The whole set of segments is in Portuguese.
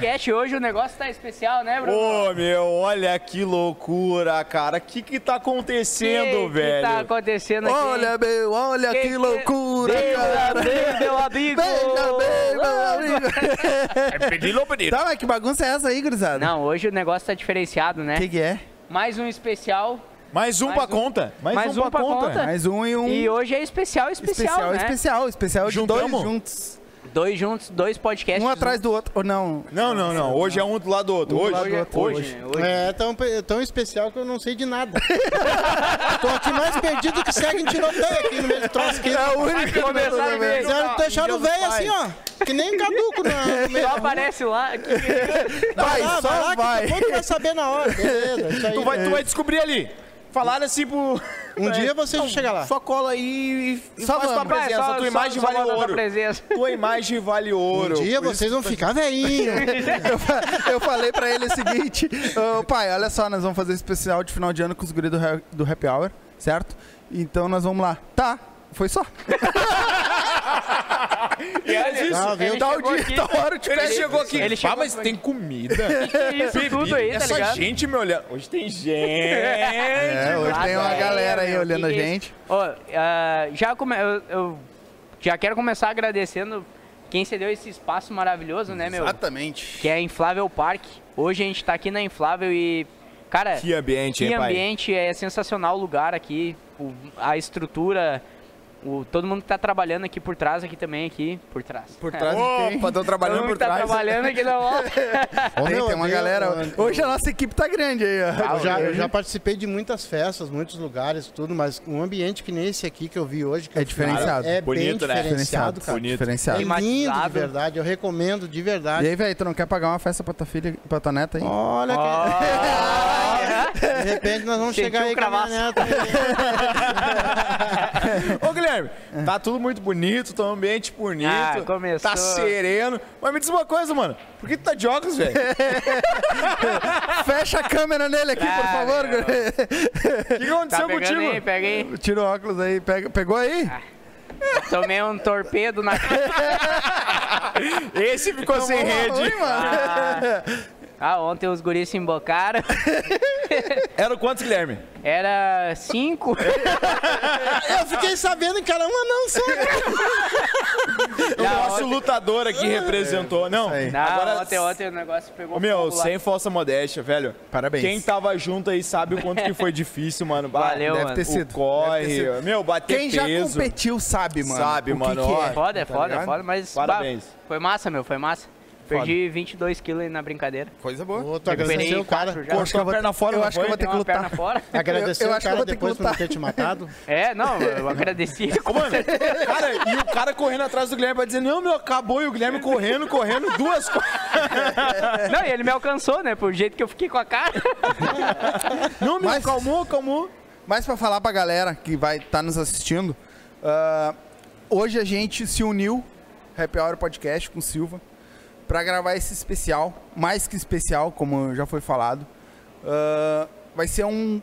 Pet, um hoje o negócio tá especial, né, Bruno? Ô, meu, olha que loucura, cara. O que que tá acontecendo, Que que velho? tá acontecendo aqui? Olha, meu, olha que, que- é loucura, cara. Vem, meu amigo! Venha, meu amigo. É pedido, pedido. Tá, mas que bagunça é essa aí, gurizada? Não, hoje o negócio tá diferenciado, né? O que, que é? Mais um especial. Mais um Mais pra um- conta. Mais, mais um, pra conta. Mais um e um E hoje é especial, especial, especial, né? especial, especial de dois Juntamos? juntos. Dois juntos, dois podcasts. Um atrás do outro. Ou não. Não, não, não. Hoje é um do lado do outro. Um do hoje, lado do Hoje, outro. hoje, hoje. É tão, pe- tão especial que eu não sei de nada. Tô aqui mais perdido que segue em tiroteio aqui no meio do troço aqui. É o único que começar não e tá ver. vendo. Fizeram, deixaram o Dia dos velho assim, ó. Que nem caduco na, no meio. Só aparece lá. aqui. Vai, lá, vai só lá, vai. Que depois tu vai saber na hora. Beleza, isso aí. é. Tu vai, tu vai descobrir ali. Falaram assim pro. Um dia você chega lá. Só cola aí e, e Só faz tua vamos. Vai, presença. só- tua só- imagem só vale bota a ouro. presença. Tua imagem vale ouro. Um dia Por isso- vocês vão ficar velhinhos. Eu, fa- eu falei pra ele o seguinte: ô, pai, olha só, nós vamos fazer esse especial de final de ano com os guris do, ha- do Happy Hour, certo? Então nós vamos lá. Tá, foi só. E é isso. Ah, viu? Ele Dá tá o chegou dia, aqui, da hora, eu te Ele pego. chegou aqui. Ele chegou ah, mas aqui. tem comida. Isso tudo bebida. aí, tá Essa ligado? gente me olhando. Hoje tem gente. É, hoje tem uma Nossa, galera é, aí meu, olhando a que- gente. Ó, ah, já come- eu, eu já quero começar agradecendo quem cedeu esse espaço maravilhoso, né, meu? Exatamente. Que é a Inflável Park. Hoje a gente tá aqui na Inflável e, cara, Que ambiente, que hein, pai? ambiente é sensacional o lugar aqui, o- a estrutura, o, todo mundo que tá trabalhando aqui por trás aqui também aqui por trás. Por trás de quem? Opa, tô trabalhando Todo mundo por que tá trás. né? trabalhando aqui na volta. Ô, Tem, meu, tem uma eu- galera. eu- Hoje a nossa equipe tá grande aí, ó. Ah, Eu já, eu já participei de muitas festas, muitos lugares, tudo, mas um ambiente que nem esse aqui que eu vi hoje. que É eu fui, cara, diferenciado. É Bonito, bem né? diferenciado, cara. Bonito. Diferenciado. É lindo de Climatizado. verdade, eu recomendo de E verdade. aí, velho, tu não quer pagar uma festa pra tua filha, pra tua neta aí? Olha que... De repente nós vamos Sentiu chegar aí o com a minha neta. Ô, Guilherme, É. tá tudo muito bonito, tá um ambiente bonito. Ah, começou. Tá sereno. Mas me diz uma coisa, mano. Por que tu tá de óculos, velho? Fecha a câmera nele aqui, por Ah, favor, meu. guri. O que aconteceu Tá pegando contigo? Ah. aí, pega aí. Tira o óculos aí, pega- pegou aí? Tomei um torpedo na Esse ficou sem rede. Ah, ontem os guris se embocaram. Era o quanto, Guilherme? Era cinco. Eu fiquei sabendo que era um uma não só. O nosso lutador aqui representou. Não, aí. Ah, Não, agora... ontem, ontem o negócio pegou Ô, meu, fogo lá. sem falsa modéstia, velho. Parabéns. Quem tava junto aí sabe o quanto que foi difícil, mano. Bah, Valeu, Deve mano. ter O sido. corre. deve ter sido. Meu, bater Quem já peso. competiu sabe, mano. Sabe, o que mano, que ó. é. Foda, é foda, é ligado? foda, mas... Parabéns. bah, foi massa, meu, foi massa. Perdi 22 quilos aí na brincadeira. Coisa boa. Ô, tu agradeceu Recuperei o cara. quatro já. Cortou a perna fora, eu não acho que eu foi? vou ter Dei que uma perna lutar. fora. Agradeceu Eu o acho que eu cara vou ter que depois por não lutar. ter te matado. É, não, eu agradeci. Ô, mano, cara, e o cara correndo atrás do Guilherme pra dizer, não, meu, acabou. E o Guilherme correndo, correndo, duas coisas. Não, e ele me alcançou, né, por jeito que eu fiquei com a cara. Não, meu, Mas- acalmou, acalmou. Mas pra falar pra galera que vai estar nos assistindo, ah, hoje a gente se uniu, Happy Hour Podcast com Silva, pra gravar esse especial, mais que especial, como já foi falado. Ah, vai ser um,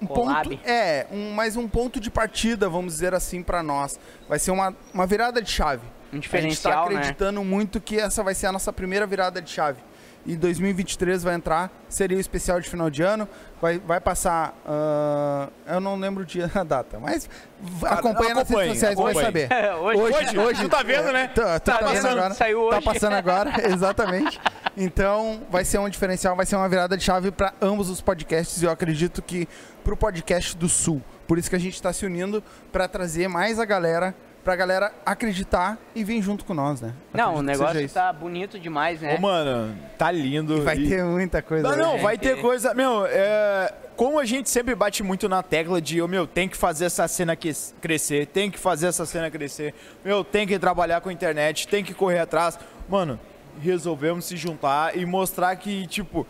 um Collab. ponto, é, um, mais um ponto de partida, vamos dizer assim, pra nós. Vai ser uma, uma virada de chave. Um a diferencial, gente tá né? acreditando muito que essa vai ser a nossa primeira virada de chave. E 2023 vai entrar, seria o especial de final de ano, vai, vai passar. ah, eu não lembro o dia, a data, mas v- acompanha nas redes Ah, acompanhe, sociais, vai acompanhe. saber. Hoje- Hoje, tu tá vendo, né? Tá, tá vendo? passando agora. Saiu Tá hoje. passando agora, exatamente. Então, vai ser um diferencial, vai ser uma virada de chave para ambos os podcasts. E eu acredito que pro podcast do Sul. Por isso que a gente tá se unindo para trazer mais a galera, pra galera acreditar e vir junto com nós, né? Não, o Acredito que seja negócio isso. tá bonito demais, né? Ô, mano, tá lindo. Vai E- ter muita coisa. né? Não, não, aí. vai ter coisa. Meu, é, como a gente sempre bate muito na tecla de, ô, meu, tem que fazer essa cena que- crescer, tem que fazer essa cena crescer, meu, tem que trabalhar com a internet, tem que correr atrás. Mano, resolvemos se juntar e mostrar que, tipo,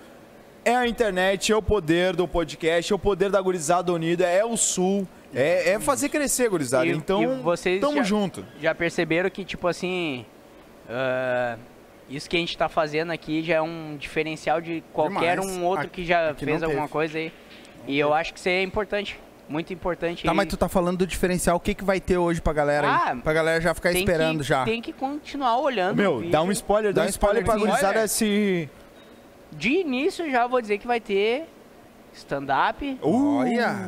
é a internet, é o poder do podcast, é o poder da gurizada unida, é o sul. É, é fazer crescer, gurizada. E- então, e vocês tamo já- junto. já perceberam que, tipo assim, ah, isso que a gente tá fazendo aqui já é um diferencial de qualquer Demais. um outro Aqui- que já aqui não fez alguma teve. coisa aí. E eu acho que isso aí é importante. Muito importante. Tá, aí. mas tu tá falando do diferencial, o que, que vai ter hoje pra galera aí? Ah, Pra galera já ficar tem esperando que, já. Tem que continuar olhando. o Meu, dá um vídeo. spoiler, dá um spoiler pra gurizada se... De início já vou dizer que vai ter stand-up, Olha!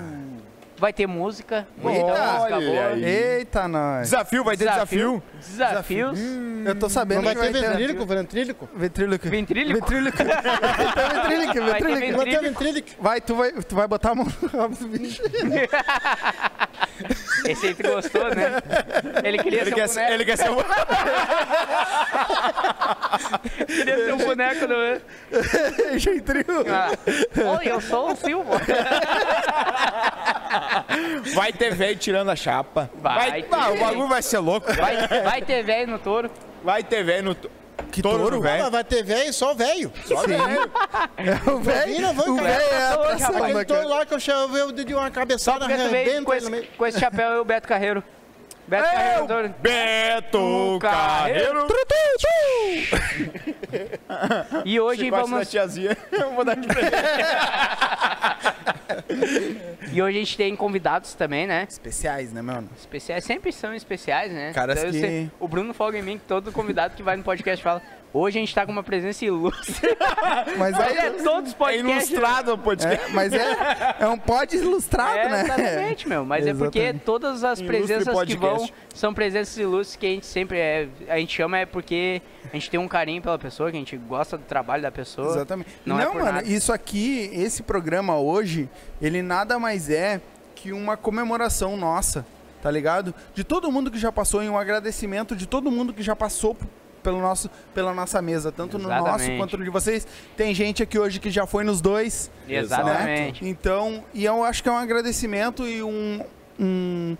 vai ter música. Eita, música olha boa. aí. Eita, É. nós! Desafio, vai ter desafio. Desafios. Eu tô sabendo Não vai que ter vai ventrílico, ventrílico? Ventrílico. Ventrílico? Ventrílico. Então, ventrílico, Vai ter Vai ter um ventrílico. um Ventrílico. ventrílico? Vai, tu vai, tu vai botar a mão no rabo do bicho. Esse aí tu gostou, né? Ele queria Ele ser um quer, boneco. ser- ele quer ser o... Queria ser um boneco do... Gentril. Ah. Oi, eu sou o Silvio. Vai ter velho tirando a chapa. Vai ter Ah, o velho. bagulho vai ser louco. Vai, vai ter velho no touro. Vai ter velho no... to- Que Touro no velho. Ah, vai ter velho, só velho. Só velho. É o Ih, não velho. vou O velho encarar. é a atração Rapaz, da Aquele touro cara. lá que Então, eu chamei, eu dei uma cabeçada, Porque tu veio arrebenta com ele no meio. esse, com esse chapéu eu, Beto Carreiro. Beto É Carreiro, o touro. Beto Carreiro. E hoje Gosto da vamos... tiazinha. Eu vou dar de presente. E hoje a gente tem convidados também, né? Especiais, né, mano? Especiais, sempre são especiais, né? Caras eu que- sei- o Bruno folga em mim, que todo convidado que vai no podcast fala, hoje a gente tá com uma presença ilustre. Mas Mas é é, todos os É podcasts. né? ilustrado o podcast. é, mas é, é um pod ilustrado, É, né? exatamente, meu. Mas é porque Exatamente. todas as Ilustre presenças que vão podcast. são presenças ilustres que a gente sempre é, a gente chama é porque a gente tem um carinho pela pessoa, que a gente gosta do trabalho da pessoa. Exatamente. Não, Não, é por mano, nada. isso aqui, esse programa hoje, ele nada mais é que uma comemoração nossa, tá ligado? De todo mundo que já passou e um agradecimento de todo mundo que já passou p- pelo nosso, pela nossa mesa, tanto no nosso Exatamente. quanto no de vocês. Tem gente aqui hoje que já foi nos dois. Exatamente. Né? Então, e eu acho que é um agradecimento e um. um-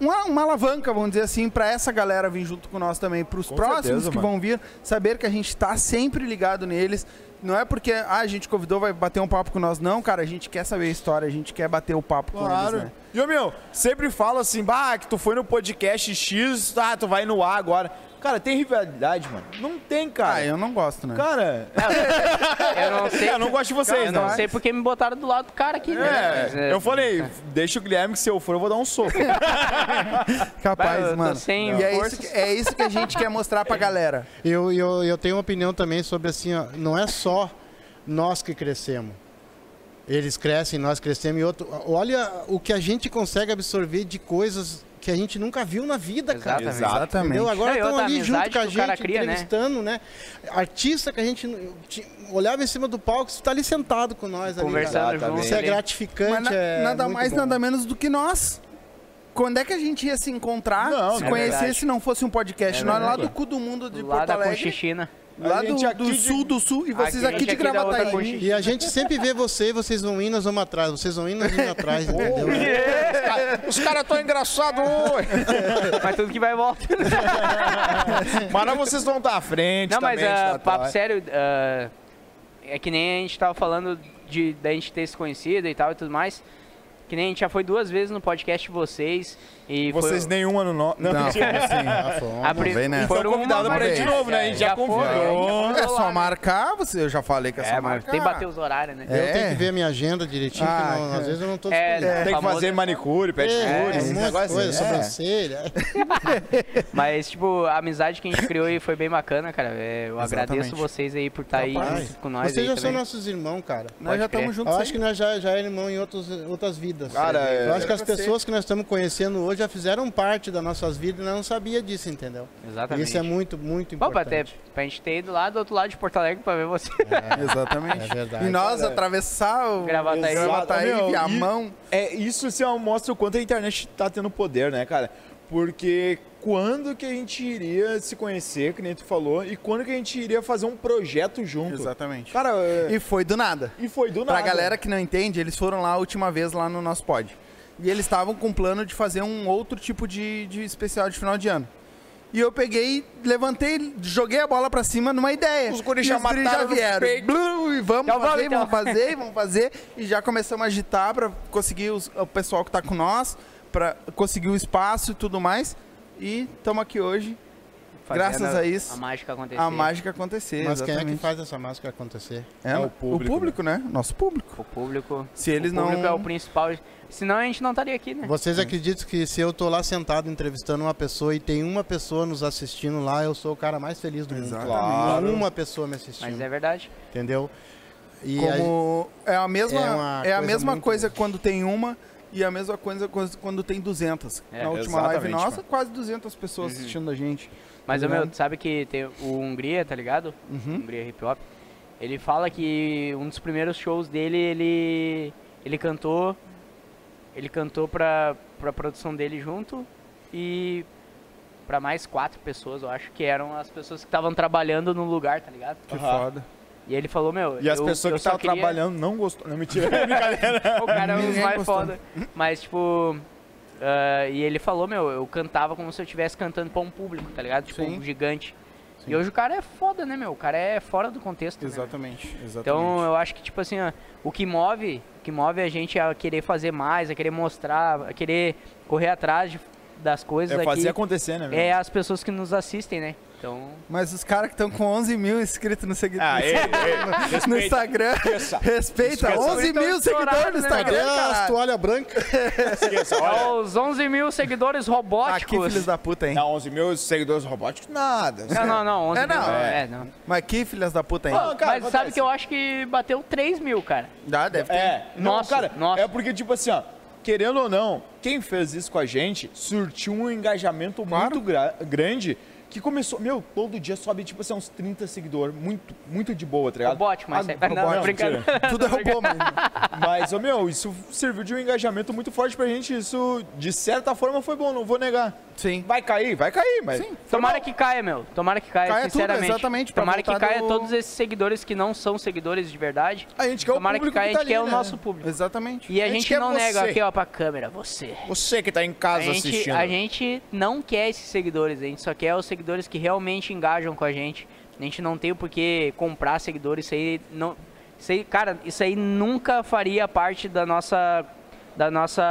uma, uma alavanca, vamos dizer assim, pra essa galera vir junto com nós também, pros Com próximos certeza, que mano. vão vir, saber que a gente tá sempre ligado neles. Não é porque ah, a gente convidou, vai bater um papo com nós, não, cara. A gente quer saber a história, a gente quer bater o papo com eles, né? E, ô, meu, sempre fala assim, bah, que tu foi no podcast X, tá, tu vai no A agora. Cara, tem rivalidade, mano? Não tem, cara. Ah, eu não gosto, né? Cara, Eu não sei. eu Ah, não gosto de eu vocês, não não. sei porque me botaram do lado do cara aqui, né? Mas, É, é, eu falei, deixa o Guilherme que se eu for eu vou dar um soco. Capaz, Bah, eu tô mano. sem e é forças. isso, que, é isso que a gente quer mostrar pra galera. É. Eu, eu, eu tenho uma opinião também sobre assim, ó, não é só nós que crescemos. Eles crescem, nós crescemos e outro. Olha o que a gente consegue absorver de coisas que a gente nunca viu na vida, cara. Exatamente. Entendeu? Agora Não, e estão outra ali amizade junto com a que o cara gente, cria, né? entrevistando, né? Artista que a gente não- ti- olhava em cima do palco, está ali sentado com nós ali, Conversando cara. junto Isso é ali. gratificante. Mas na- é nada muito mais, bom. nada menos do que nós. Quando é que a gente ia se encontrar, Não, se é conhecer verdade. se não fosse um podcast? É nós lá verdade. do cu do mundo de lá Porto da Alegre, Conchichina. A lá do, gente aqui do de- sul do sul e vocês a aqui gente de aqui é da outra Gravataí. Conchichina. E a gente sempre vê você e vocês vão indo, nós vamos atrás. Vocês vão indo, nós vamos atrás, entendeu? Os caras tão engraçados, oi. Mas tudo que vai e volta. Mas não vocês vão estar à frente Não, mas também. ah, tá atrás. papo sério, ah, é que nem a gente tava falando de da gente ter se conhecido e tal e tudo mais. Que nem a gente já foi duas vezes no podcast de vocês e foi- Vocês nenhuma no nosso. Não, Não, sim. Ah, fomos. a pri- vem, né? foram Então convidado uma pra vez. ir de novo, né? A gente já foi, convidou. a gente já É falou só lá, marcar, você, eu já falei que é só É, mas marcar. tem que bater os horários, né? Eu É. tenho que ver a minha agenda direitinho, que Ah, Tipo, não- cara. às vezes eu não tô É, disponível. Tem que famoso- fazer manicure, pedicure, É, esses um monte de negócios. assim. coisa, É. sobrancelha. Mas, tipo, a amizade que a gente criou aí foi bem bacana, cara. É, eu agradeço vocês aí por estar aí Rapaz, junto com nós. Vocês aí já são também. nossos irmãos, cara. Nós já estamos crer. Eu juntos. acho que nós já, já é irmão em outros, outras vidas. Cara, é- eu acho que as Eu sei. pessoas que nós estamos conhecendo hoje já fizeram parte das nossas vidas e nós não sabia disso, entendeu? Exatamente. Isso é muito, muito Bom, pra, ter, importante. pra gente ter ido lá do outro lado de Porto Alegre pra ver você. Exatamente. É verdade. e nós atravessar o Gravataí. Gravataí, É, Meu, e- Viamão. É, isso assim, ó, mostra o quanto a internet tá tendo poder, né, cara? Porque quando que a gente iria se conhecer, que nem tu falou, e quando que a gente iria fazer um projeto junto? Exatamente. Cara, é- E foi do nada. e, foi do nada. Pra galera que não entende, eles foram lá a última vez lá no nosso pod. E eles estavam com plano de fazer um outro tipo de, de especial de final de ano. E eu peguei, levantei, joguei a bola pra cima numa ideia. Os guris E já os guris já mataram no vieram. peito. Blu, e vamos Então vamos, fazer, então. vamos fazer, vamos fazer. E já começamos a agitar pra conseguir os- o pessoal que tá com nós, pra conseguir o espaço e tudo mais. E estamos aqui hoje fazendo Graças a isso, a mágica acontecer. a mágica acontecer. Mas quem é que exatamente. faz essa máscara acontecer? É, o público, né? Nosso público. O público. Se eles o público não- é o principal. Senão a gente não estaria aqui, né? Vocês acreditam que se eu tô lá sentado entrevistando uma pessoa e tem uma pessoa nos assistindo lá, eu sou o cara mais feliz do mundo. Exatamente. Claro. Uma pessoa me assistindo, Mas é verdade. entendeu? E aí- Como é a mesma, é é uma a coisa mesma muito- coisa quando tem uma e a mesma coisa quando- quando tem 200. É, Uhum. Na última live exatamente, nossa, mano. quase 200 pessoas assistindo a gente. Mas, ô, meu, ligado? sabe que tem o Hungria, tá ligado? Uhum. Hungria Hip Hop. Ele fala que um dos primeiros shows dele, ele ele cantou ele cantou pra, pra produção dele junto e pra mais quatro pessoas, eu acho que eram as pessoas que estavam trabalhando no lugar, tá ligado? Que foda. E ele falou, meu, E as eu- pessoas eu que só estavam queria- trabalhando não gostou. Não, mentira. Tipo, Brincadeira. O cara é um dos Ninguém mais gostou. foda. Mas, tipo. ah, e ele falou, meu, eu cantava como se eu estivesse cantando pra um público, tá ligado? Tipo, Sim. um gigante. Sim. E hoje o cara é foda, né, meu? O cara é fora do contexto. né, meu? Exatamente, exatamente. Então eu acho que, tipo assim, ó, o que move, o que move a gente a querer fazer mais, a querer mostrar, a querer correr atrás de- das coisas É aqui. fazer acontecer, né? meu? É as pessoas que nos assistem, né? Então. Mas os caras que estão com 11 mil inscritos no, segui... Ah, ei, ei, no Instagram, respeita, Esqueça. 11 Então, mil seguidores estourado, no né, Instagram, Cadê as caralho. toalhas brancas? esqueça. Olha, Aos 11 mil seguidores Aqui, Ah, filhos robóticos. da puta, hein? Não, 11 mil seguidores robóticos, nada. Não, não, não, 11 É, não, mil. é. É, não. Mas que filhas da puta, hein? Ah, cara, Mas sabe acontece. que eu acho que bateu 3 mil, cara. Dá, deve ter. É, não, Nossa, cara, nossa. é porque, tipo assim, ó, querendo ou não, quem fez isso com a gente surtiu um engajamento muito gra- grande que começou, meu, todo dia sobe, tipo assim, uns 30 seguidores, muito, muito de boa, tá ligado? Robótico, mas... Ah, é- não, robótico, brincadeira. mentira. Tudo é robô, mano. Mas, ô, meu, isso serviu de um engajamento muito forte pra gente, isso, de certa forma, foi bom, não vou negar. Sim. Vai cair, vai cair, mas... Tá Sim. Tomara que caia, É, meu. Tomara que caia, Caia tudo, sinceramente. exatamente, pra Tomara que voltar caia do- todos esses seguidores que não são seguidores de verdade. A gente quer o Tomara que público caia, que tá a gente quer ali, o né? nosso público. Exatamente. E a, A gente gente, quer não nega você. aqui, ó, pra câmera, você. Você que tá em A casa gente, assistindo. a gente não quer esses seguidores, a gente só quer os seguidores que realmente engajam com a gente. A gente não tem por que comprar seguidores, isso aí não. Isso aí, cara, isso aí nunca faria parte da nossa. Da nossa.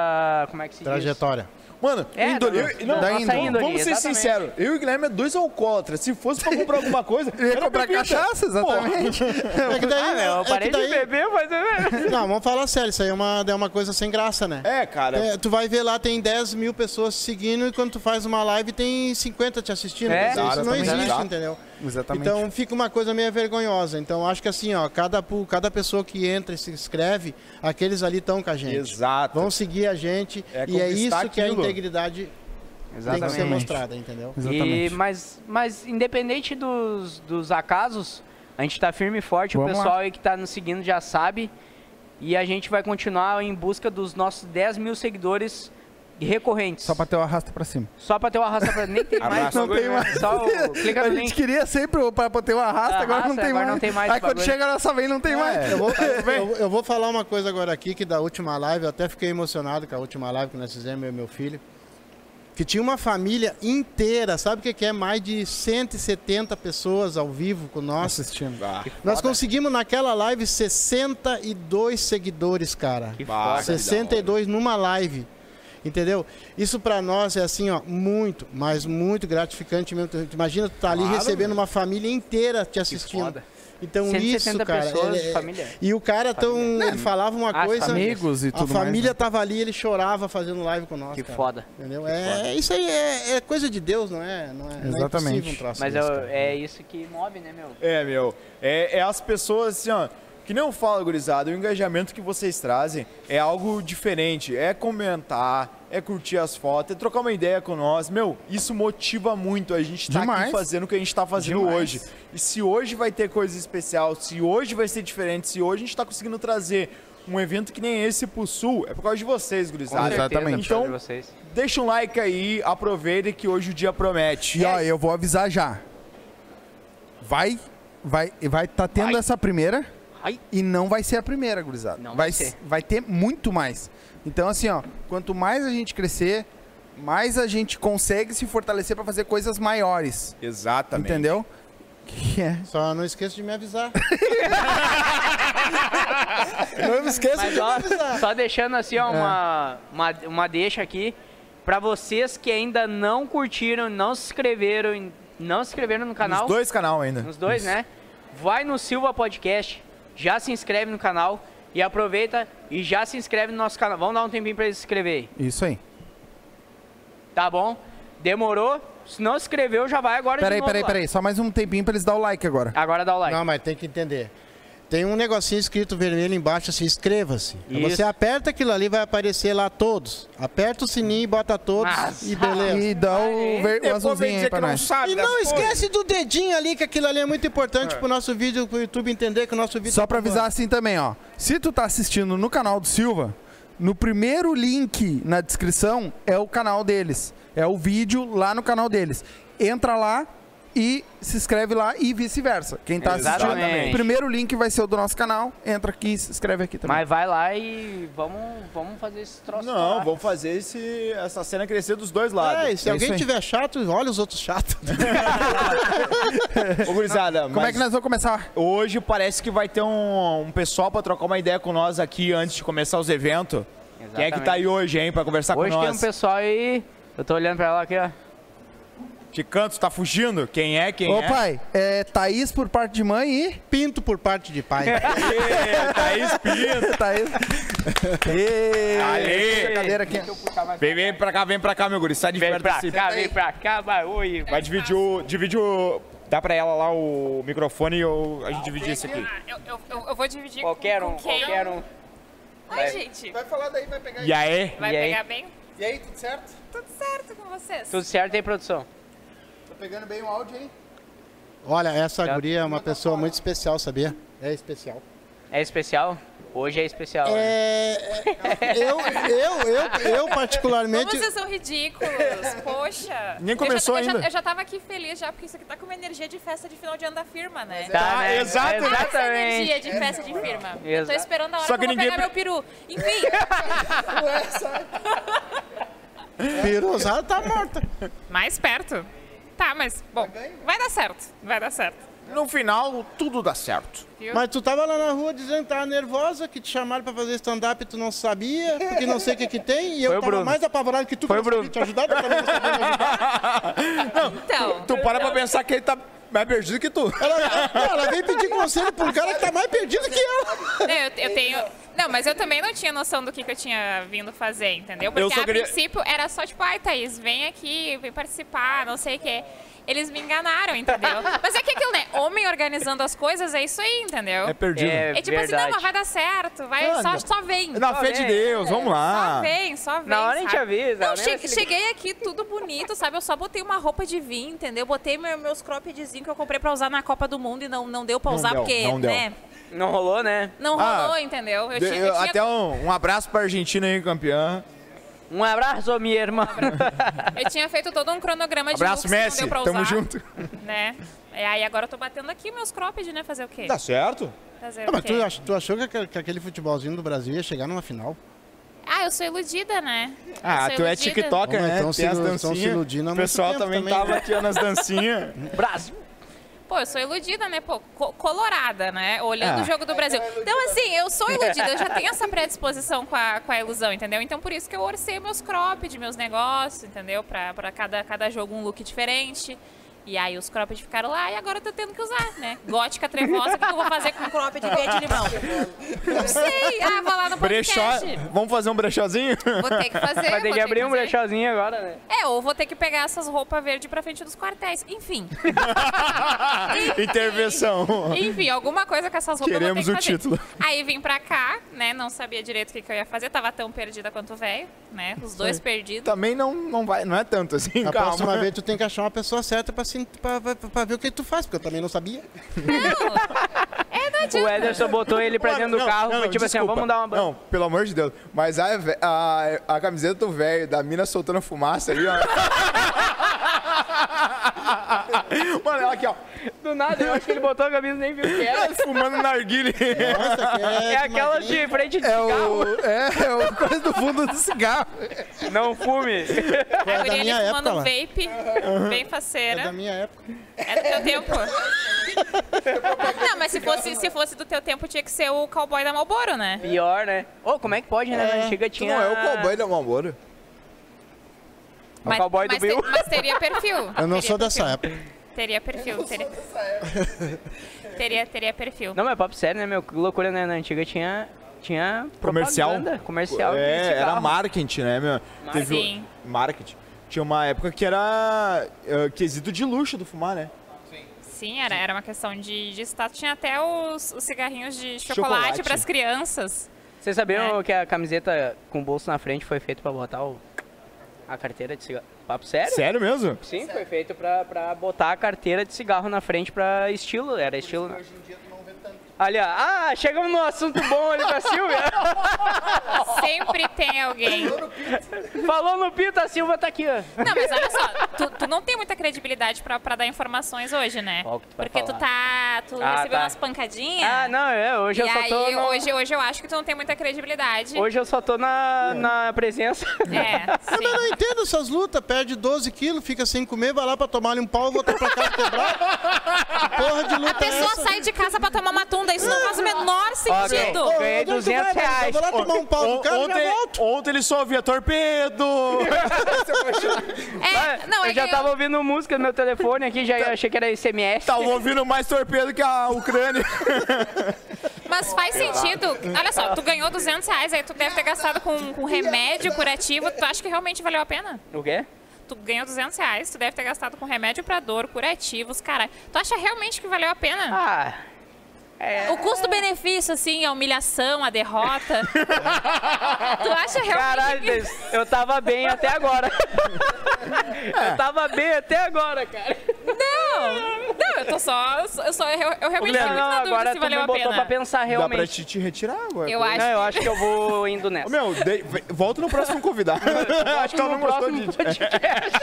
Como é que se diz? Trajetória. Mano, É, índole. da- eu- não, assim, da vamos- índole, vamos ser exatamente. sinceros. Eu e o Guilherme é dois alcoólatras. Se fosse pra comprar alguma coisa, Eu ia era comprar bebida. cachaça, exatamente. É que daí, Ah, meu, eu é que parei daí- de beber, mas. Não, vamos falar sério, isso aí é uma, é uma coisa sem graça, né? É, cara. É, tu vai ver lá, tem 10 mil pessoas seguindo e quando tu faz uma live tem 50 te assistindo. É, Quer dizer, isso não exatamente. existe, Exato. entendeu? Exatamente. Então fica uma coisa meio vergonhosa. Então acho que assim, ó, cada, pu- cada pessoa que entra e se inscreve, aqueles ali estão com a gente. Exato. Vão seguir a gente É e é isso conquistar que a aquilo. integridade tem que ser mostrada, entendeu? E, mas, mas independente dos, dos acasos, a gente tá firme e forte, Vamos o lá. pessoal aí que tá nos seguindo já sabe. E a gente vai continuar em busca dos nossos 10 mil seguidores recorrentes. Só pra ter o arrasta pra cima. Só pra ter o arrasta pra nem tem mais. Arrasta. Não tem mais. Só o- clica a no gente link. queria sempre o- pra ter o arrasta, agora, não, Arrasta, tem agora mais. não tem mais Aí esse quando bagulho. chega a nossa vez, não tem mais. É, Tá Eu vou, eu- eu vou falar uma coisa agora aqui, que da última live, eu até fiquei emocionado com a última live que nós fizemos, eu e meu filho. Que tinha uma família inteira, sabe o que que é? Mais de 170 pessoas ao vivo com nós. assistindo. Ah, Nós conseguimos naquela live 62 seguidores, cara. Que Bah, foda. cara. 62 numa live. Entendeu? Isso pra nós é assim, ó, muito, mas muito gratificante mesmo. Tu- tu Imagina tu tá ali Claro, recebendo uma família inteira te assistindo. foda. Então 170 isso, cara, pessoas ele- de família. Ah, E o cara tão ele falava uma As coisa, Amigos e a tudo mais. né? família tava ali, ele chorava fazendo live com nós, Que cara. foda. Entendeu? é, isso aí é, é coisa de Deus, não é? Não é não é Exatamente. impossível um troço Mas desse, eu- cara. é isso que move, né, meu? É, meu. É, é as pessoas, assim, ó. Que não fala, gurizada, o engajamento que vocês trazem é algo diferente. É comentar, é curtir as fotos, é trocar uma ideia com nós. Meu, isso motiva muito a gente tá Demais. aqui fazendo o que a gente tá fazendo Demais. hoje. E se hoje vai ter coisa especial, se hoje vai ser diferente, se hoje a gente tá conseguindo trazer um evento que nem esse pro Sul, é por causa de vocês, Com gurizada. certeza, Exatamente. por causa de Então, vocês. Deixa um like aí, aproveita que hoje o dia promete. E ó, eu vou avisar já. Vai, vai, vai tá tendo Vai. essa primeira Ai. e não vai ser a primeira, gurizada. Não vai vai, ser. s- vai ter muito mais. Então assim, ó, quanto mais a gente crescer, mais a gente consegue se fortalecer pra fazer coisas maiores, Exatamente. entendeu? Que é. Só não esqueça de me avisar. Não me esqueça Mas ó, só deixando assim É. ó, uma, uma, uma deixa aqui pra vocês que ainda não curtiram, não se inscreveram, em- não se inscreveram no canal, Nos dois canal ainda. nos dois, né? Vai no Silva Podcast, já se inscreve no canal e aproveita e já se inscreve no nosso canal. Vamos dar um tempinho pra eles se inscreverem, Isso aí. tá bom? Demorou? Se não se inscreveu, já vai agora de Peraí, novo peraí, lá. peraí. Só mais um tempinho pra eles dar o like agora. Agora dá o like. Não, mas tem que entender. Tem um negocinho escrito vermelho embaixo assim, inscreva-se. Aí Isso. Você aperta aquilo ali, vai aparecer lá todos. Aperta o sininho e bota todos Nossa. e beleza. E dá o, ver, o Depois vem azulzinho aí dizer pra que não nós. sabe E das não coisas. esquece do dedinho ali, que aquilo ali é muito importante pro nosso vídeo, pro YouTube entender que o nosso vídeo. Só tá pra bombando. avisar assim também, ó. Se tu tá assistindo no canal do Silva, no primeiro link na descrição é o canal deles. É o vídeo lá no canal deles. Entra lá e se inscreve lá e vice-versa. Quem tá assistindo, Exatamente. o primeiro link vai ser o do nosso canal. Entra aqui e se inscreve aqui também. Mas vai lá e vamos, vamos fazer esse troço. Não, lá. vamos fazer esse, essa cena crescer dos dois lados. É, e se É alguém isso aí. tiver chato, olha os outros chatos. Ô, gurizada, Como é que nós vamos começar? hoje parece que vai ter um, um pessoal pra trocar uma ideia com nós aqui antes de começar os eventos. Quem é que tá aí hoje, hein, pra conversar Hoje com tem nós? um pessoal aí. Eu tô olhando pra ela aqui, ó. Ticanto, tá fugindo? Quem é, quem Ô é? pai, é Thaís por parte de mãe Pinto por parte de pai. Ê, Thaís Pinto. e. Thaís. Ê, Aê. essa cadeira aqui. Deixa eu puxar mais Vem, vem pra cá, vem pra cá, meu guri. Sai de Vem perto pra desse- cá, vem pra cá, vai, oi. Vai dividir o. Divide o. Dá pra ela lá o microfone e eu, a gente dividir isso aqui. Ah, eu, eu- eu- eu vou dividir Qualquer com, um, com quem? qualquer um. Ai, gente, vai, E aí? E aí? pegar bem? aí, tudo certo? Tudo certo com vocês. Tudo certo aí, produção? Tá pegando bem o áudio aí? Olha, essa Tá. guria é uma pessoa muito especial, sabia? É especial. É especial? Hoje é especial. né? É, eu, eu, eu, eu Como particularmente. vocês são ridículos, poxa. Nem Eu começou já, eu já- ainda. Eu já, tava aqui feliz já, porque isso aqui tá com uma energia de festa de final de ano da firma, né? Tá, né? exato. Tá com essa Exatamente. energia de festa de firma. Eu Exato. tô esperando a hora Só que, que eu vou ninguém pegar meu peru. Enfim, Pirosada tá morta. mais perto. Tá, mas, bom, vai dar certo. Vai dar certo. No final, tudo dá certo. Mas tu tava lá na rua dizendo que tava nervosa, que te chamaram pra fazer stand-up e tu não sabia, porque não sei o que que tem, e Foi eu o tava Bruno. mais apavorado que tu Foi que não o sabia Bruno. te ajudar, tu também não sabia me ajudar. Então, Tu para pra pensar que ele tá mais perdido que tu. Ela, ela veio pedir conselho pra um cara que tá mais perdido que ela. Não, É, eu, eu tenho. Não, mas eu também não tinha noção do que, que eu tinha vindo fazer, entendeu? Porque Eu só a queria- princípio era só tipo, ai, Thaís, vem aqui, vem participar, não sei o quê. Eles me enganaram, entendeu? mas é que aquilo, né? Homem organizando as coisas é isso aí, entendeu? É É, perdido. É tipo assim, verdade. não, mas vai dar certo, vai, Ah, só, não. só vem. Na fé de vem, Deus, vamos lá. Só vem, só vem. Na hora a gente sabe? avisa, Não, né? che- Se liga. cheguei aqui tudo bonito, sabe? Eu só botei uma roupa de vinho, entendeu? Botei meu- meus croppedzinhos que eu comprei pra usar na Copa do Mundo e não, não deu pra Não usar, deu, porque, não deu. né? Não rolou, né? Não Ah, rolou, entendeu? Eu, De- tinha, eu tinha- Até um, um abraço pra Argentina aí, campeã. Um abraço, minha irmã. eu tinha feito todo um cronograma de Abraço, looks que Messi. não deu pra Tamo usar, junto. Né? E aí agora eu tô batendo aqui meus cropped, né? Fazer o quê? Tá certo? Tá, Fazer Não, o Ah, mas quê? tu, ach- tu achou que, aquele- que aquele futebolzinho do Brasil ia chegar numa final? Ah, eu sou iludida, né? Ah, Eu sou tu é iludida. TikToker, Ô, mas né? tão se Tem as ilu- tão se dancinhas. iludindo há O muito pessoal tempo também também, tava né? aqui ó, nas dancinhas. Brasil. Pô, eu sou iludida, né? Pô, co- colorada, né? Olhando Ah. o jogo do Brasil. Então, assim, eu sou iludida, eu já tenho essa predisposição com a, com a ilusão, entendeu? Então, por isso que eu orcei meus cropped, meus negócios, entendeu? Pra, pra cada, cada jogo um look diferente. E aí os cropped ficaram lá e agora eu tô tendo que usar, né? Gótica trevosa, o que que eu vou fazer com cropped verde e limão? Não sei. Ah, vou lá no Brechó. podcast. Vamos fazer um brechozinho? Vou ter que fazer. vou Vai ter que abrir um fazer. brechózinho agora, né? É, ou vou ter que pegar essas roupas verdes pra frente dos quartéis. Enfim. Intervenção. Enfim, alguma coisa com essas roupas Queremos eu vou ter que o fazer. título. Aí vim pra cá, né? Não sabia direito o que, que eu ia fazer. Tava tão perdida quanto o velho, né? Os dois perdidos. Também não, não, vai, não é tanto assim, A calma. próxima vez tu tem que achar uma pessoa certa pra, se- pra- pra- pra ver o que tu faz, porque eu também não sabia. Tá. É, O Ederson botou ele pra dentro do Não, carro, não, foi tipo assim, ó, desculpa. vamos dar uma Não, pelo amor de Deus. Mas a, ve- a, a camiseta do velho, da mina soltando fumaça ali, ó. Mano, ela aqui, ó. Do nada, eu acho que ele botou a camisa e nem viu o que era. Fumando narguile. Nossa, que É né? aquela de frente de É carro. o, é, é o coisa do fundo do cigarro. Não fume. A guria É minha ali época fumando um lá. vape, bem faceira. É da minha época. É do teu tempo. Não, mas se fosse, se fosse do teu tempo, tinha que ser o cowboy da Malboro, né? Pior, né? Ô, como é que pode, né? Na antiga tinha... É da Malboro. cowboy do mas, Bill. mas teria perfil. Eu não Teria sou dessa perfil. época. Teria perfil. Teria, teria, teria perfil. Não, mas papo sério, né, meu? Que loucura, né? Na antiga tinha. Tinha Comercial. propaganda comercial. desse É, era carro. marketing, né, meu? Teve o- Sim. marketing. Tinha uma época que era eh, quesito de luxo do fumar, né? Sim, era, era uma questão de, de status. Tinha até os, os cigarrinhos de chocolate Chocolate. para as crianças. Vocês É. sabiam que a camiseta com o bolso na frente foi feita pra botar o... a carteira de cigarro? Papo sério? Sério mesmo? Sim, foi feito pra, pra botar a carteira de cigarro na frente pra estilo. Era estilo. né? Hoje em dia tu não vê tanto. Ali, ó. Ah, chegamos no assunto bom ali da Silvia. Sempre tem alguém. Falou no Pinto, a Silvia tá aqui, ó. Não, mas olha só, tu, tu não tem muita credibilidade pra, pra dar informações hoje, né? Qual que tu vai Porque tu tá. Tu Ah, recebeu tá. umas pancadinhas. Ah, não, é, e hoje eu só aí, tô. no- hoje, hoje eu acho que tu não tem muita credibilidade. Hoje eu só tô na, na presença. É, Mas eu não sim. entendo essas lutas. Perde 12 quilos, fica sem comer, vai lá pra tomar ali um pau e volta pra casa quebrado. Que porra de luta A pessoa é essa? sai de casa pra tomar uma tunda, isso não faz o menor Ó, sentido. ganhei- ganhei Onde é que tu 200 vai, reais. Eu vou lá tomar um pau On- do cara e ontem, já volto. ontem ele só ouvia torpedo! É, não, é eu já que Tá. tava ouvindo música no meu telefone aqui, já eu achei que era SMS. Tava ouvindo mais torpedo que a Ucrânia. Mas faz sentido. Olha só, tu ganhou 200 reais, aí tu deve ter gastado com, com remédio curativo. Tu acha que realmente valeu a pena? O quê? Tu ganhou 200 reais, tu deve ter gastado com remédio pra dor, curativos, caralho. Tu acha realmente que valeu a pena? Ah, é. O custo-benefício, assim, a humilhação, a derrota. tu acha realmente. caralho, que... Deus, eu tava bem até agora. eu tava bem até agora, cara. Não! Não, eu tô só. Eu, só, eu, eu realmente fico Não, muito na dúvida agora se tu me valeu a botou pra pena. pensar Dá pra realmente. te, te retirar agora. Eu pô. acho. Não, eu acho que eu vou indo nessa. Ô, Meu, de- ve- volta no próximo convidado. acho que ela não No gostou próximo de. podcast.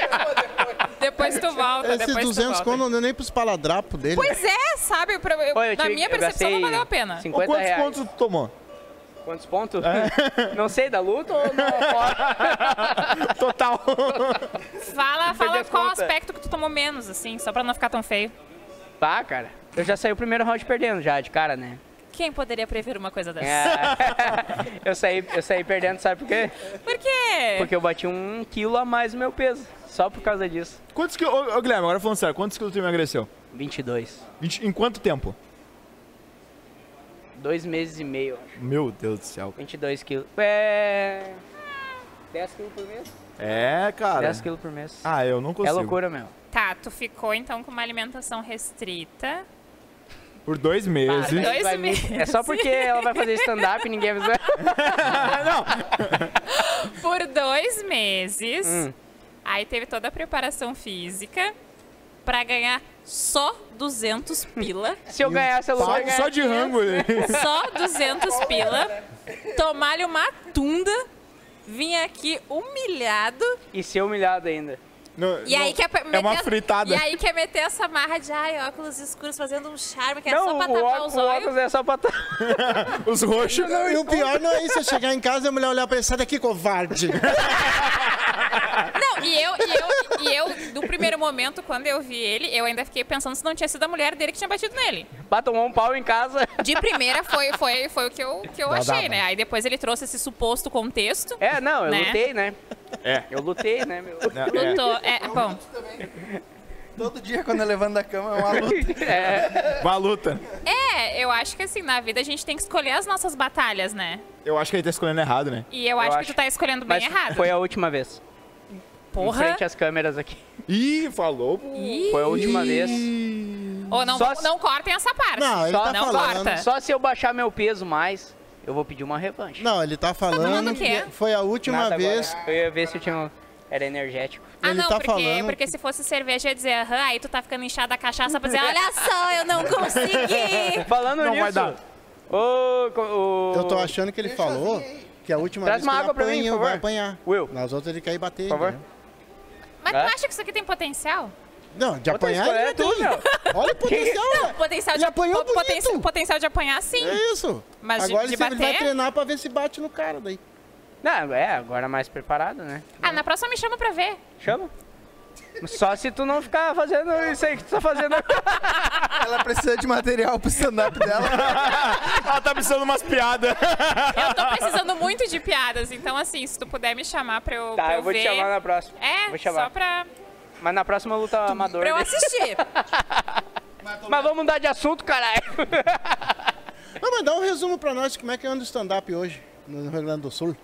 Depois tu volta. Esses depois 200 tu volta. conto não deu nem pros paladrapos dele. Pois é, sabe? Pra, eu- Olha, eu na tive- minha eu percepção não gastei valeu a pena. Ô, 50 quantos reais. pontos tu tomou? Quantos pontos? É. Não sei, da luta ou não? Total. Fala, fala as qual contas. aspecto que tu tomou menos, assim, só pra não ficar tão feio. Pá, Tá, cara. Eu já saí o primeiro round perdendo já, de cara, né? Quem poderia prever uma coisa dessa? É. eu, saí, eu saí perdendo, sabe por quê? Por quê? É. Porque eu bati um quilo a mais no meu peso. Só por causa disso. É. Quantos quilos. Ô, ô, Guilherme, agora falando sério, quantos quilos tu emagreceu? 22. Vinte- Em quanto tempo? Dois meses e meio, acho. Meu Deus do céu. 22 quilos. É... 10 quilos por mês? É, cara. 10 quilos por mês. Ah, eu não é consigo. loucura, meu. Tá, tu ficou então com uma alimentação restrita. Por dois Ah, meses. daí Dois vai me- meses. É só porque ela vai fazer stand-up e ninguém vai... Por dois meses. Hum. Aí teve toda a preparação física pra ganhar só 200 pila. Se eu ganhasse, ela vai Só, ganhar. só de rango. né? Só 200 pila. Tomar-lhe uma tunda. Vim aqui humilhado. E ser humilhado ainda. Não, E aí não. é quer pe- meter, uma fritada. E aí quer meter essa marra de ai, óculos escuros fazendo um charme, que é não, só pra o, tapar óculos, os o óculos olhos. é só pra... tapar. Os roxos. Não, e o pior não é isso, é chegar em casa e a mulher olhar pra ele, sai daqui, covarde. Não, e eu, e eu, e eu, do primeiro momento, quando eu vi ele, eu ainda fiquei pensando se não tinha sido a mulher dele que tinha batido nele. Pra tomar um pau em casa. De primeira foi, foi, foi o que eu, que eu achei, né? Aí depois ele trouxe esse suposto contexto. É, não, eu Né? lutei, né? É. Eu lutei, né, meu? É. Lutou. É, bom, Todo dia quando eu levanto da cama é uma luta. É, Uma luta. é, eu acho que assim, na vida a gente tem que escolher as nossas batalhas, né? Eu acho que ele tá escolhendo errado, né? E eu, acho, que acho. tu tá escolhendo bem mas errado. foi a última vez. Em Porra. frente às câmeras aqui. Ih, falou. Ih, Foi a última vez. Ou não, Só se- não cortem essa parte. Não, ele não tá falando. corta. Só se eu baixar meu peso mais, eu vou pedir uma revanche. Não, ele tá falando falando o quê? que foi a última Nada vez. Agora. Eu ia ver se eu tinha... um- Era energético. Ah, Ele não, tá porque, falando porque se fosse cerveja, ia dizer, aham, aí tu tá ficando inchada a cachaça pra dizer, olha só, eu não consegui. Falando Não nisso... vai dar. Ô, co- ô- Eu tô achando que ele falou que a última Traz vez uma que ele água pra mim, apanha, por vai favor. apanhar. Will. Nas outras ele quer ir bater. Por favor. né? Mas É? tu acha que isso aqui tem potencial? Não, de Outra apanhar escolha ele é já tem. tu, meu. Olha o potencial, velho. Potencial Ele apanhou po- poten- bonito. potencial de apanhar, sim. É isso. Mas de- Agora de ele sempre vai bater? treinar pra ver se bate no cara daí. Não, é, agora mais preparado, né? Ah, na próxima me chama pra ver. Chama. Só se tu não ficar fazendo isso aí que tu tá fazendo agora. Ela precisa de material pro stand-up dela. Ela tá precisando umas piadas. Eu tô precisando muito de piadas, então assim, se tu puder me chamar pra eu, pra Tá, eu vou ver... te chamar na próxima. É, vou chamar. só pra... Mas na próxima luta amador. Pra eu assistir. Mas vamos mudar de assunto, caralho. Não, mas dá um resumo pra nós como é que anda o stand-up hoje no Rio Grande do Sul.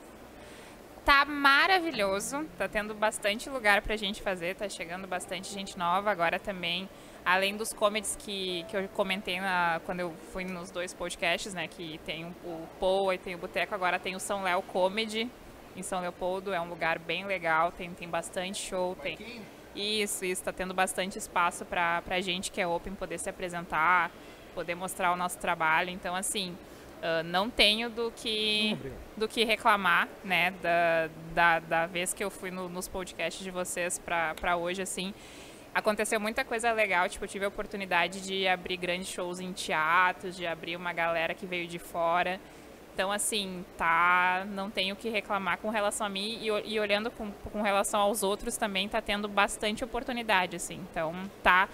Tá maravilhoso, tá tendo bastante lugar pra gente fazer, tá chegando bastante gente nova agora também. Além dos comedies que, que eu comentei na, quando eu fui nos dois podcasts, né? Que tem o- o Poa e tem o Boteco, agora tem o São Léo Comedy em São Leopoldo, é um lugar bem legal, tem, tem bastante show, tem. Isso, isso, tá tendo bastante espaço pra, pra gente que é open poder se apresentar, poder mostrar o nosso trabalho. Então, assim, ah, não tenho do que, do que reclamar, né, da, da, da vez que eu fui no- nos podcasts de vocês pra, pra hoje, assim. Aconteceu muita coisa legal, tipo, eu tive a oportunidade de abrir grandes shows em teatros, de abrir uma galera que veio de fora. Então, assim, tá, não tenho o que reclamar com relação a mim e, o- e olhando com, com relação aos outros também, tá tendo bastante oportunidade, assim. Então, tá,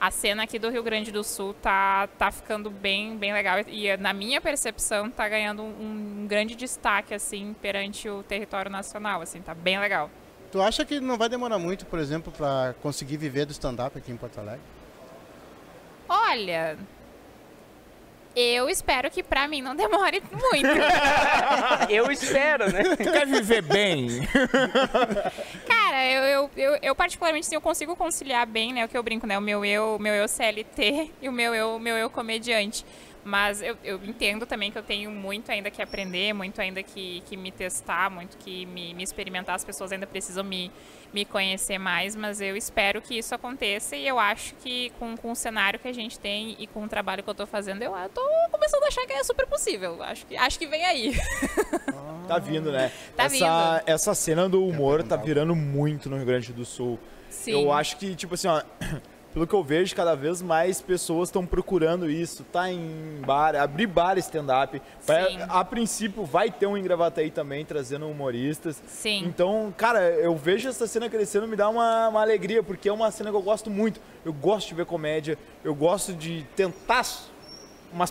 a cena aqui do Rio Grande do Sul tá, tá ficando bem, bem legal e, eh, na minha percepção, tá ganhando um, um grande destaque, assim, perante o território nacional, assim, tá bem legal. Tu acha que não vai demorar muito, por exemplo, pra conseguir viver do stand-up aqui em Porto Alegre? Olha, eu espero que pra mim não demore muito. Eu espero, né? Tu quer viver bem? Cara, eu, eu, eu, eu particularmente sim, eu consigo conciliar bem, né? O que eu brinco, né? O meu eu, meu eu CLT e o meu eu, meu eu comediante. Mas eu, eu entendo também que eu tenho muito ainda que aprender, muito ainda que, que me testar, muito que me, me experimentar. As pessoas ainda precisam me, me conhecer mais, mas eu espero que isso aconteça e eu acho que com, com o cenário que a gente tem e com o trabalho que eu tô fazendo, eu, eu tô começando a achar que é super possível. Acho que, acho que vem aí. Tá vindo, né? Tá essa, essa cena do humor tá virando muito no Rio Grande do Sul. Sim. Eu acho que, tipo assim, ó, pelo que eu vejo, cada vez mais pessoas estão procurando isso. Tá em bar, abrir bar stand-up. Vai- Sim. A princípio vai ter um em Gravataí também, trazendo humoristas. Sim. Então, cara, eu vejo essa cena crescendo, me dá uma, uma alegria, porque é uma cena que eu gosto muito. Eu gosto de ver comédia, eu gosto de tentar s- umas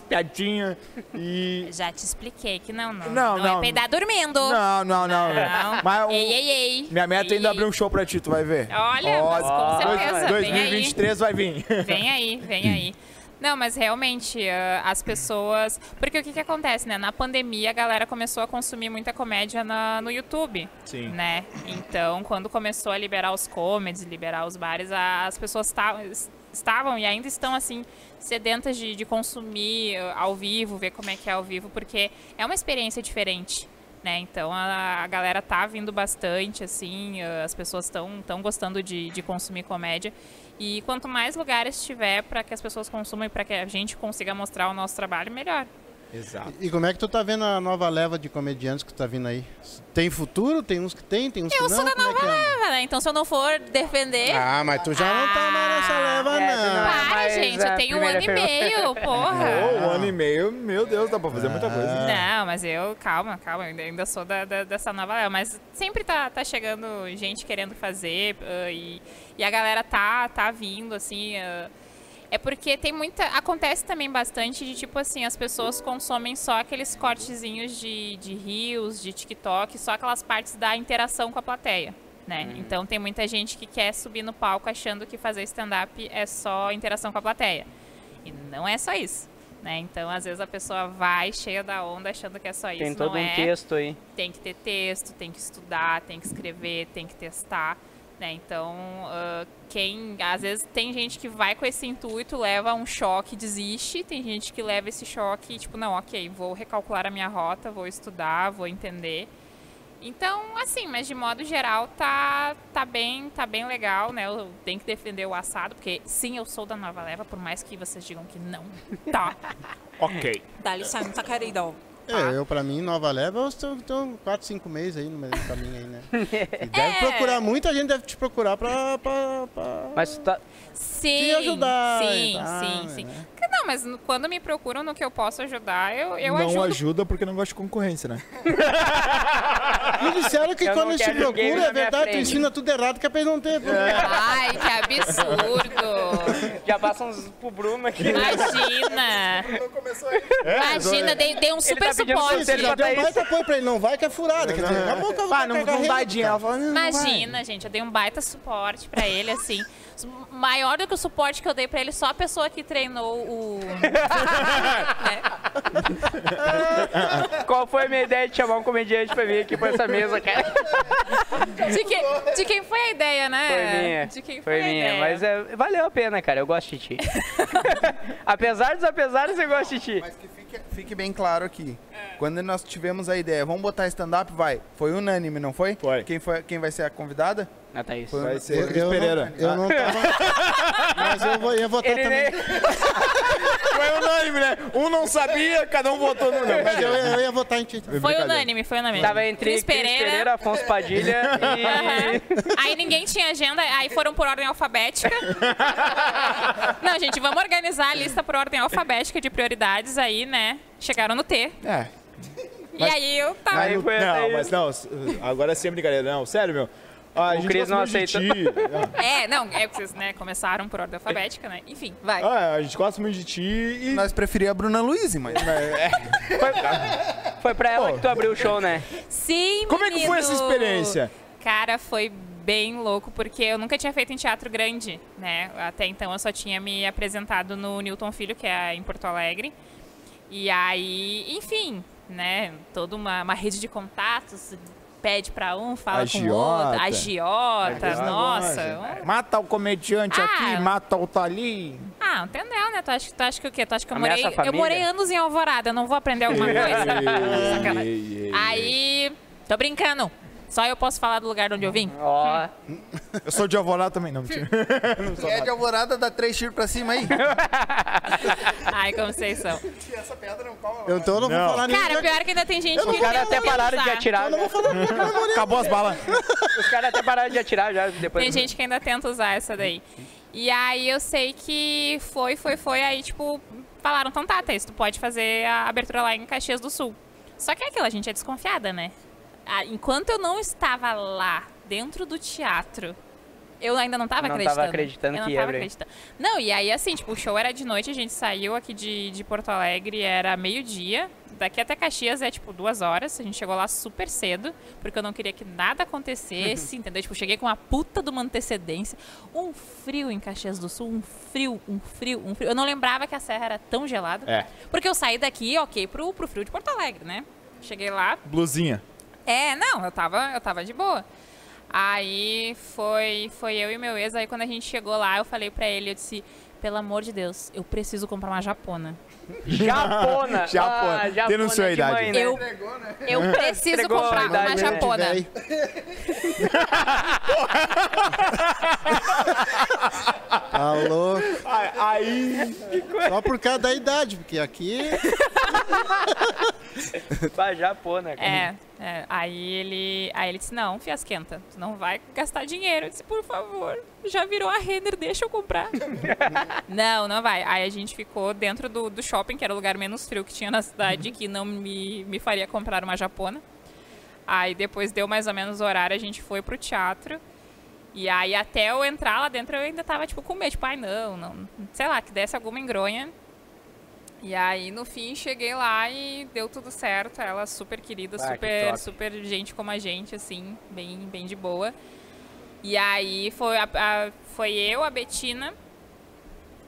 piadinhas e... Já te expliquei que não, não. Não, não não. é peidar dormindo. Não, não, não. Não. Mas o- ei, ei, ei. Minha meta é Ei, ainda ei. abrir um show pra ti, tu vai ver. Olha, mas com certeza. vem aí. 2023 vai vir. Vem aí, vem aí. Não, mas realmente, ah, as pessoas. Porque o que, que acontece, né? Na pandemia, a galera começou a consumir muita comédia na- no YouTube. Sim. Né? Então, quando começou a liberar os comedies, liberar os bares, a- as pessoas estavam. Estavam e ainda estão assim, sedentas de, de consumir ah, ao vivo, ver como é que é ao vivo, porque é uma experiência diferente, né? Então a, a galera tá vindo bastante, assim, ah, as pessoas estão tão gostando de, de consumir comédia. E quanto mais lugares tiver para que as pessoas consumam e para que a gente consiga mostrar o nosso trabalho, melhor. Exato. E como é que tu tá vendo a nova leva de comediantes que tá vindo aí? Tem futuro? Tem uns que tem, tem uns que Eu não? sou da Como é nova que anda? leva, né? Então se eu não for defender. Ah, mas tu já não tá mais nessa leva, é, tu não não. é. Para, mas gente, a eu tenho um ano primeira e meio, porra. um ano e meio, meu Deus, dá pra fazer muita coisa. Não, mas eu, calma, calma, eu ainda- ainda sou da, da- dessa nova leva, mas sempre tá, tá chegando gente querendo fazer ah, e, e a galera tá, tá vindo, assim. ah, é porque tem muita. Acontece também bastante de tipo assim, as pessoas consomem só aqueles cortezinhos de, de rios, de TikTok, só aquelas partes da interação com a plateia. Né? Então tem muita gente que quer subir no palco achando que fazer stand-up é só interação com a plateia. E não é só isso. Né? Então, às vezes, a pessoa vai cheia da onda achando que é só isso. Tem todo não um é. texto aí. Tem que ter texto, tem que estudar, tem que escrever, tem que testar. Né? Então, ah, quem. Às vezes tem gente que vai com esse intuito, leva um choque, desiste. Tem gente que leva esse choque e, tipo, não, ok, vou recalcular a minha rota, vou estudar, vou entender. Então, assim, mas de modo geral tá, tá bem, tá bem legal, né? Eu tenho que defender o assado, porque sim, eu sou da nova leva, por mais que vocês digam que não. Tá. Ok. Dá licença, querido. Tá. É, eu, pra mim, nova leva, eu estou- estou 4, 5 meses aí no meio do caminho aí, né? E É. deve procurar, muita gente deve te procurar pra... pra, pra... Mas tu tá. Sim. Te ajudar e Sim, tal, sim, sim. né? Que Não, mas no- quando me procuram no que eu posso ajudar, eu, eu não ajudo. ajuda porque não gosta de concorrência, né? Me disseram que Eu não quando te quero ninguém procura, na é minha verdade, tu frente. ensina tudo errado, que é pra eles não ter... Ai, que absurdo! Já passa uns pro Bruno aqui. Imagina! É. Imagina, dei, dei um super tá pedindo suporte. conselho É, Já deu um baita apoio pra ele, não vai que é furada. Quer dizer, daqui a pouco eu vou Ah, não, carregar não rede, vai dinheiro. Ela cara. fala, não, vai. Imagina, gente, eu dei um baita suporte pra ele, assim. Maior do que o suporte que eu dei pra ele, só a pessoa que treinou o. né? Qual foi a minha ideia de chamar um comediante pra vir aqui pra essa mesa, cara? de, que- de quem foi a ideia, né? Foi minha. De quem foi, foi a minha. ideia. Mas é, valeu a pena, cara. Eu gosto de ti. apesar dos apesares, eu gosto de ti. Mas que fique, fique bem claro aqui. Quando nós tivemos a ideia, vamos botar stand-up, vai. Foi unânime, não foi? Foi. Quem, foi, quem vai ser a convidada? Ah, tá isso. Foi- Vai ser Cris Eu, Pereira. não, eu não tava. Mas eu vou, ia votar Ele também. nem... Foi unânime, né? Um não sabia, cada um votou no não. Mas eu, eu ia votar em ti. Foi unânime, foi unânime. Tava entre Cris Pereira, Afonso Padilha e... Aham. Aí ninguém tinha agenda, aí foram por ordem alfabética. Não, gente, vamos organizar a lista por ordem alfabética de prioridades aí, né? Chegaram no T. É. e Tá, aí eu tava. Aí foi essa Não, aí. mas não, s- agora é sem brincadeira, não. Sério, meu. A O gente Cris gosta não muito de ti. É, não, é que vocês né, começaram por ordem alfabética, né? Enfim, vai. Ah, a gente gosta muito de ti e. Nós preferíamos a Bruna Luiz, mas. Foi pra ela que tu abriu o show, né? Sim, Como é que foi essa menino! experiência? Cara, foi bem louco, porque eu nunca tinha feito em teatro grande, né? Até então eu só tinha me apresentado no Newton Filho, que é em Porto Alegre. E aí, enfim, né? Toda uma, uma rede de contatos, pede pra um, fala com o outro. Agiota. Agiota, nossa. um- Mata o comediante Ah. aqui, mata o Tali. Ah, não entendeu, né? Tu acha, tu acha que o quê? Tu acha que eu Ameaça morei, a família? eu morei anos em Alvorada, eu não vou aprender alguma coisa? Sacanagem. Aí, tô brincando. Só eu posso falar do lugar onde eu vim? Ó, Eu sou de Alvorada também, não. mentira. é de alvorada, dá três tiros pra cima aí. Ai, como vocês são. Essa pedra não cola. Eu, então eu não, Não. vou falar nem. Cara, pior que ainda tem gente que os não caras até quer pararam de usar. atirar. né? Acabou as balas. Os caras até pararam de atirar já depois. Tem gente que ainda tenta usar essa daí. E aí eu sei que foi, foi, foi. Aí, tipo, falaram, então tá, Thaís, tu pode fazer a abertura lá em Caxias do Sul. Só que é aquilo, a gente é desconfiada, né? Ah, Enquanto eu não estava lá, dentro do teatro, eu ainda não estava Não acreditando. tava acreditando eu não que ia tava abrir. acreditando. Não, e aí assim, tipo, o show era de noite, a gente saiu aqui de, de Porto Alegre, era meio-dia. Daqui até Caxias é tipo duas horas. A gente chegou lá super cedo, porque eu não queria que nada acontecesse, entendeu? Tipo, cheguei com uma puta de uma antecedência. Um frio em Caxias do Sul, um frio, um frio, um frio. Eu não lembrava que a serra era tão gelada. É. Porque eu saí daqui, ok, pro, pro frio de Porto Alegre, né? Cheguei lá, Blusinha. é, não, eu tava, eu tava de boa. Aí foi, foi eu e meu ex, aí quando a gente chegou lá, eu falei pra ele, eu disse, pelo amor de Deus, eu preciso comprar uma japona. Japona. Japona. Ah, japona Denunciou a de idade. mãe, né? Eu, eu preciso Entregou a comprar uma idade, né? japona. Véi. Tá louco. Aí. Só por causa da idade, porque aqui. Bah, Japona, cara. É, é, aí ele, aí ele disse, não, fiasquenta, tu não vai gastar dinheiro. Eu disse, por favor, já virou a render, deixa eu comprar. não, não vai. Aí a gente ficou dentro do, do shopping, que era o lugar menos frio que tinha na cidade, que não me, me faria comprar uma japona. Aí depois deu mais ou menos o horário, a gente foi pro teatro. E aí até eu entrar lá dentro, eu ainda tava, tipo, com medo. Tipo, ai, não, não. Sei lá, que desse alguma engronha. E aí, no fim, cheguei lá e deu tudo certo. Ela super querida, Ah, que super, top. super gente como a gente, assim, bem, bem de boa. E aí foi, a- a- foi eu, a Betina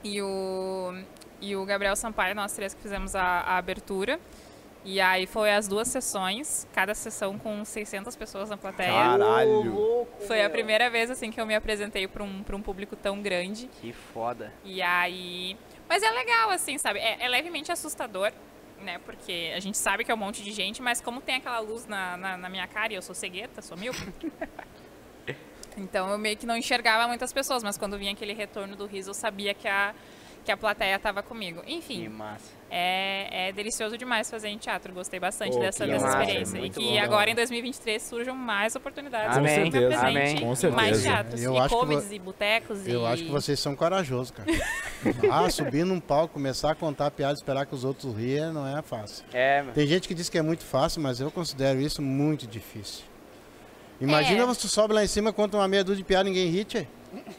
e o, e o Gabriel Sampaio, nós três que fizemos a- a abertura. E aí foi as duas sessões, cada sessão com 600 pessoas na plateia. Caralho. Foi a primeira vez assim que eu me apresentei para um, pra um público tão grande. Que foda. E aí, mas é legal assim, sabe? É, é levemente assustador, né? Porque a gente sabe que é um monte de gente, mas como tem aquela luz na, na, na minha cara e eu sou cegueta, sou míope. então eu meio que não enxergava muitas pessoas, mas quando vinha aquele retorno do riso, eu sabia que a que a plateia estava comigo. Que Enfim, massa. é, é delicioso demais fazer em teatro. Gostei bastante Pô, dessa, que dessa massa, experiência. E muito que bom. agora em 2023 surjam mais oportunidades. que Amém. Com certeza, represente amém. Com certeza. Mais teatros. Eu e acho que comedies e botecos. Eu e... acho que vocês são corajosos, cara. Ah, subir num palco, começar a contar piada, esperar que os outros riem, não é fácil. É, meu. Tem gente que diz que é muito fácil, mas eu considero isso muito difícil. Imagina É. você sobe lá em cima, conta uma meia dúzia de piada, ninguém ri, tchê.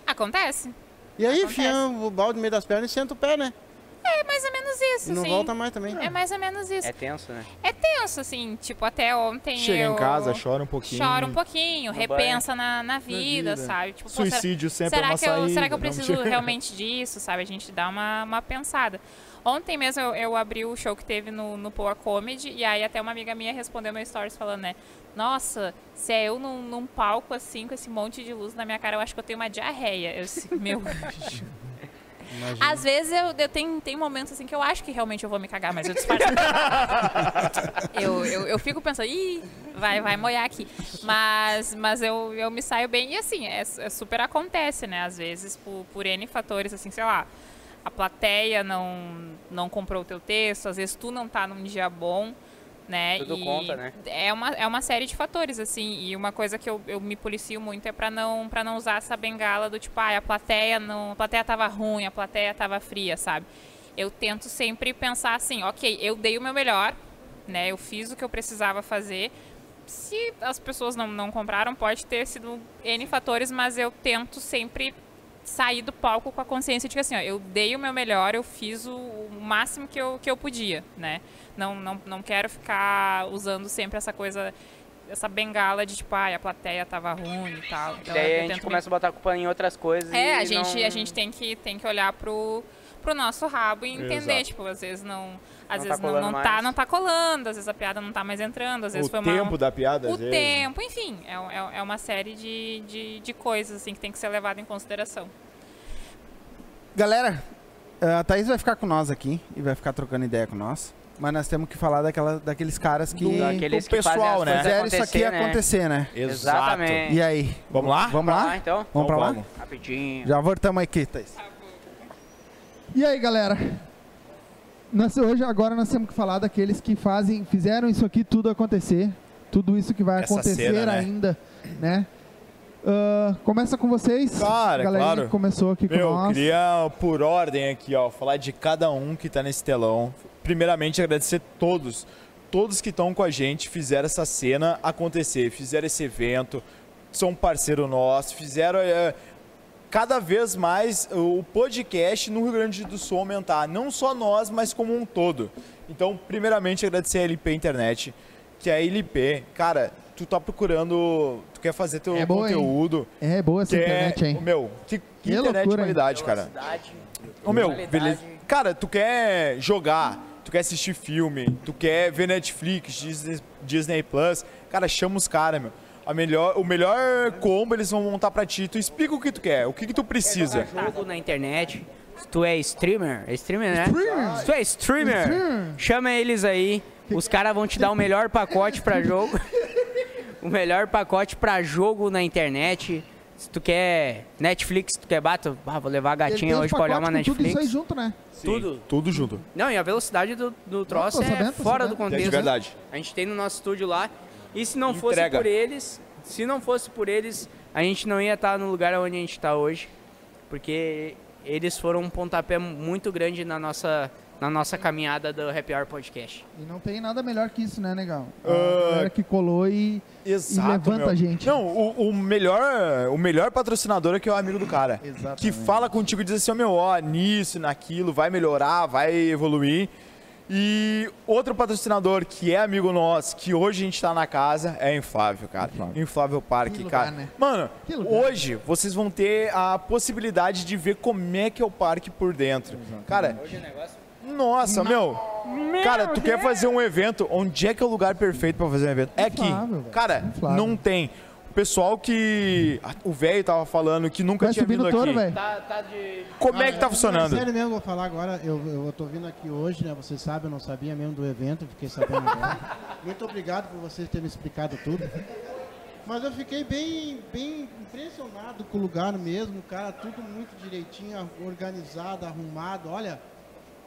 Acontece. E aí Acontece. enfia o balde no meio das pernas e senta o pé, né? É mais ou menos isso, Não assim. volta mais também. É mais ou menos isso. É tenso, né? É tenso, assim, tipo, até ontem Chega eu... em casa, chora um pouquinho. Chora um pouquinho, No repensa na, na vida, vida. sabe? Tipo, pô, será- Suicídio sempre é será uma que eu, saída, será que eu não, preciso mentira. realmente disso, sabe? A gente dá uma, uma pensada. Ontem mesmo eu, eu abri o show que teve no, no Poa Comedy e aí até uma amiga minha respondeu meu stories falando, né? Nossa, se é eu num, num palco assim, com esse monte de luz na minha cara, eu acho que eu tenho uma diarreia. Eu disse, meu... Imagina. Às vezes eu, eu tenho, tem momentos assim que eu acho que realmente eu vou me cagar, mas eu disfarço. eu, eu, eu fico pensando, ih, vai, vai molhar aqui. Mas, mas eu, eu me saio bem. E assim, é, é super acontece, né? Às vezes, por, por N fatores, assim, sei lá, a plateia não, não comprou o teu texto, às vezes tu não tá num dia bom. Né? Tudo E conta, né? É uma, é uma série de fatores, assim, e uma coisa que eu, eu me policio muito é pra não, pra não usar essa bengala do tipo, ah, a plateia não. A plateia tava ruim, a plateia tava fria, sabe? Eu tento sempre pensar assim, ok, eu dei o meu melhor, né? Eu fiz o que eu precisava fazer. Se as pessoas não, não compraram, pode ter sido N fatores, mas eu tento sempre sair do palco com a consciência de que assim, ó, eu dei o meu melhor, eu fiz o, o máximo que eu, que eu podia, né? Não, não, não quero ficar usando sempre essa coisa, essa bengala de tipo, ai, a plateia tava ruim e tal. Então, Daí eu a gente tento me- começa a botar a culpa em outras coisas É, e a gente, não- a gente tem que, tem que olhar pro, pro nosso rabo e entender, Exato. tipo, às vezes não. Às Não tá vezes não, colando não, tá, mais. não tá colando, às vezes a piada não tá mais entrando, às vezes o foi uma. tempo da piada, o às vezes. né? tempo, enfim, é, um- é um- é uma série de, de, de coisas assim que tem que ser levada em consideração. Galera, eh, a Thaís vai ficar com nós aqui e vai ficar trocando ideia com nós. Mas nós temos que falar daquela, daqueles caras que Daqueles o que fazem pessoal, as né? coisas fizeram isso aqui acontecer, né? acontecer, né? Exato. Exatamente. E aí? Vamos lá? Vamos Vamos lá? então? Vamos pra lá? Vamos. Rapidinho. Já voltamos aqui, Thaís. E aí, galera? Nós- hoje, agora, nós temos que falar daqueles que fazem, fizeram isso aqui tudo acontecer. Tudo isso que vai Essa acontecer cena, né? ainda, né? Ah, começa com vocês. Cara, galerinha claro. que começou aqui Meu, com nós. queria, por ordem aqui, ó, falar de cada um que tá nesse telão. Primeiramente, agradecer todos. Todos que estão com a gente fizeram essa cena acontecer, fizeram esse evento, são parceiro nosso, fizeram. eh, cada vez mais o podcast no Rio Grande do Sul aumentar, não só nós, mas como um todo. Então, primeiramente, agradecer a LP Internet, que é a LP, cara, tu tá procurando, tu quer fazer teu É boa, hein? conteúdo, É boa essa que internet, é, hein? ô, meu, que, que Que internet loucura, de qualidade, cara. Ô, meu, beleza. Cara, tu quer jogar, tu quer assistir filme, tu quer ver Netflix, Disney, Disney Plus, cara, chama os caras, meu. A melhor, o melhor combo eles vão montar pra ti. Tu explica o que tu quer, o que, que tu precisa. jogo na internet. Se tu é streamer, é streamer, né? Se tu é streamer, chama eles aí. Os caras vão te dar o melhor pacote pra jogo. o melhor pacote pra jogo na internet. Se tu quer Netflix, se tu quer bato, ah, vou levar a Ele gatinha tem hoje os pra olhar uma pacotes com Tudo isso aí Netflix. junto, né? Tudo. Tudo junto. Não, e a velocidade do, do troço tô é sabendo, tô fora do sabendo. contexto. É de verdade. A gente tem no nosso estúdio lá. E se não Entrega. fosse por eles, se não fosse por eles, a gente não ia estar no lugar onde a gente está hoje, porque eles foram um pontapé muito grande na nossa na nossa caminhada do Happy Hour Podcast. E não tem nada melhor que isso, né, negão? A Ah, galera que colou e, Exato, e levanta meu. a gente. Não, o, o melhor, o melhor patrocinador é que é o amigo do cara. Exatamente. Que fala contigo e diz assim, ó, meu, ó, nisso, naquilo, vai melhorar, vai evoluir. E outro patrocinador que é amigo nosso, que hoje a gente tá na casa, é a Inflável, cara. Inflável, Parque, Que lugar, cara. né? Mano, Que lugar. hoje vocês vão ter a possibilidade de ver como é que é o parque por dentro. Cara, nossa, meu. Cara, tu quer fazer um evento? Onde é que é o lugar perfeito pra fazer um evento? É aqui. Inflável, velho. Cara, Inflável. não tem. O pessoal que. ah, O velho tava falando que nunca Vai tinha subir vindo no touro, aqui. velho. Tá, Como é que tá funcionando? Sério mesmo, vou falar agora. Eu, eu tô vindo aqui hoje, né? Vocês sabem, eu não sabia mesmo do evento, fiquei sabendo agora. Muito obrigado por vocês terem me explicado tudo. Mas eu fiquei bem, bem impressionado com o lugar mesmo, cara, tudo muito direitinho, organizado, arrumado. Olha,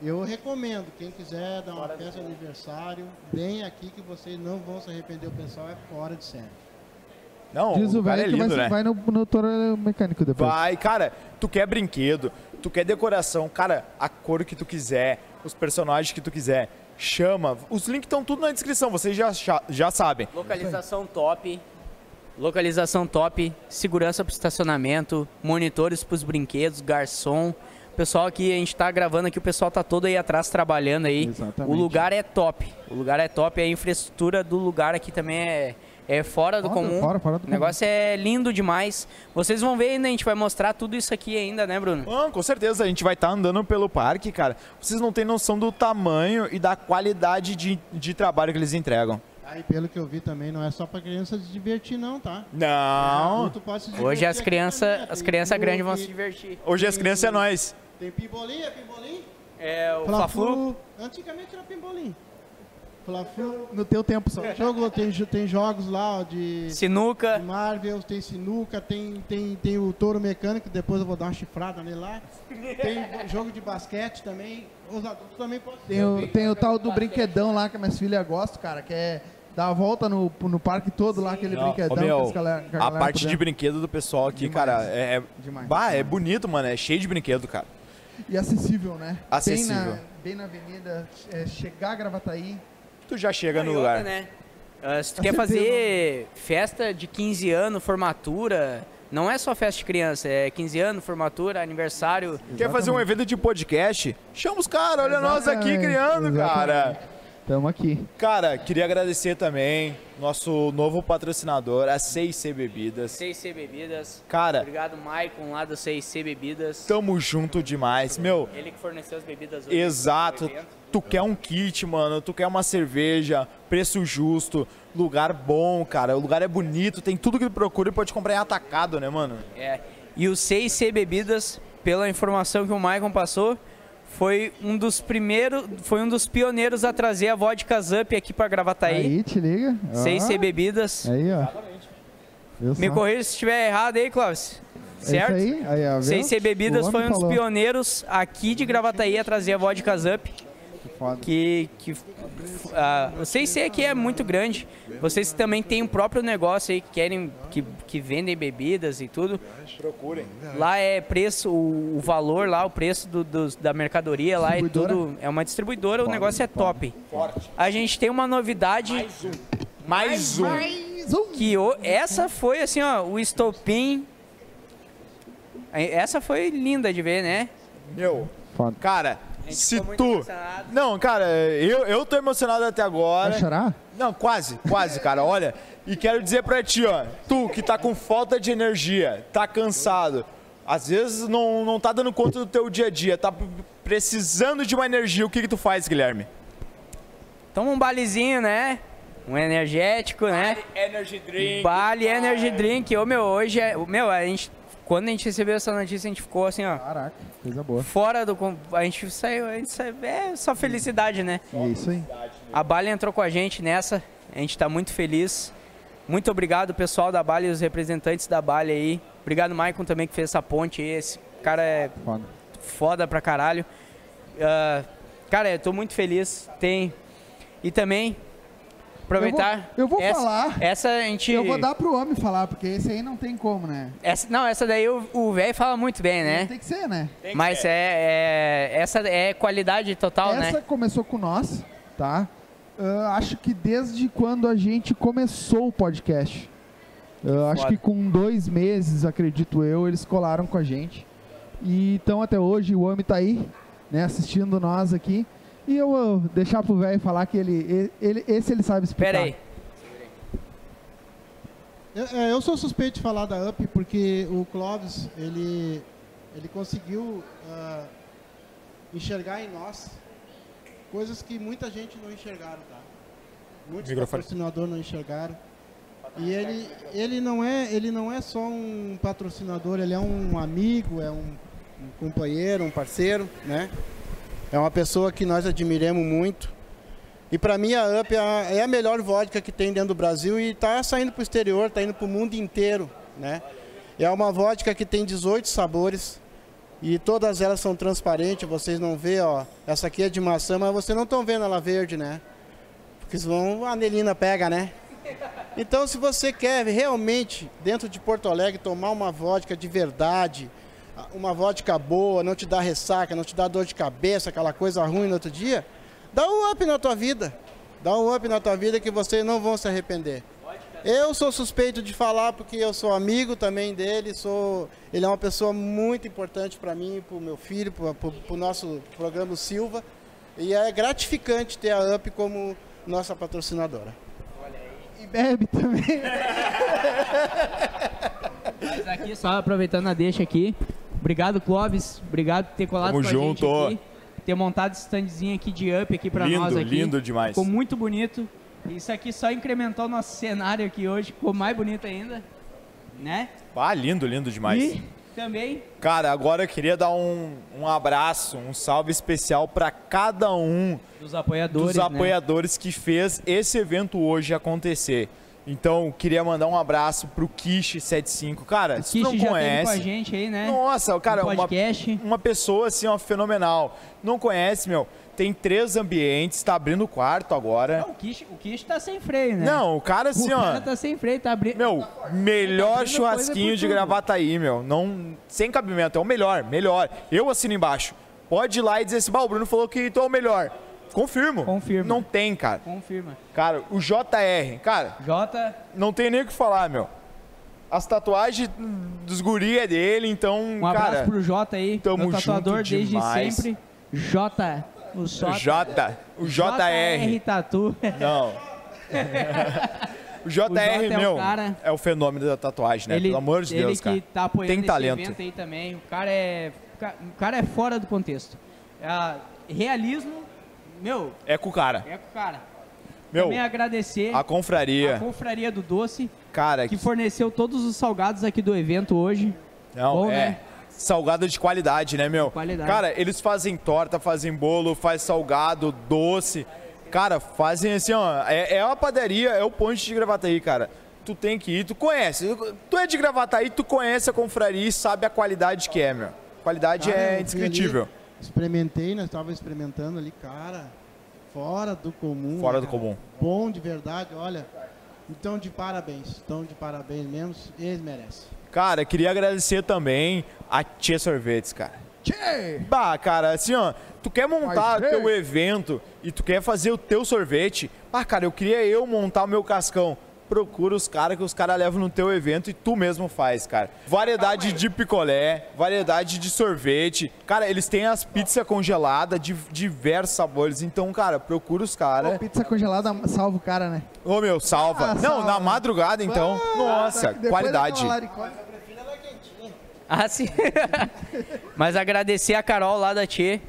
eu recomendo, quem quiser dar uma festa de aniversário, vem aqui que vocês não vão se arrepender, o pessoal é fora de série. Não, Diz o o cara velho é que vai, lindo, né? vai no, no touro mecânico depois. Vai, cara, tu quer brinquedo, tu quer decoração, cara, a cor que tu quiser, os personagens que tu quiser, chama. Os links estão tudo na descrição, vocês já, cha- já sabem. Localização top. Localização top, segurança pro estacionamento, monitores pros brinquedos, garçom. O pessoal aqui, a gente tá gravando aqui, o pessoal tá todo aí atrás trabalhando aí. Exatamente. O lugar é top. O lugar é top, a infraestrutura do lugar aqui também é, é fora do Fora, comum. fora, fora do o negócio é lindo demais. Vocês vão ver ainda, a gente vai mostrar tudo isso aqui ainda, né, Bruno? Mano, com certeza, a gente vai estar andando pelo parque, cara. Vocês não têm noção do tamanho e da qualidade de, de trabalho que eles entregam. Aí, pelo que eu vi também, não é só pra criança se divertir, não, tá? É, Não. Adulto pode se Hoje divertir as aqui crianças, também, as tem crianças truque, grandes vão se divertir. Hoje as crianças é nós. Tem pimbolim, é pimbolim? É, o Fla-Flu. Fla-Flu. Antigamente era pimbolim. Fla-Flu. No teu tempo só. Jogo, tem, jo- tem jogos lá ó, de, de Sinuca. Marvel, tem sinuca, tem, tem, tem o touro mecânico, depois eu vou dar uma chifrada nele lá. Tem jogo de basquete também. Os adultos também podem Tem o, tem o tal do brinquedão lá que minhas filhas gostam, cara, que é dar a volta no, no parque todo lá, aquele Não, brinquedão. ô, meu, que as galera- que a galera parte puder. de brinquedo do pessoal aqui, Demais. cara, é, é, Demais. bah, é bonito, mano. É cheio de brinquedo, cara. E acessível, né? Acessível. Bem na, bem na avenida, é, chegar a Gravataí. Tu já chega Tá no E outra, lugar. né? Ah, se tu Com quer certeza. fazer festa de 15 anos, formatura, não é só festa de criança, é 15 anos, formatura, aniversário. Quer fazer um evento de podcast? Chama os caras, olha nós aqui Exatamente, criando, cara. Tamo aqui. Cara, queria agradecer também nosso novo patrocinador, a 6C Bebidas. 6C Bebidas. Cara, Obrigado, Maicon, lá do 6C Bebidas. tamo junto demais, meu. Ele que forneceu as bebidas hoje. Exato. pro evento. Tu quer um kit, mano, tu quer uma cerveja, preço justo, lugar bom, cara. O lugar é bonito, tem tudo que tu procura e pode comprar em atacado, né, mano? É. E o 6C Bebidas, pela informação que o Maicon passou, foi um dos primeiros, foi um dos pioneiros a trazer a vodka Zup aqui pra Gravataí. Aí, te liga. Ah, Ó, 6C Bebidas. Aí, ó. Viu Me só? corrija se estiver errado aí, Cláudio. É isso Certo? Aí, aí, ó, viu? 6C Bebidas O homem foi um dos falou. pioneiros aqui de Gravataí a trazer a vodka Zup. Foda. Que, que ah, o 6C aqui é muito grande. Vocês também têm um próprio negócio aí que querem que, que vendem bebidas e tudo. Procurem. Lá é preço, o, o valor lá, o preço do- dos- da mercadoria lá é Distribuidora? tudo. É uma distribuidora, o negócio é top. Forte. um. A gente tem uma novidade Mais um. Mais um. que o- essa foi assim, ó, o estopim. Aí, Essa foi linda de ver, né? Meu, Foda. cara, gente se ficou muito tu. emocionado. Não, cara, eu, eu tô emocionado até agora. Vai chorar? Não, quase, quase, cara. Olha, e quero dizer pra ti, ó, tu que tá com falta de energia, tá cansado, às vezes não, não tá dando conta do teu dia a dia, tá p- precisando de uma energia, o que que tu faz, Guilherme? Toma um balezinho, né? Um energético, né? Energy Drink. Bale Energy Drink. Ô, meu, hoje é. Meu, a gente. Quando a gente recebeu essa notícia, a gente ficou assim, ó. Caraca, coisa boa. Fora do. com- A gente saiu. A gente saiu é só felicidade, né? É isso aí. A Bale entrou com a gente nessa. A gente tá muito feliz. Muito obrigado, pessoal da Bale e os representantes da Bale aí. Obrigado, Maicon, também, que fez essa ponte aí. Esse cara é Foda. foda pra caralho. Ah, cara, eu tô muito feliz. Tem. E também, aproveitar. Eu vou- eu vou essa, falar. Essa a gente. Eu vou dar pro homem falar, porque esse aí não tem como, né? essa- não, essa daí o- o velho fala muito bem, né? Tem que ser, né? Mas é, é- Essa é qualidade total, Essa né? começou com nós, tá? Ah, acho que desde quando a gente começou o podcast. Ah, acho Foda. que com dois meses, acredito eu, eles colaram com a gente. E então até hoje o homem tá aí, né, assistindo nós aqui. E eu vou deixar pro velho falar que ele, ele. Esse ele sabe explicar. Pera aí. Eu, é, eu sou suspeito de falar da UP porque o Clóvis, ele, ele conseguiu ah, enxergar em nós coisas que muita gente não enxergaram, tá? Muitos Microfone. patrocinadores não enxergaram. E ele, ele, não é, ele não é só um patrocinador, ele é um amigo, é um, um companheiro, um parceiro, né? É uma pessoa que nós admiramos muito. E pra mim a UP é a, é a melhor vodka que tem dentro do Brasil e tá saindo pro exterior, tá indo pro mundo inteiro, né? É uma vodka que tem 18 sabores e todas elas são transparentes, vocês não vê, ó. Essa aqui é de maçã, mas vocês não estão vendo ela verde, né? Porque senão a anelina pega, né? Então, se você quer realmente, dentro de Porto Alegre, tomar uma vodka de verdade, uma vodka boa, não te dá ressaca, não te dá dor de cabeça, aquela coisa ruim no outro dia, dá um up na tua vida. Dá um up na tua vida que vocês não vão se arrepender. Eu sou suspeito de falar porque eu sou amigo também dele, sou, ele é uma pessoa muito importante para mim, para o meu filho, para o nosso programa Silva. E é gratificante ter a UP como nossa patrocinadora. E bebe tá? também. Mas aqui, só aproveitando a deixa aqui. Obrigado, Clóvis. Obrigado por ter colado Tamo com a junto. gente aqui. Ter montado esse standzinho aqui de up aqui pra Lindo, nós aqui. lindo demais. Ficou muito bonito. Isso aqui só incrementou o nosso cenário aqui hoje. Ficou mais bonito ainda. Né? Ah, lindo, lindo demais. E também Cara, agora eu queria dar um, um abraço, um salve especial para cada um dos apoiadores, dos né? apoiadores que fez esse evento hoje acontecer. Então, queria mandar um abraço pro Kish75. Cara, se Que tu não já teve com a conhece. gente aí, né? Nossa, cara, No uma, podcast. uma pessoa assim, ó, fenomenal. Não conhece, meu? Tem três ambientes, tá abrindo o quarto agora. Não, o Kish, o Kish tá sem freio, né? Não, o cara assim, o ó. cara tá sem freio, tá abrindo. Meu, Tá melhor abrindo churrasquinho coisa de por tudo. Gravataí, meu. Não, sem cabimento, é o melhor, melhor. Eu assino embaixo. Pode ir lá e dizer assim, "Bah, o Bruno falou que tu é o melhor. Confirmo. Confirma. Não tem, cara. Confirma. Cara, o JR, cara, Jota, não tem nem o que falar, meu. As tatuagens dos guri é dele, então, um abraço cara, pro Jota aí. tamo meu tatuador junto desde demais. sempre. Jota, o o Jota. J, o JR. Tatu. Não. o JR, O Jota é um meu, cara- é o fenômeno da tatuagem, né? Pelo amor de ele Deus, que cara. tá apoiando Tem esse talento. evento aí também. O cara é, o cara é fora do contexto. Ah, realismo, meu, É com o cara. é com o cara. Meu, também agradecer a confraria. a Confraria do Doce, Cara, que forneceu todos os salgados aqui do evento hoje. Não, Bom, é. né? Salgado de qualidade, né, meu? Qualidade. Cara, eles fazem torta, fazem bolo, faz salgado, doce. Cara, fazem assim, ó. É, é uma padaria, é o ponte de Gravataí, cara. Tu tem que ir, tu conhece. Tu é de Gravataí, tu conhece a confraria e sabe a qualidade que é, meu. Qualidade Cara, eu é fui indescritível. ali, Experimentei, nós estávamos experimentando ali, cara. Fora do comum. Fora né, do cara? comum. Bom de verdade, olha. Então de parabéns, então de parabéns mesmo, eles merecem. Cara, queria agradecer também a Tia Sorvetes, cara. Bah, cara, assim, ó, tu quer montar Mas, teu evento e tu quer fazer o teu sorvete, ah, cara, eu queria eu montar o meu cascão. Procura os caras que os caras levam no teu evento e tu mesmo faz, cara. Ah, Variedade de picolé, variedade de sorvete. Cara, eles têm as pizzas congeladas de diversos sabores. Então, cara, procura os Pô, caras. pizza congelada salva o cara, né? Ô, meu, salva. Ah, Não, salva. Ah, na madrugada, então. Nossa, Depois qualidade. daquela laricóia- Ah, sim. Mas agradecer a Carol lá da Tchê,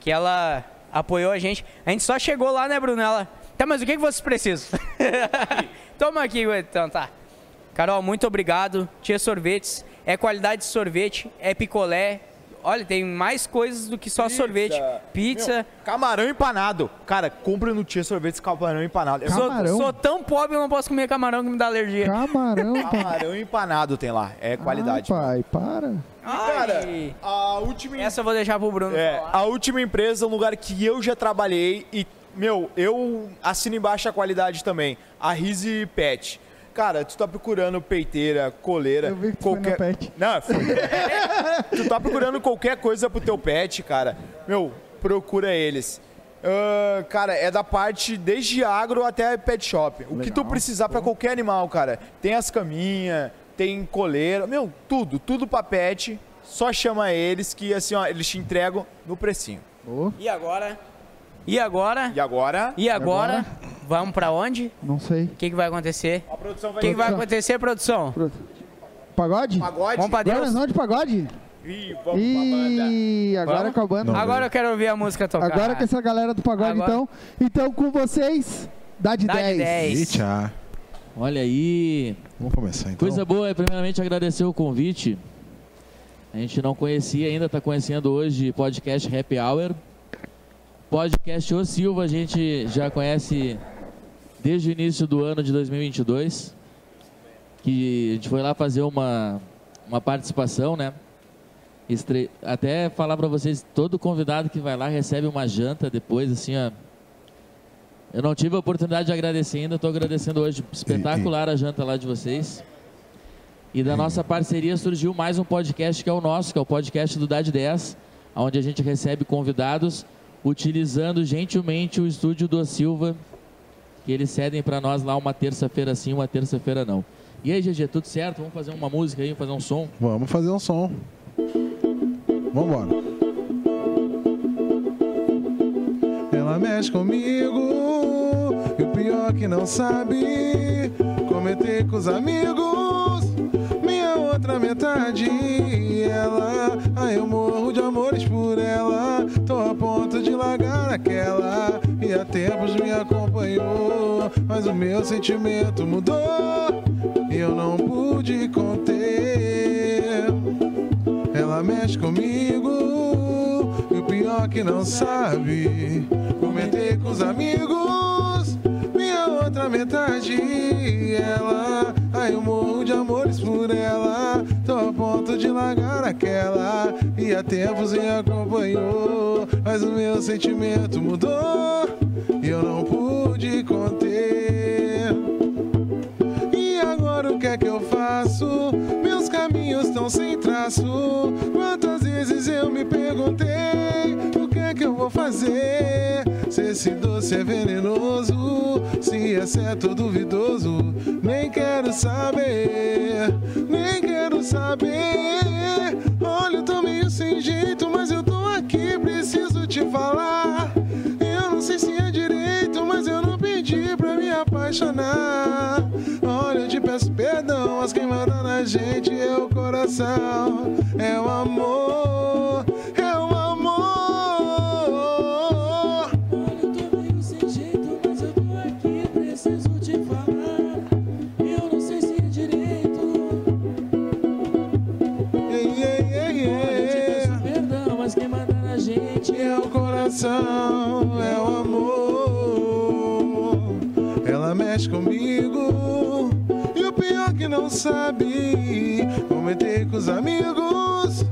que ela apoiou a gente. A gente só chegou lá, né, Brunella? Tá, mas o que, que vocês precisam? Toma aqui, então, tá. Carol, muito obrigado. Tia Sorvetes. É qualidade de sorvete, é picolé. Olha, tem mais coisas do que só sorvete. Pizza. Camarão empanado. Cara, compra no Tia Sorvetes camarão empanado. É Sou, Camarão? sou tão pobre que não posso comer camarão que me dá alergia. Camarão, pai. Camarão empanado tem lá. É qualidade. Ai, pai, para. Cara, Ai. a última, Essa eu vou deixar pro Bruno é, falar. a última empresa, um lugar que eu já trabalhei e, meu, eu assino embaixo a qualidade também. A Rise Pet. Cara, tu tá procurando peiteira, coleira, Eu vi que tu foi qualquer. no pet. Não, é foi- tu tá procurando qualquer coisa pro teu pet, cara. Meu, procura eles. Ah, cara, é da parte desde agro até pet shop. O que tu precisar pra qualquer animal, cara. Tem as caminhas, tem coleira, meu, tudo, tudo pra pet. Só chama eles que assim, ó, eles te entregam no precinho. E agora? E agora? E agora, E agora? Vamos pra onde? Não sei. O que, que vai acontecer? a produção O vai que, que vai Produção. acontecer, produção? Pronto. Pagode? pagode. Vamos pra Agora nós Deus? vamos de pagode? Ih, vamos pra banda. E agora Vamos? com a banda. Agora eu quero ouvir a música tocar. Agora com essa galera do pagode, Agora. então. Então, com vocês, dá de Dá de 10. 10. Eita. Olha aí, Vamos começar então. coisa boa é primeiramente agradecer o convite. A gente não conhecia ainda, está conhecendo hoje podcast Happy Hour. Podcast O Silva a gente já conhece desde o início do ano de 2022, que a gente foi lá fazer uma, uma participação, né? Estre- Até falar para vocês, todo convidado que vai lá recebe uma janta depois, assim, ó. Eu não tive a oportunidade de agradecer ainda, estou agradecendo hoje. Espetacular a janta lá de vocês. E da nossa parceria surgiu mais um podcast que é o nosso, que é o podcast do Dade 10, onde a gente recebe convidados utilizando gentilmente o estúdio do Silva que eles cedem para nós lá uma terça-feira sim, uma terça-feira não. E aí, GG, tudo certo? Vamos fazer uma música aí, fazer um som? Vamos fazer um som. Vambora. Ela mexe comigo, e o pior que não sabe. Cometer com os amigos, minha outra metade. Ela, ah, eu morro de amores por ela. Tô a ponto de largar aquela. E há tempos me acompanhou, mas o meu sentimento mudou. E eu não pude conter. Ela mexe comigo E o pior é que não sabe Comentei com os amigos Minha outra metade Ela Ai eu morro de amores por ela Tô a ponto de largar aquela E há tempos me acompanhou Mas o meu sentimento mudou E eu não pude conter e agora o que é que eu faço? Meus caminhos estão sem traço. Quantas vezes eu me perguntei o que é que eu vou fazer? Se esse doce é venenoso, se é certo ou duvidoso, nem quero saber, nem quero saber. Olha, eu tô meio sem jeito, mas eu tô aqui, preciso te falar. Eu não sei se é direito, mas eu não pedi pra me apaixonar. Olha, eu te peço perdão, mas quem manda na gente é o coração. É o amor, é o amor. Olha, eu tô meio sem jeito, mas eu tô aqui, preciso te falar. Eu não sei se é direito. Ei, ei, ei, Olha, eu te peço ei. perdão, mas quem manda na gente É o coração, é o amor. Ela mexe comigo. E o pior que não sabe. Comentei com os amigos.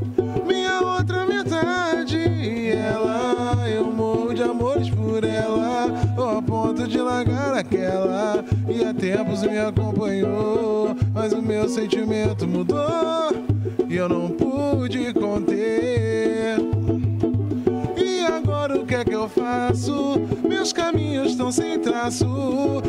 Minha outra metade. Ela, eu morro de amores por ela. Tô a ponto de largar aquela. E há tempos me acompanhou. Mas o meu sentimento mudou. E eu não pude conter. E agora o que é que eu faço? Meus caminhos estão sem traço.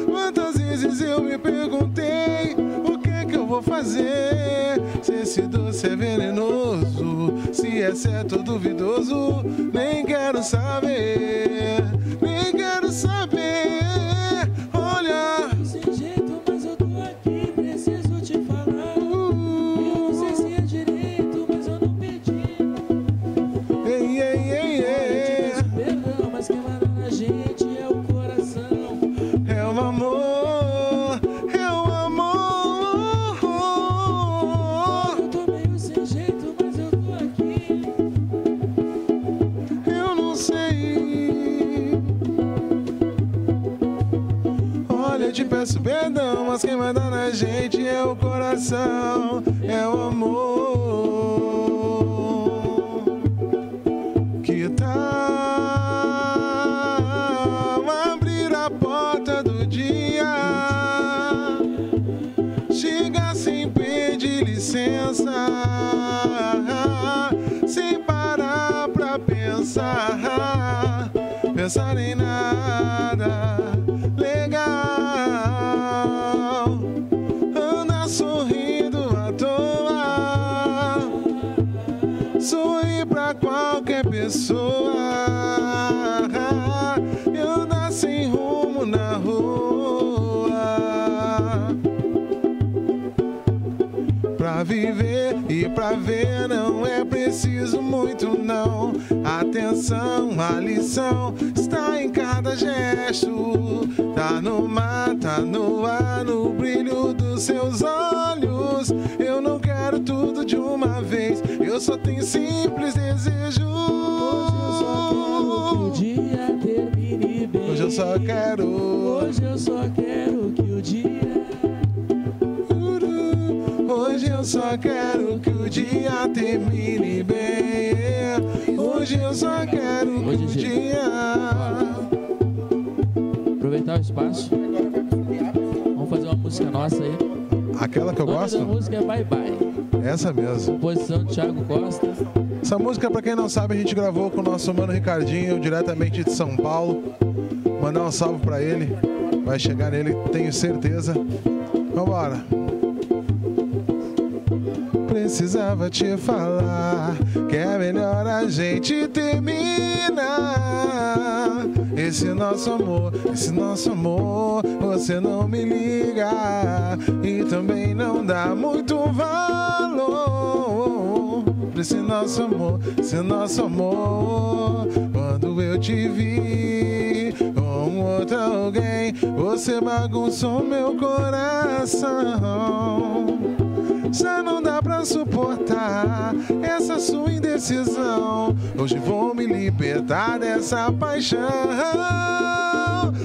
Quantas vezes eu me perguntei o que é que eu vou fazer? Se esse doce é venenoso, se é certo ou duvidoso, nem quero saber, nem quero saber. Olha, Sem jeito, mas eu tô aqui, preciso te falar. Eu não sei se é direito, mas eu não pedi. ei, ei, ei, ei. Perdão, mas quem manda na gente é o coração. É o amor, é o amor. Eu tô meio sem jeito, mas eu tô aqui. Eu não sei. Olha, eu te peço perdão, mas quem manda na gente é o coração, é o amor. Que tá tal abrir a porta do dia? Chega sem pedir licença, sem parar pra pensar, pensar em nada legal. Anda sorrindo à toa, sorri pra qualquer pessoa e anda sem rumo na rua pra viver e pra ver não é preciso muito não. Atenção, a lição está em cada gesto. Tá no mar, tá no ar, no brilho dos seus olhos. Eu não quero tudo de uma vez, eu só tenho simples desejo. Hoje eu só quero que o dia termine bem. Hoje eu só quero. Hoje eu só quero que o dia. Uru, Hoje eu só quero que o dia termine bem. Hoje eu só quero que o dia. Aproveitar o espaço. Vamos fazer uma música nossa aí. Aquela que eu O nome da gosto? música é Bye Bye. Essa mesmo. Composição de Thiago Costa. Essa música, pra quem não sabe, a gente gravou com o nosso mano Ricardinho, diretamente de São Paulo. Mandar um salve pra ele. Vai chegar nele, tenho certeza. Vambora. Precisava te falar que é melhor a gente terminar. Esse nosso amor, esse nosso amor, você não me liga e também não dá muito valor pra esse nosso amor, esse nosso amor. Quando eu te vi com outro alguém, você bagunçou meu coração. Já não dá pra suportar essa sua indecisão. Hoje vou me libertar dessa paixão.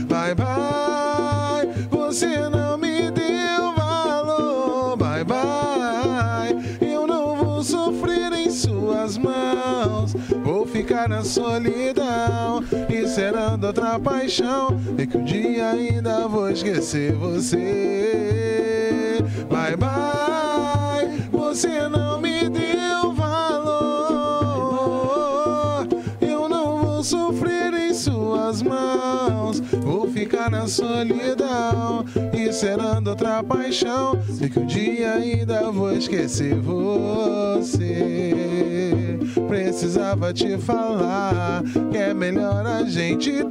Bye bye, você não me deu valor. Bye bye, eu não vou sofrer em suas mãos. Vou ficar na solidão, encerrando outra paixão. E que um dia ainda vou esquecer você. Bye bye, você não me deu valor. Eu não vou sofrer em suas mãos. Vou ficar na solidão, encerrando outra paixão. E que um dia ainda vou esquecer você. Precisava te falar que é melhor a gente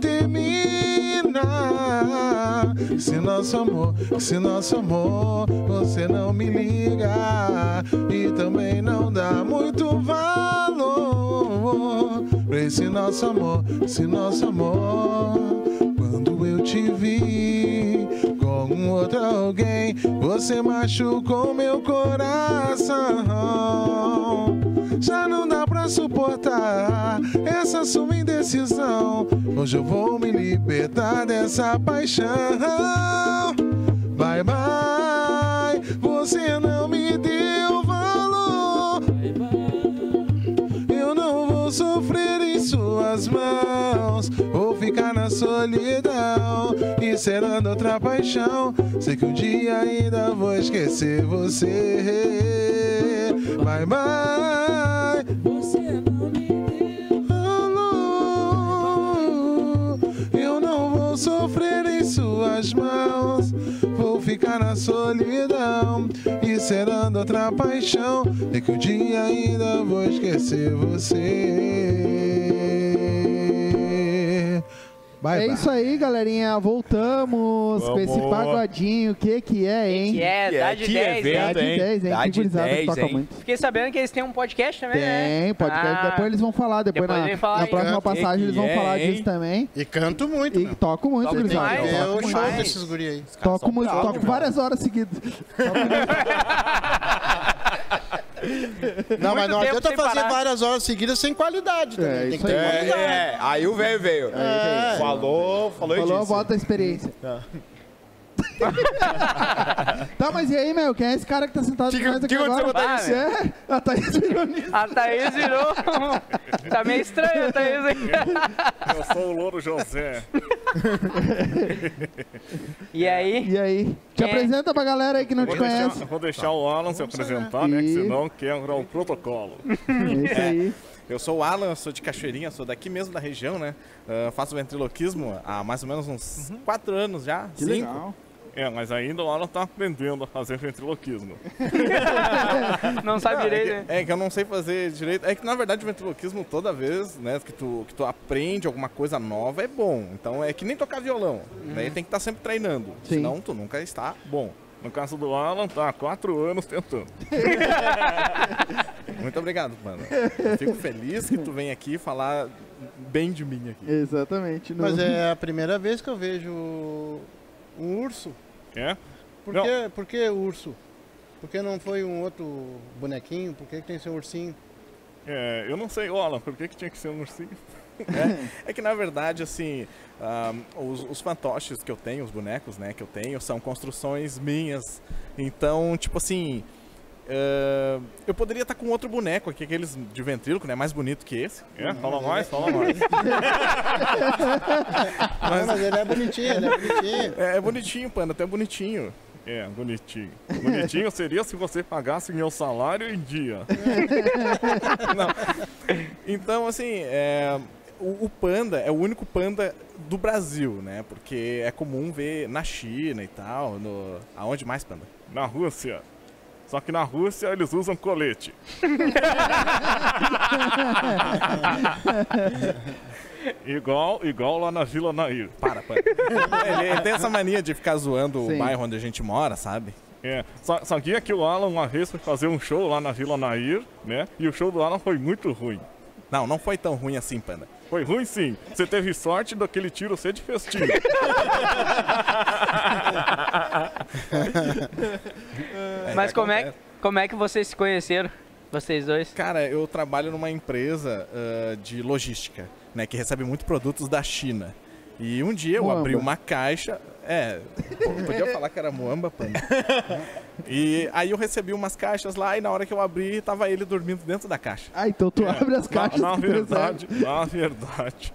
terminar. Esse nosso amor, esse nosso amor, você não me liga e também não dá muito valor pra esse nosso amor, esse nosso amor. Quando eu te vi com um outro alguém, você machucou meu coração. Já não dá pra suportar essa sua indecisão. Hoje eu vou me libertar dessa paixão. Bye bye, você não me deu valor. Eu não vou sofrer em suas mãos. Vou ficar na solidão, encerrando outra paixão. Sei que um dia ainda vou esquecer você. Bye bye. Alô, Eu não vou sofrer em suas mãos. Vou ficar na solidão, encerrando outra paixão. E que um dia ainda vou esquecer você. Bye, é bye. isso aí, galerinha. Voltamos com esse Vamos. pagodinho. O que que é, hein? Que é, dá de que 10, né? evento, Dá de hein? 10, hein? Dá Que de gurizada que 10, toca hein? muito. Fiquei sabendo que eles têm um podcast também, né? Tem, podcast. Ah, Depois eles vão falar. Depois, depois na, eles falam na aí. próxima Que passagem eles que vão é, falar hein? disso também. E canto muito, E meu. toco muito, Toco gurizada. demais, É toco o toco show demais. desses guri aí. Toco muito, bravo, toco meu. várias horas seguidas. Não, mas Muito não tempo adianta sem fazer parar. várias horas seguidas sem qualidade também. É, Tem isso que ter aí. É, qualidade. é, aí o velho veio. Falou, falou e Falou, disse. bota a experiência. tá, mas e aí, meu? Quem é esse cara que tá sentado Que- com nós que aqui aconteceu agora? com a Thaís? É, a Thaís virou nisso. A Thaís virou. tá meio estranho a Thaís, hein? Eu sou o Louro José. E aí? E aí? Te É. apresenta pra galera aí que não Vou te deixar, conhece. vou deixar o Alan se apresentar, né? Que Isso. senão quebra o protocolo. É isso aí. Eu sou o Alan, sou de Cachoeirinha, sou daqui mesmo da região, né? Ah, faço ventriloquismo há mais ou menos uns 4 anos já. Que legal. É, mas ainda o Alan tá aprendendo a fazer ventriloquismo. Não sabe direito, né? É que eu não sei fazer direito. É que na verdade o ventriloquismo toda vez, né, que tu, que tu aprende alguma coisa nova é bom. Então é que nem tocar violão. Uhum. Daí tem que estar sempre treinando. Sim. Senão tu nunca está bom. No caso do Alan, tá há quatro anos tentando. Muito obrigado, mano. Eu Fico feliz que tu vem aqui falar bem de mim aqui. Exatamente. no- Mas é a primeira vez que eu vejo um urso. É? Por, Não. que, por que urso? Por que não foi um outro bonequinho? Por que, que tem que ser um ursinho? É, eu não sei, ô, Alan, por que, que tinha que ser um ursinho? É que na verdade, assim, ah, os, os fantoches que eu tenho, os bonecos, né, que eu tenho, são construções minhas. Então, tipo assim. ah, eu poderia estar com outro boneco aqui, aqueles de ventríloco, né? Mais bonito que esse. Uhum. É, fala mais, fala mais. Não, mas ele é bonitinho, ele é bonitinho. É, é bonitinho, panda, até bonitinho. É, bonitinho. Bonitinho seria se você pagasse meu salário em dia. Então, assim, é, o, o panda é o único panda do Brasil, né? Porque é comum ver na China e tal. No... Aonde mais panda? Na Rússia. Só que na Rússia eles usam colete. igual, igual lá na Vila Nair. Para, para. ele, ele tem essa mania de ficar zoando o bairro onde a gente mora, sabe? É, sa- sabia que o Alan uma vez foi fazer um show lá na Vila Nair, né? E o show do Alan foi muito ruim. Não, não foi tão ruim assim, Panda. Foi ruim sim. Você teve sorte daquele tiro ser de festinho. Mas como é, como é que vocês se conheceram? Vocês dois? Cara, eu trabalho numa empresa ah, de logística, né? Que recebe muito produtos da China. E um dia eu Muamba. abri uma caixa. É, pô, podia falar que era Moamba, Panda. e aí eu recebi umas caixas lá e na hora que eu abri, tava ele dormindo dentro da caixa. É. Ah, então tu abre as caixas. né? na do verdade, na verdade.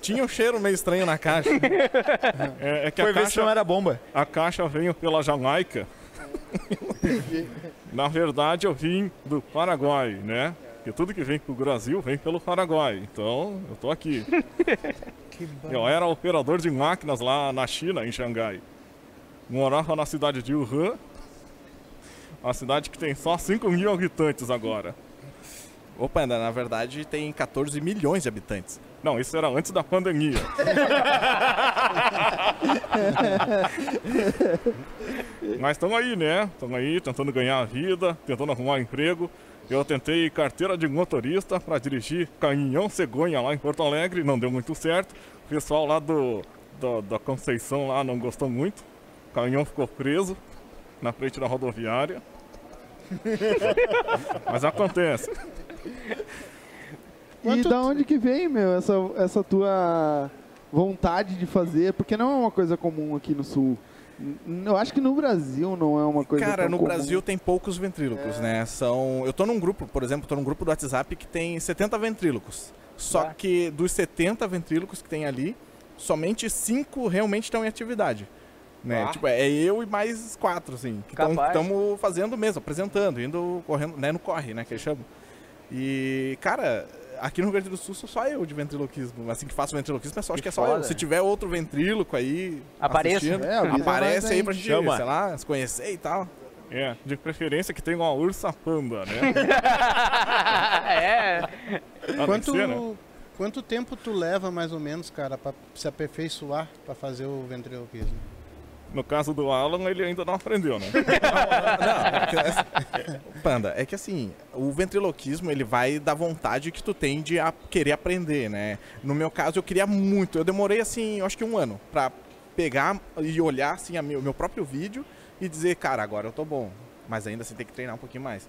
Tinha um cheiro meio estranho na caixa. É, é que Foi a ver se caixa, não era bomba. A caixa veio pela Jamaica. Na verdade, eu vim do Paraguai, né? Porque tudo que vem pro Brasil vem pelo Paraguai. Então, eu tô aqui. Eu era operador de máquinas lá na China, em Xangai. Morava na cidade de Wuhan, uma cidade que tem só 5 mil habitantes agora. Ô, Panda, na verdade tem 14 milhões de habitantes. Não, isso era antes da pandemia. Mas estamos aí, né? Estamos aí tentando ganhar a vida, tentando arrumar emprego. Eu tentei carteira de motorista para dirigir caminhão cegonha lá em Porto Alegre, não deu muito certo. O pessoal lá do, do- da Conceição lá não gostou muito. O caminhão ficou preso na frente da rodoviária. Mas acontece. E da onde que vem, meu, essa, essa tua vontade de fazer? Porque não é uma coisa comum aqui no Sul. N- Eu acho que no Brasil não é uma coisa Cara, tão no comum. Brasil tem poucos ventrílocos, né? São. Eu tô num grupo, por exemplo, tô num grupo do WhatsApp que tem 70 ventrílocos. Só que dos 70 ventrílocos que tem ali, somente 5 realmente estão em atividade. Né? Ah. Tipo, é eu e mais quatro, assim, que Capaz. estamos fazendo mesmo, apresentando, indo correndo, né? No corre, né? Que eles chamam. E, cara, aqui no Rio Grande do Sul sou só eu de ventriloquismo. Assim que faço ventriloquismo, é só acho que é só foda. eu. Se tiver outro ventríloco aí. Apareça. assistindo, É, avisa nós aparece aí. aí pra gente, Chama. sei lá, se conhecer e tal. É, de preferência que tenha uma ursa panda, né? é. Quanto, ser, né? quanto tempo tu leva, mais ou menos, cara, pra se aperfeiçoar pra fazer o ventriloquismo? No caso do Alan, ele ainda não aprendeu, né? Panda, é que assim, o ventriloquismo ele vai da vontade que tu tem de a- querer aprender, né? No meu caso, eu queria muito. Eu demorei assim, eu acho que um ano pra pegar e olhar assim a meu, meu próprio vídeo e dizer, cara, agora eu tô bom. Mas ainda assim tem que treinar um pouquinho mais.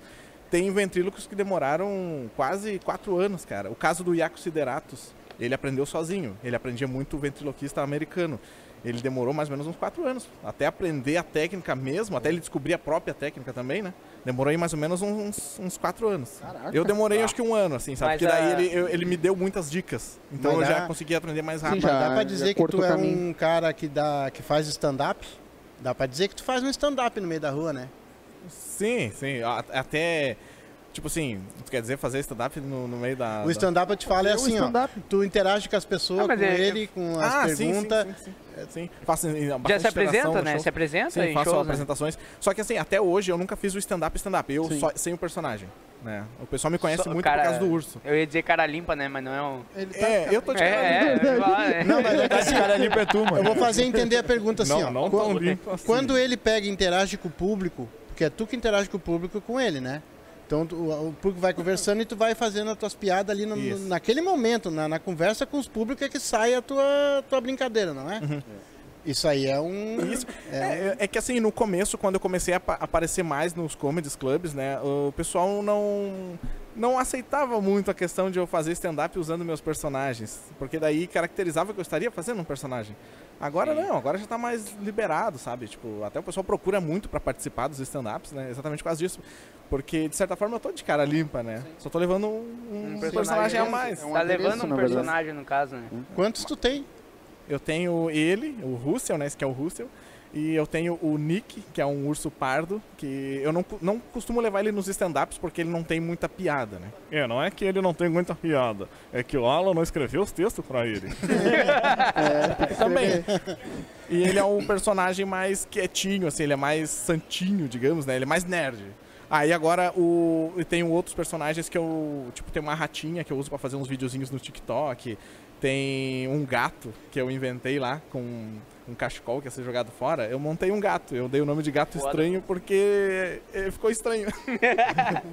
Tem ventrílocos que demoraram quase quatro anos, cara. O caso do Iaco Sideratus, ele aprendeu sozinho. Ele aprendia muito o ventriloquista americano. Ele demorou mais ou menos uns quatro anos, até aprender a técnica mesmo, até ele descobrir a própria técnica também, né? Demorou aí mais ou menos uns, uns quatro anos. Caraca. Eu demorei acho que um ano, assim, sabe? Ah. Mas Porque daí a- ele, eu- ele me deu muitas dicas. Então Mas eu já dá- consegui aprender mais Sim, rápido. já dá pra dizer que tu é um cara que, dá, que faz stand-up? Dá pra dizer que tu faz um stand-up no meio da rua, né? Sim, sim. A- Até. Tipo assim, tu quer dizer fazer stand-up no, no meio da. O stand-up eu te falo é Ah, Eu, assim, ó. stand-up. Tu interage com as pessoas, Ah, com mas é- ele, com as Ah, sim, sim, perguntas. sim, sim, sim. Faço, eh, bastante Já se apresenta, interação no né? show. Se apresenta sim, em faço shows, né? apresentações. Só que assim, até hoje eu nunca fiz o stand-up stand-up. Eu Sim. só sem o personagem. Né? O pessoal me conhece Só- muito cara, por causa do urso. Eu ia dizer cara limpa, né? Mas não é um. É, eu tô de É, cara é, limpa. é, vai, é. Não, mas é que assim, Esse cara limpa é tu, mano. Eu vou fazer entender a pergunta assim, Não, ó. não tão quando, limpo assim. quando ele pega e interage com o público, porque é tu que interage com o público com ele, né? Então tu- o público vai conversando e tu vai fazendo as tuas piadas ali no- no- Isso. naquele momento, na, na conversa com os públicos é que sai a tua, tua brincadeira, não é? Isso aí é um. Uhum. Isso. É, é que assim, no começo, quando eu comecei a apa- aparecer mais nos comedies clubs, né, o pessoal não não aceitava muito a questão de eu fazer stand-up usando meus personagens, porque daí caracterizava que eu estaria fazendo um personagem. Agora não, agora já tá mais liberado, sabe? Tipo, até o pessoal procura muito pra participar dos stand-ups, né? Exatamente por causa disso. Porque, de certa forma, eu tô de cara limpa, né? Só tô levando um, um é personagem, a mais. tá levando um personagem, no caso, né? Quantos tu tem? Eu tenho ele, o Russell, né? Esse que é o Russell. E eu tenho o Nick, que é um urso pardo, que eu não, cu- não costumo levar ele nos stand-ups porque ele não tem muita piada, né? É, não é que ele não tem muita piada, é que o Alan não escreveu os textos pra ele. Também. E ele é um personagem mais quietinho, assim, ele é mais santinho, digamos, né? Ele é mais nerd. Aí agora o e tem outros personagens que eu, tipo, tem uma ratinha que eu uso pra fazer uns videozinhos no TikTok, tem um gato que eu inventei lá com um cachecol que ia ser jogado fora. Eu montei um gato, eu dei o nome de gato estranho porque eh, ficou estranho.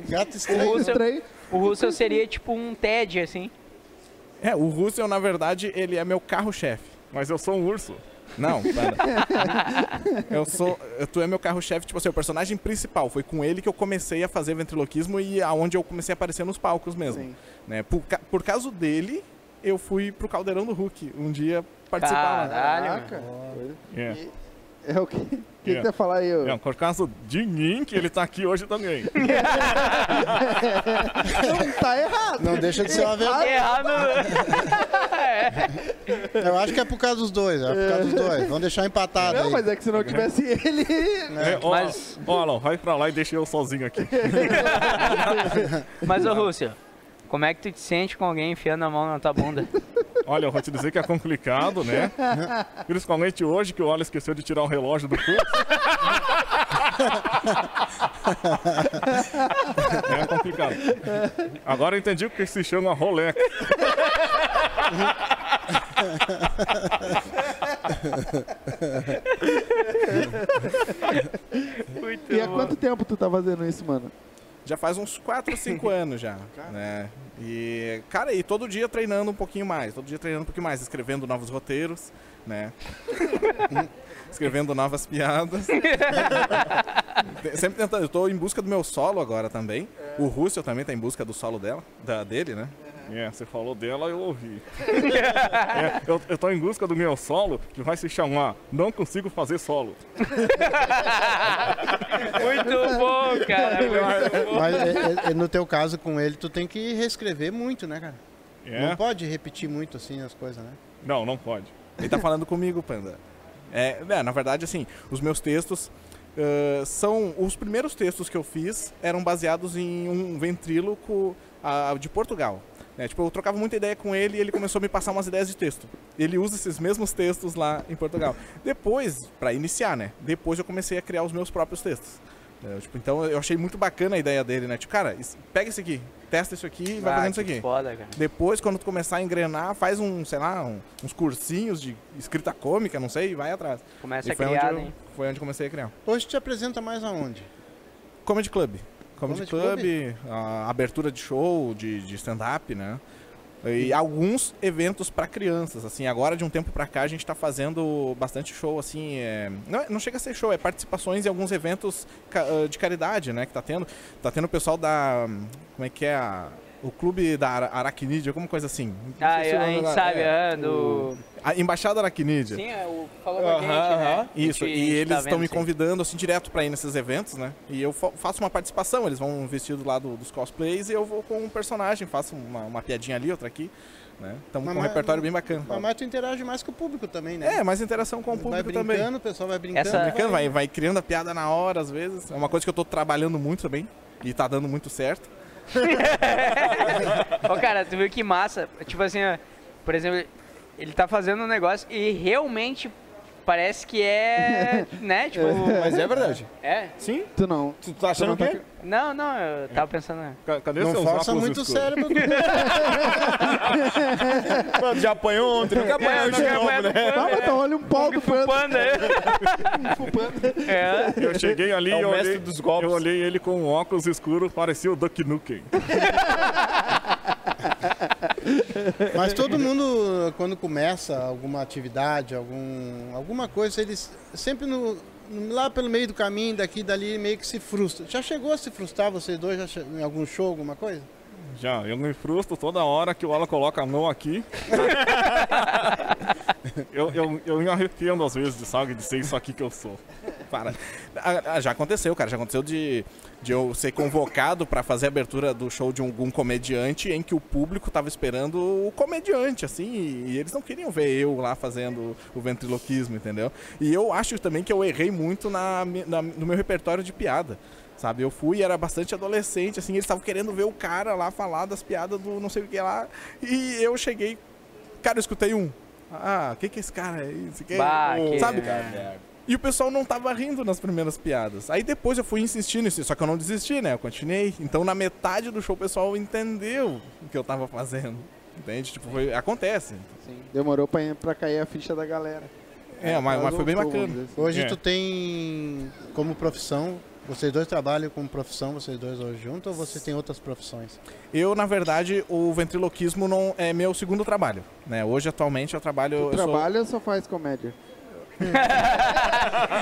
gato O Russell, o Russell seria tipo um Ted, assim. É, o Russell, na verdade, ele é meu carro-chefe. Mas eu sou um urso. Não, para. eu sou. Tu é meu carro-chefe, tipo assim, o personagem principal. Foi com ele que eu comecei a fazer ventriloquismo e aonde eu comecei a aparecer nos palcos mesmo. Né? Por, ca- por causa dele, eu fui pro Caldeirão do Hulk um dia participar. né? lá. Caraca. É. É o que? O que que É. tu ia falar aí? ô? É, por causa de mim que ele tá aqui hoje também. Não tá errado. Não deixa de ser uma verdade. Errado. Eu acho que é por causa dos dois, é por causa dos dois. Vamos deixar empatado. Não, aí. mas é que se não Uhum. tivesse ele. É, ó, ó, Alan, vai pra lá e deixa eu sozinho aqui. Mas, ô Russell, como é que tu te sente com alguém enfiando a mão na tua bunda? Olha, eu vou te dizer que é complicado, né? Principalmente hoje que o Alan esqueceu de tirar o relógio do curso. é complicado. Agora eu entendi porque se chama Rolex. Muito E há quanto tempo tu tá fazendo isso, mano? Já faz uns 4, 5 anos já. Né? E, cara, e todo dia treinando um pouquinho mais, todo dia treinando um pouquinho mais, escrevendo novos roteiros, né? escrevendo novas piadas. Te- Sempre tentando, eu tô em busca do meu solo agora também. O Russell também tá em busca do solo dela, da, dele, né? É, você falou dela, eu ouvi. É, eu, eu tô em busca do meu solo, que vai se chamar Não Consigo Fazer Solo. Muito bom, cara. Muito bom. Mas é- é- é, no teu caso com ele, tu tem que reescrever muito, né, cara? É? Não pode repetir muito assim as coisas, né? Não, não pode. Ele tá falando comigo, Panda. É, né, na verdade, assim, os meus textos ãh, são. Os primeiros textos que eu fiz eram baseados em um ventríloco ah, de Portugal. né? Tipo, eu trocava muita ideia com ele e ele começou a me passar umas ideias de texto. Ele usa esses mesmos textos lá em Portugal. Depois, pra iniciar, né? Depois eu comecei a criar os meus próprios textos. Eu, tipo, então eu achei muito bacana a ideia dele, né? Tipo, cara, isso- pega isso aqui, testa isso aqui e vai Ah, fazendo isso que aqui. Foda, cara. Depois, quando tu começar a engrenar, faz um, sei lá, um- uns cursinhos de escrita cômica, não sei, e vai atrás. Começa E a foi, criar, onde né? eu, foi onde eu comecei a criar. Hoje te apresenta mais aonde? Comedy Club. Comedy, Comedy Club, a abertura de show, de, de stand-up, né? E alguns eventos pra crianças, assim. Agora, de um tempo pra cá, a gente tá fazendo bastante show, assim. é- Não, é- não chega a ser show, é participações em alguns eventos ca- ah, de caridade, né? Que tá tendo. Tá tendo o pessoal da. Como é que é? a- O clube da Ara- Aracnídea, alguma coisa assim. Não Ah, sei se o a nome gente da- sabe, é. é, do... A Embaixada Aracnídea. Sim, é, o... falou com a gente, né? Isso, A gente- e a gente eles tá estão vendo me isso aí. convidando assim direto pra ir nesses eventos, né? E eu fa- faço uma participação, eles vão vestido lá do- dos cosplays e eu vou com um personagem, faço uma, uma piadinha ali, outra aqui, né? Estamos Mas- com mas- um repertório bem bacana. Mas, mas tu interage mais com o público também, né? É, mais interação com o vai público brincando, também. o pessoal vai brincando. Essa- Brincando, vai, vai criando a piada na hora, às vezes. É uma coisa que eu tô trabalhando muito também. E tá dando muito certo. Ô, cara, tu viu que massa? Tipo assim, ó, por exemplo, ele tá fazendo um negócio e realmente parece que é, né? Tipo, Mas é verdade. é? Tu não. Tu tá achando o quê? Não, não, eu tava pensando... né? Ca- Cadê Não seus força óculos muito o escuros? cérebro. Já apanhou ontem, nunca apanhou É, hoje não, de novo, é do né? Ah, mas panda, tu olha um pau do é. pano. Panda, é. É. Eu cheguei ali É o e eu mestre olhei, dos golpes. eu olhei ele com um óculos escuro, parecia o Duck Nukem. Mas todo mundo, quando começa alguma atividade, algum, alguma coisa, eles sempre no, no- lá pelo meio do caminho, daqui e dali, meio que se frustra. Já chegou a se frustrar vocês dois já che- em algum show, alguma coisa? Já, eu me frustro toda hora que o Alan coloca a mão aqui. eu, eu, eu me arrependo às vezes de, sabe, de ser isso aqui que eu sou. Para. Ah, ah, Já aconteceu, cara. Já aconteceu de, de eu ser convocado pra fazer a abertura do show de algum comediante em que o público tava esperando o comediante, assim, e, e eles não queriam ver eu lá fazendo o ventriloquismo, entendeu? E eu acho também que eu errei muito na, mi- na- no meu repertório de piada. Sabe, eu fui, era bastante adolescente, assim, eles estavam querendo ver o cara lá falar das piadas do não sei o que lá. E eu cheguei. Cara, eu escutei um. Ah, o que que é esse cara aí? Esse que- Bah, o- que- sabe? Bah. E o pessoal não tava rindo nas primeiras piadas. Aí depois eu fui insistindo nisso, só que eu não desisti, né? Eu continuei. Então na metade do show o pessoal entendeu o que eu tava fazendo. Entende? Tipo, foi- acontece. Demorou pra, pra cair a ficha da galera. É, mas- mas foi bem Vamos bacana. dizer assim. Hoje É. tu tem como profissão, vocês dois trabalham como profissão, vocês dois hoje juntos, ou você tem outras profissões? Eu, na verdade, o ventriloquismo não é meu segundo trabalho, né? Hoje, atualmente, eu trabalho... eu sou- Trabalha ou só faz comédia?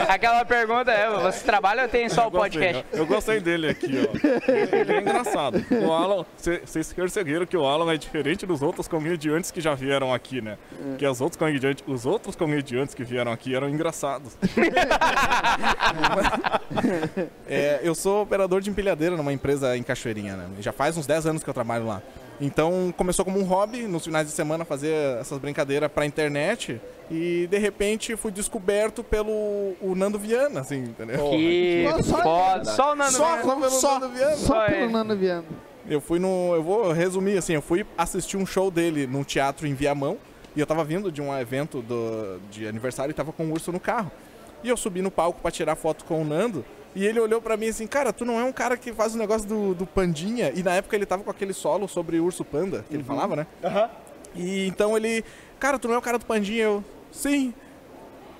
Aquela pergunta é, você trabalha ou tem só o Gostei, podcast? ó. Eu gostei dele aqui, ó. Ele é engraçado. O Alan, vocês perceberam que o Alan é diferente dos outros comediantes que já vieram aqui, né? É. Que os outros comediantes, os outros comediantes que vieram aqui eram engraçados. É, eu sou operador de empilhadeira numa empresa em Cachoeirinha, né? Já faz uns 10 anos que eu trabalho lá. Então começou como um hobby, nos finais de semana fazer essas brincadeiras pra internet e de repente fui descoberto pelo o Nando Viana, assim, entendeu? Que Pô, só- foda. Só o Nando Só, Viana. pelo só, Nando Viana. só pelo ele. Nano Viana. Eu fui no. Eu vou resumir assim, eu fui assistir um show dele num teatro em Viamão. E eu tava vindo de um evento do- de aniversário e tava com um urso no carro. E eu subi no palco pra tirar foto com o Nando. E ele olhou pra mim assim, cara, tu não é um cara que faz o negócio do, do pandinha. E na época ele tava com aquele solo sobre urso panda, que ele falava, né? E então ele, cara, tu não é o cara do pandinha? Eu, sim.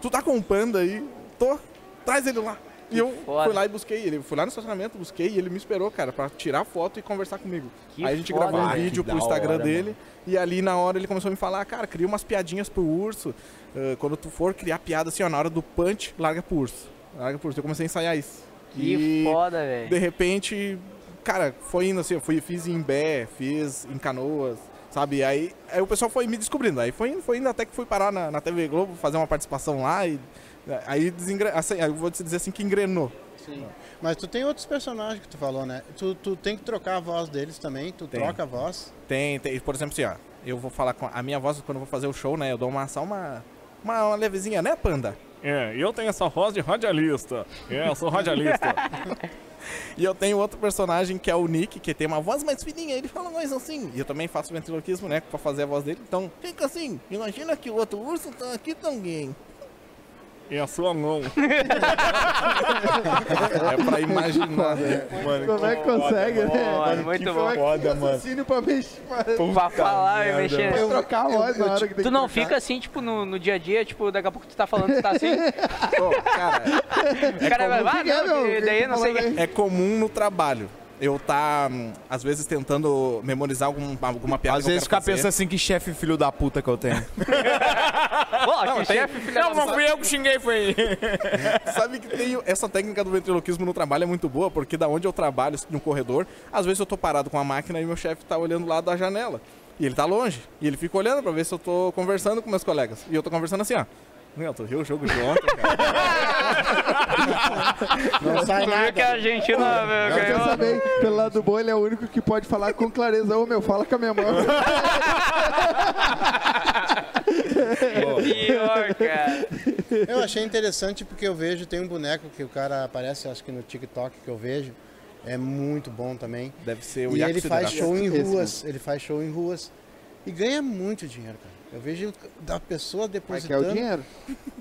Tu tá com um panda aí? Tô. Traz ele lá. E eu foda. fui lá e busquei ele. Fui lá no estacionamento, busquei e ele me esperou, cara, pra tirar foto e conversar comigo. Que aí a gente foda, gravou um cara. vídeo Que pro da Instagram hora, dele e ali na hora ele começou a me falar, cara, cria umas piadinhas pro urso. Ah, quando tu for criar piada assim, ó, na hora do punch, larga pro urso. Larga pro urso. Eu comecei a ensaiar isso. Que e foda, de velho. repente, cara, foi indo assim, eu fui, fiz em Bé, fiz em Canoas, sabe? Aí, aí o pessoal foi me descobrindo. Aí foi, indo, foi indo até que fui parar na, na TV Globo, fazer uma participação lá e. Aí, desengre... assim, aí eu vou te dizer assim que engrenou. Sim. Mas tu tem outros personagens que tu falou, né? Tu, tu tem que trocar a voz deles também, tu Tem. troca a voz. Tem, tem, por exemplo, assim, ó, eu vou falar com a minha voz quando eu vou fazer o show, né? Eu dou uma só uma, uma, uma levezinha, né, panda? É, e eu tenho essa voz de radialista. É, eu sou radialista. E eu tenho outro personagem que é o Nick, que tem uma voz mais fininha, ele fala mais assim. E eu também faço ventriloquismo, né, pra fazer a voz dele. Então, fica assim, imagina que o outro urso tá aqui também. E a sua mão. É pra imaginar, né? Mano, Como é que consegue, né? Foda, muito bom. foda, mano. Patrocínio pra mexer. pra- Pra falar e mexer. pra trocar a voz na hora que tem Tu que não trocar. fica assim, tipo, no, no dia a dia, tipo, daqui a pouco tu tá falando, tu tá assim. Ô, cara, o cara vai, ah, que é, não, meu? que daí Que não sei o falando que. é comum no trabalho. Eu tá, hum, às vezes, tentando memorizar algum, alguma piada Às que eu vezes fica quero fazer. pensando assim, que chefe filho da puta que eu tenho. Ó, que chefe, filha da não fui eu que xinguei, foi ele. Sabe que tem essa técnica do ventriloquismo no trabalho é muito boa, porque da onde eu trabalho, assim, no corredor, às vezes eu tô parado com a máquina e meu chefe tá olhando lá da janela. E ele tá longe. E ele fica olhando pra ver se eu tô conversando com meus colegas. E eu tô conversando assim, ó. Meu, tu viu o jogo de ontem, cara? Não sai Tu viu que nada. a Argentina velho, Eu ganhou? também, pelo lado bom, ele é o único que pode falar com clareza. Ô meu, fala com a minha mão. Pior, cara. Eu achei interessante porque eu vejo, tem um boneco que o cara aparece, acho que no TikTok que eu vejo, é muito bom também. Deve ser o e ele Yakuza faz da- show em Esse ruas, ele faz show em ruas e ganha muito dinheiro, cara. Eu vejo da pessoa Mas quer o depositando. dinheiro?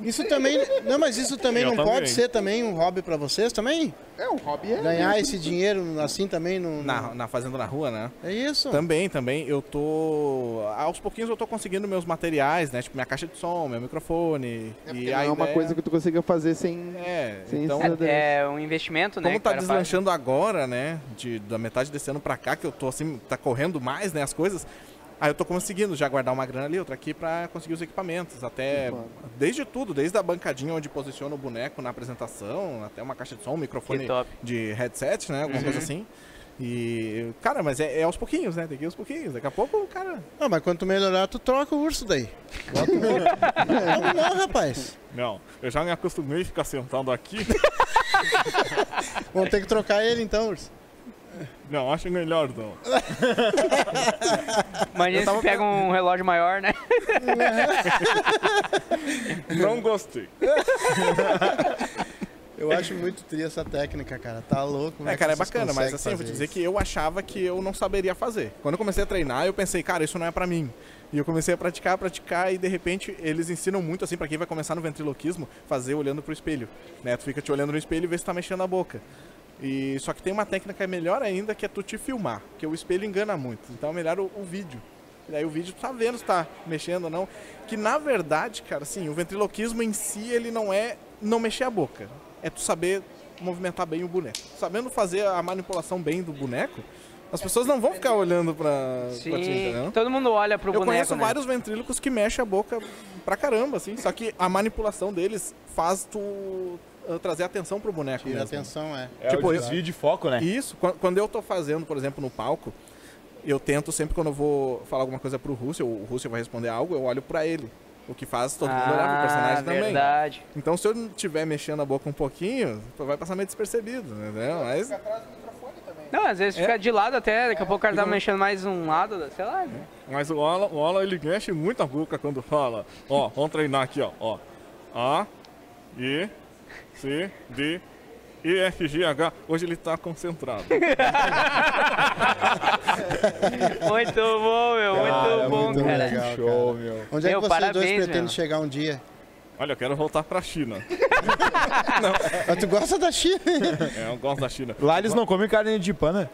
Isso também, não, mas isso também Eu não também. pode ser também um hobby pra vocês também? É, o hobby é. Ganhar esse dinheiro assim também não Na, na Fazenda na Rua, né? É isso. Também, também. Eu tô. Aos pouquinhos eu tô conseguindo meus materiais, né? Tipo, minha caixa de som, meu microfone. É, e porque não a é uma ideia- coisa que tu consiga fazer sem. É, Sim, então. sim. É um investimento, né? Como que o tá cara faz. deslanchando agora, né? De, da metade desse ano pra cá, que eu tô assim, tá correndo mais, né? As coisas. Aí eu tô conseguindo já guardar uma grana ali, outra aqui pra conseguir os equipamentos. Até. Que foda. Desde tudo, desde a bancadinha onde posiciona o boneco na apresentação, até uma caixa de som, um Que microfone top. Uhum. de headset, né? Alguma coisa assim. E, cara, mas é, é aos pouquinhos, né? Tem que ir aos pouquinhos. Daqui a pouco, cara. Ah, mas quando tu melhorar, tu troca o urso daí. É. não, não, rapaz. Não, eu já me acostumei a ficar sentado aqui. Vamos ter que trocar ele então, urso. Não, acho melhor não. Imagina se pega um relógio maior, né? Não gostei. Eu acho muito tri essa técnica, cara. Tá louco, como É, cara, é vocês bacana, mas conseguem assim, eu vou te fazer dizer isso? que eu achava que eu não saberia fazer. Quando eu comecei a treinar, eu pensei, cara, isso não é pra mim. E eu comecei a praticar, praticar, e de repente eles ensinam muito, assim, pra quem vai começar no ventriloquismo, fazer olhando pro espelho. Né? Tu fica te olhando no espelho e vê se tá mexendo a boca. E só que tem uma técnica melhor ainda, que é tu te filmar, que o espelho engana muito. Então é melhor o, o vídeo. E daí o vídeo tu tá vendo se tá mexendo ou não. Que na verdade, cara, assim, o ventriloquismo em si, ele não é não mexer a boca. É tu saber movimentar bem o boneco. Sabendo fazer a manipulação bem do boneco, as pessoas não vão ficar olhando pra, pra ti, Sim, então entendeu? todo mundo olha pro Eu boneco, conheço né? vários ventrílocos que mexem a boca pra caramba, assim. Só que a manipulação deles faz tu ah, trazer atenção pro boneco Tira mesmo. atenção, é. Tipo, o eu- desvio de foco, né? Isso. Quan- Quando eu tô fazendo, por exemplo, no palco, eu tento sempre quando eu vou falar alguma coisa pro Russell, o Russell vai responder algo, eu olho pra ele. O que faz todo mundo olhar pro personagem também. Ah, verdade. Então se eu não estiver mexendo a boca um pouquinho, vai passar meio despercebido, entendeu? Mas Não, às vezes É. fica de lado até, daqui a pouco o cara tá Fica- mexendo mais um lado, sei lá. Mas o Ola, o Ola ele mexe muito a boca quando fala. Ó, vamos treinar aqui, ó. ó. A, E, C, D, E, F, G, H. Hoje ele tá concentrado. Muito bom, meu, muito bom, cara. Show, meu. Onde é Meu, que vocês dois parabéns, pretendem meu. chegar um dia? Olha, eu quero voltar pra China. Ah, tu gosta da China? É, eu gosto da China. Lá eles não comem carne de pana.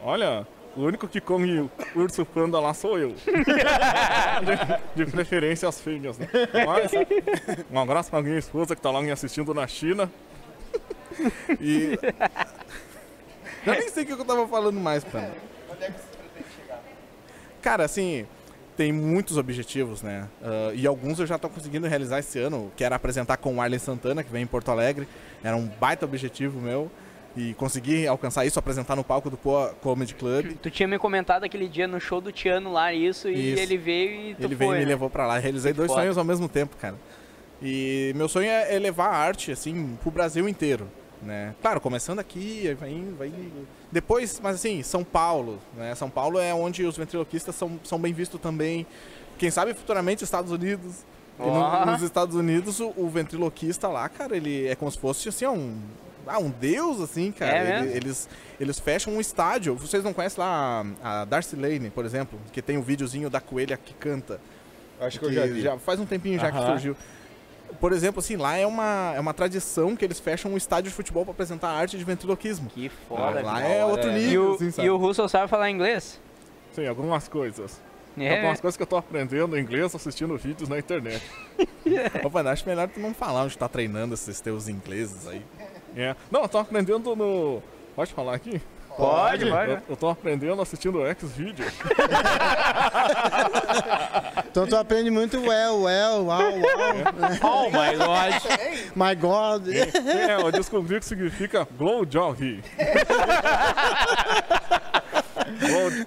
Olha, o único que come urso panda lá sou eu. De, de preferência as fêmeas, né? Mas, um abraço pra minha esposa que tá lá me assistindo na China. E. Eu nem sei o que eu tava falando mais, É. Pano. é Cara, assim, tem muitos objetivos, né? Ah, e alguns eu já tô conseguindo realizar esse ano, que era apresentar com o Arlen Santana, que vem em Porto Alegre. Era um baita objetivo meu. E consegui alcançar isso, apresentar no palco do Poa Comedy Club. Tu tinha me comentado aquele dia no show do Tiano lá isso, e Isso. ele veio e tu foi. Ele veio e me né? levou pra lá. Realizei Que dois foda. sonhos ao mesmo tempo, cara. E meu sonho é é levar a arte, assim, pro Brasil inteiro, né? Claro, começando aqui, aí vai, indo, vai... indo. Depois, mas assim, São Paulo, né? São Paulo é onde os ventriloquistas são, são bem vistos também. Quem sabe futuramente Estados Unidos. E no- Ó. nos Estados Unidos, o, o ventriloquista lá, cara, ele é como se fosse, assim, um... Ah, um deus, assim, cara. É Ele- mesmo? eles, eles fecham um estádio. Vocês não conhecem lá a, a Darcy Lane, por exemplo, que tem o videozinho da coelha que canta. Acho que eu já vi. Faz um tempinho já que Aham. surgiu. Por exemplo, assim, lá é uma, é uma tradição que eles fecham um estádio de futebol pra apresentar a arte de ventriloquismo. Que foda, Lá que é da hora, outro é. nível, E o, assim, sabe? e o Russell sabe falar inglês? Sim, algumas coisas. É. Algumas coisas que eu tô aprendendo em inglês assistindo vídeos na internet. Ô, Panda, acho melhor tu não falar onde tá treinando esses teus ingleses aí. É. Não, eu tô aprendendo no. Pode falar aqui? Pode, pode. Eu, eu tô aprendendo assistindo X-Video. Então tu aprende muito well, well, wow, wow. Oh my god. My God. é, eu descobri que significa Glowjob.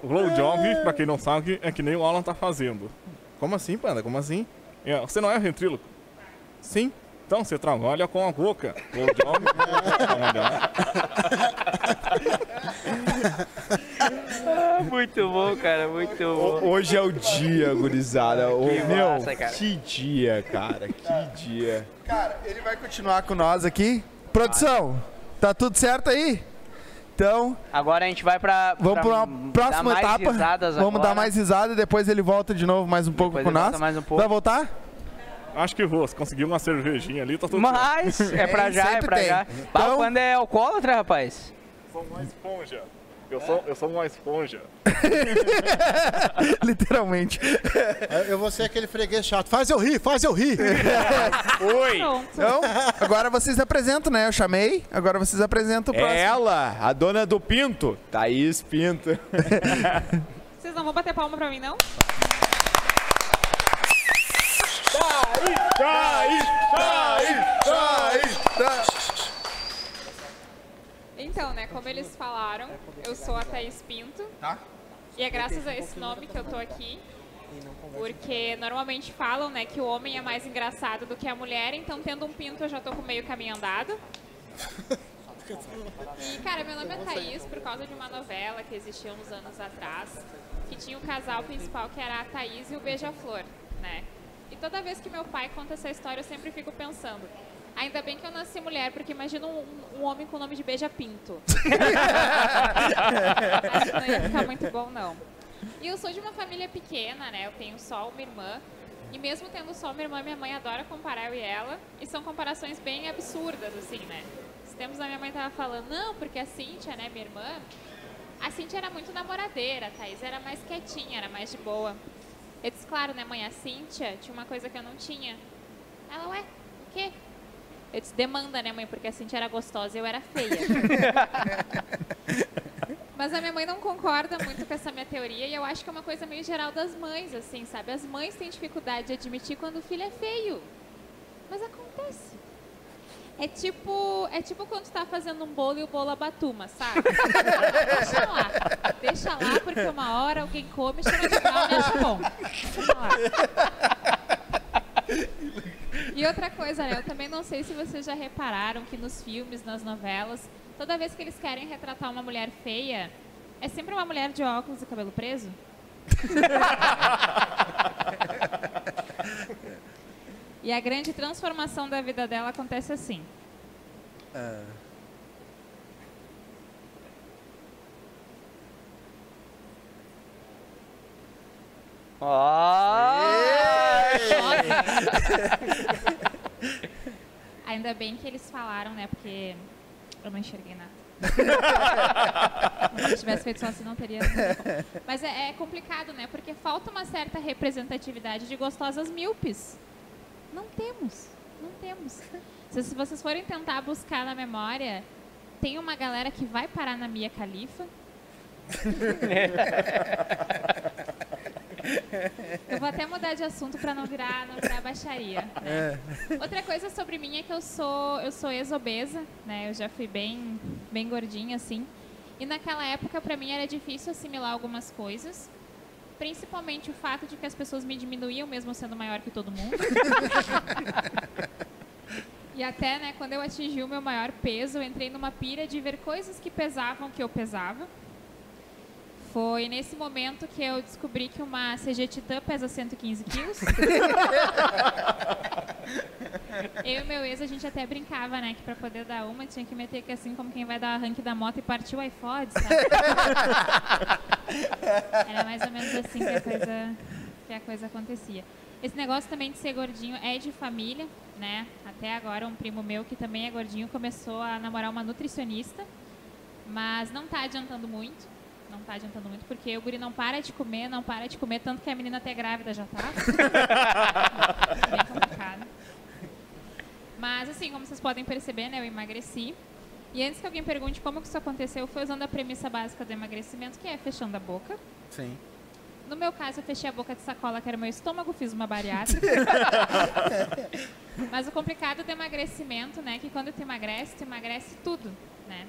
Glow- Glowjob, pra quem não sabe, é que nem o Alan tá fazendo. Como assim, Panda? Como assim? É, você não é ventríloco? Sim. Então você trabalha com a boca. Glowjob. trabalhar. Ah, muito bom, cara, muito bom. Hoje é o dia, gurizada. Ô, Que meu, massa, cara. que dia, cara. Que dia. Cara, ele vai continuar com nós aqui. Produção, tá tudo certo aí? Então, Agora a gente vai pra. vamos pra para dar uma próxima mais etapa. risadas Vamos agora. dar mais risada e depois ele volta de novo mais um pouco Depois com ele nós. volta mais um pouco. Vai voltar? Acho que vou. Se conseguir uma cervejinha ali, tá tudo Mas é pra Tem, já, é sempre pra tem. Então- já. Bah, o Panda é alcoólatra, rapaz. certo. Eu sou uma esponja. Eu sou, eu sou uma esponja. Literalmente. Eu vou ser aquele freguês chato. Faz eu rir, faz eu rir. Oi! Então, agora vocês apresentam, né? Eu chamei, agora vocês apresentam o É próximo. ela, a dona do Pinto. Thaís Pinto. Vocês não vão bater palma pra mim, não? Tá aí, tá aí. Gente, então, né? Como eles falaram, eu sou a Thaís Pinto. Tá. E é graças a esse nome que eu tô aqui. Porque normalmente falam, né, que o homem é mais engraçado do que a mulher, então tendo um pinto eu já tô com meio caminho andado. E, cara, meu nome é Thaís por causa de uma novela que existia uns anos atrás, que tinha o casal principal que era a Thaís e o Beija-Flor, né? E toda vez que meu pai conta essa história, eu sempre fico pensando, ainda bem que eu nasci mulher, porque imagina um, um homem com o nome de Beija-Pinto. Acho que não ia ficar muito bom, não. E eu sou de uma família pequena, né? Eu tenho só uma irmã. E mesmo tendo só uma irmã, minha mãe adora comparar eu e ela. E são comparações bem absurdas, assim, né? Esses tempos a minha mãe tava falando, não, porque a Cíntia, né, minha irmã, a Cíntia era muito namoradeira, a Thaís era mais quietinha, era mais de boa. Eu disse, claro, né, mãe, a Cíntia tinha uma coisa que eu não tinha. Ela, ué, o quê? Eu disse, demanda, né, mãe, porque a Cintia era gostosa e eu era feia. Mas a minha mãe não concorda muito com essa minha teoria e eu acho que é uma coisa meio geral das mães, assim, sabe? As mães têm dificuldade de admitir quando o filho é feio. Mas acontece. É tipo, é tipo quando tu tá fazendo um bolo e o bolo abatuma, sabe? deixa lá. Ah, Deixa lá, porque uma hora alguém come, chama de pau e acha bom. Deixa lá. E outra coisa, né? Eu também não sei se vocês já repararam que nos filmes, nas novelas, toda vez que eles querem retratar uma mulher feia, é sempre uma mulher de óculos e cabelo preso. e a grande transformação da vida dela acontece assim. Ainda bem que eles falaram, né? Porque eu não enxerguei nada. Se eu tivesse feito só assim, não teria. Mas é, é complicado, né? Porque falta uma certa representatividade de gostosas míopes. Não temos. Não temos. Se, se vocês forem tentar buscar na memória, tem uma galera que vai parar na Mia Khalifa. Eu vou até mudar de assunto para não virar, não virar baixaria. né? Outra coisa sobre mim é que eu sou, eu sou ex-obesa, né? Eu já fui bem, bem gordinha assim. E naquela época para mim era difícil assimilar algumas coisas. Principalmente o fato de que as pessoas me diminuíam mesmo sendo maior que todo mundo. E até, né, quando eu atingi o meu maior peso, eu entrei numa pira de ver coisas que pesavam que eu pesava. Foi nesse momento que eu descobri que uma CG Titan pesa 115 quilos. eu e meu ex, a gente até brincava, né? Que pra poder dar uma, tinha que meter que assim como quem vai dar o arranque da moto e partir o iPod, sabe? Era mais ou menos assim que a coisa, que a coisa acontecia. Esse negócio também de ser gordinho é de família, né? Até agora um primo meu que também é gordinho começou a namorar uma nutricionista, mas não tá adiantando muito. Não tá adiantando muito, porque o guri não para de comer, não para de comer, tanto que a menina até grávida já tá. é Bem complicado. Mas assim, como vocês podem perceber, né, eu emagreci. E antes que alguém pergunte como que isso aconteceu, foi usando a premissa básica do emagrecimento, que é fechando a boca. Sim. No meu caso, eu fechei a boca de sacola, que era meu estômago, fiz uma bariátrica. Mas o complicado do emagrecimento, né, é que quando tu emagrece, tu emagrece tudo, né?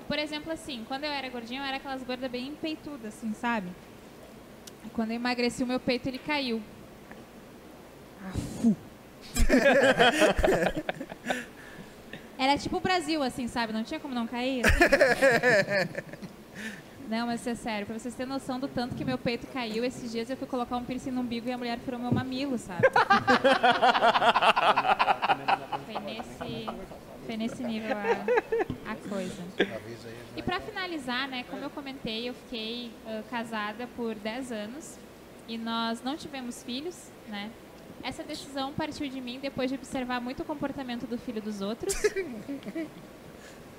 E, por exemplo, assim, quando eu era gordinha, eu era aquelas gordas bem peitudas, assim, sabe? E quando eu emagreci, o meu peito, ele caiu. Afu! Era tipo o Brasil, assim, sabe? Não tinha como não cair. assim. Não, mas isso é sério. Pra vocês terem noção do tanto que meu peito caiu, esses dias eu fui colocar um piercing no umbigo e a mulher furou meu mamilo, sabe? foi, nesse, foi nesse nível a, a coisa. E pra finalizar, né, como eu comentei, eu fiquei ah, casada por 10 anos e nós não tivemos filhos, né? Essa decisão partiu de mim depois de observar muito o comportamento do filho dos outros.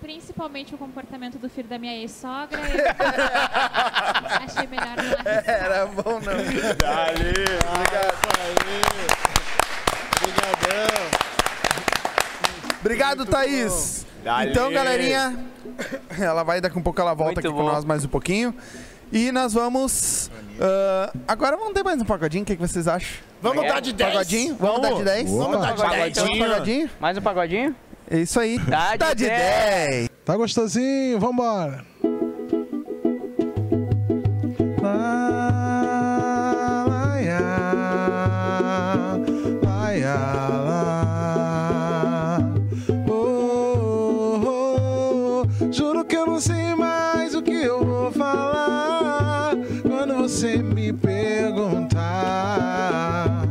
Principalmente o comportamento do filho da minha ex-sogra. Eu Achei melhor não arriscar. Era bom não. Dali, Obrigado, Thaís. Dali. Então, galerinha, ela vai daqui um pouco, ela volta aqui com nós mais um pouquinho. E nós vamos. ah, agora vamos ter mais um pagodinho, o que, que vocês acham? É, Vamos dar de 10? Pagodinho? Vamos, dar de 10? Vamos. Vamos dar de 10? Pagodinho. Vamos dar de pagodinho? Mais um pagodinho? É isso aí. Dá de Dá de 10. 10. Tá gostosinho? Vambora! ah, Oh, oh, oh. Juro que eu não sei mais o que eu vou falar quando você me perguntar.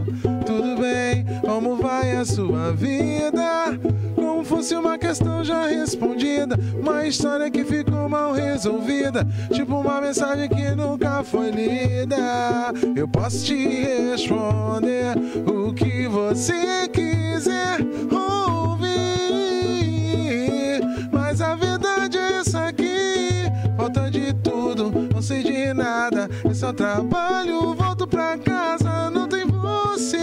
Tudo bem, como vai a sua vida? Como fosse uma questão já respondida, uma história que ficou mal resolvida, tipo uma mensagem que nunca foi lida. Eu posso te responder o que você quiser ouvir, mas a verdade é essa aqui. Falta de tudo, não sei de nada. Eu só trabalho, volto pra casa, não tem você.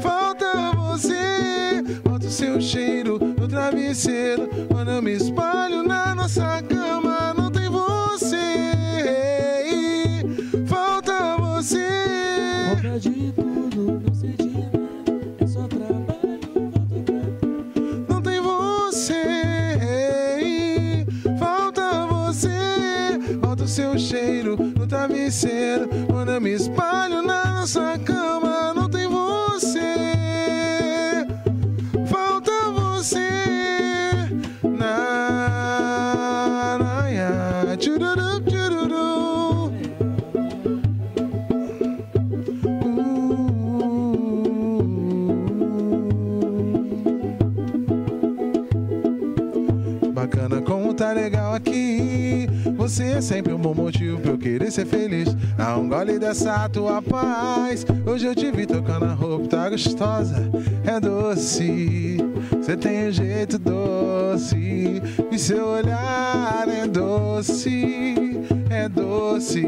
Falta você, falta o seu cheiro no travesseiro. Quando eu me espalho na nossa cama, não tem você. Falta você. Falta de tudo, não sei de nada. Eu só trabalho, volto pra Não tem você. Falta você. Falta o seu cheiro no travesseiro. Quando eu me espalho na nossa cama, não tem você. Falta você. Na, na, ya. Tchururu, tchururu. Uh. Bacana como tá legal aqui. Você é sempre um bom motivo pra eu querer ser feliz. Dá um gole dessa tua paz. Hoje eu te vi tocando a roupa, tá gostosa, é doce. Você tem um jeito doce. E seu olhar é doce, é doce,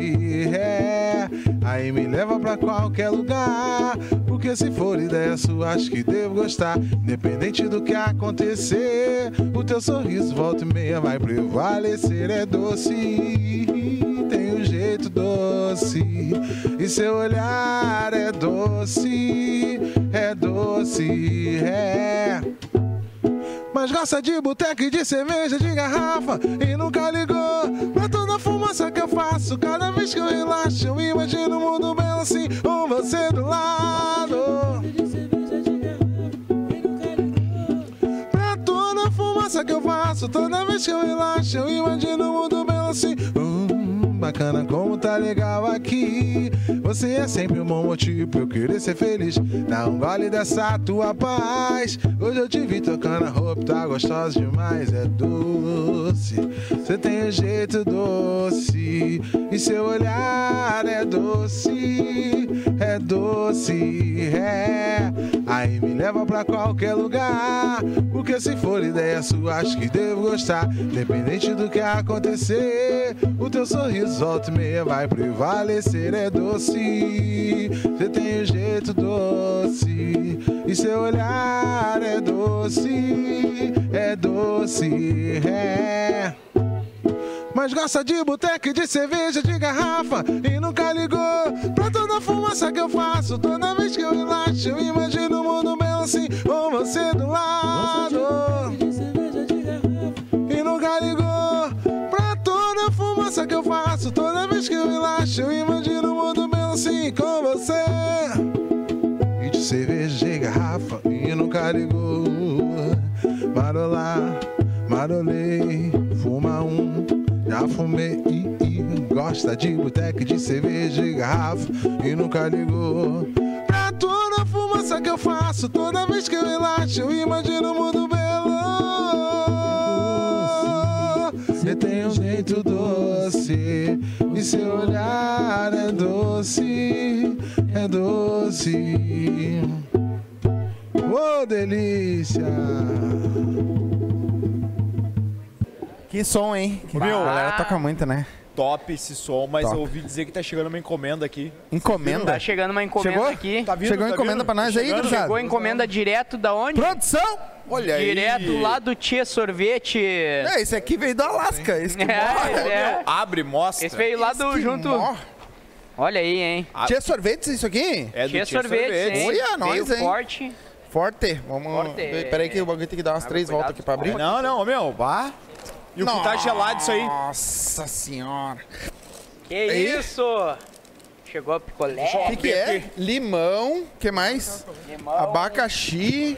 é. Aí me leva pra qualquer lugar. Porque se for ideia sua, acho que devo gostar. Independente do que acontecer, o teu sorriso volta e meia vai prevalecer. É doce, tem um jeito doce. E seu olhar é doce, é doce, é. Mas gosta de boteca e de cerveja de garrafa E nunca ligou pra toda a fumaça que eu faço Cada vez que eu relaxo eu imagino o mundo belo assim Com você do lado Pra toda a fumaça que eu faço Toda vez que eu relaxo eu imagino o mundo belo assim Hum, Bacana como tá legal aqui Você é sempre um bom motivo pra eu querer ser feliz Dá um gole dessa tua paz Hoje eu te vi tocando a roupa, tá gostosa demais É doce, você tem um jeito doce E seu olhar é doce, é doce, é Aí me leva pra qualquer lugar Porque se for ideia sua, acho que devo gostar Independente do que acontecer O teu sorriso volta e meia vai prevalecer É doce, você tem um jeito doce E seu olhar é doce, é doce, é mas gosta de boteca e de cerveja de garrafa E nunca ligou pra toda a fumaça que eu faço Toda vez que eu relaxo eu imagino o mundo belo assim Com você do lado E nunca ligou pra toda a fumaça que eu faço Toda vez que eu relaxo eu imagino o mundo belo assim Com você E de cerveja de garrafa e nunca ligou Marolar, marolei, fuma um já fumei e, gosta de boteca, de cerveja e garrafa e nunca ligou. Pra toda a fumaça que eu faço, toda vez que eu relaxo, eu imagino o mundo belo. Você tem um jeito doce e seu olhar é doce, é doce. Ô delícia! Que som, hein? Que Meu, a galera toca muito, né? Top esse som, mas Top. eu ouvi dizer que tá chegando uma encomenda aqui. Encomenda? Tá chegando uma encomenda Chegou? aqui. Tá vindo, Chegou tá encomenda vindo? pra nós aí, Chegando. gurizada? Chegou encomenda direto da onde? Produção! Olha aí. Direto lá do Tia Sorvete. É, esse aqui veio do Alasca. Esse que É, morre. é. Abre, mostra. Esse veio lá do que junto. morre. Olha aí, hein? Tinha sorvetes isso aqui? É do Tia Tia Sorvete, Sorvetes. hein? Olha, Veio nós, hein? forte. Forte? Vamos. Forte. Peraí que o bagulho tem que dar umas Ah, três cuidado. voltas aqui pra abrir. Não, não, ô, meu, vá. E o que tá gelado isso aí? Nossa senhora. Que Ei. isso? Chegou a picolé. O que, que é? Limão, que mais? Limão. Abacaxi.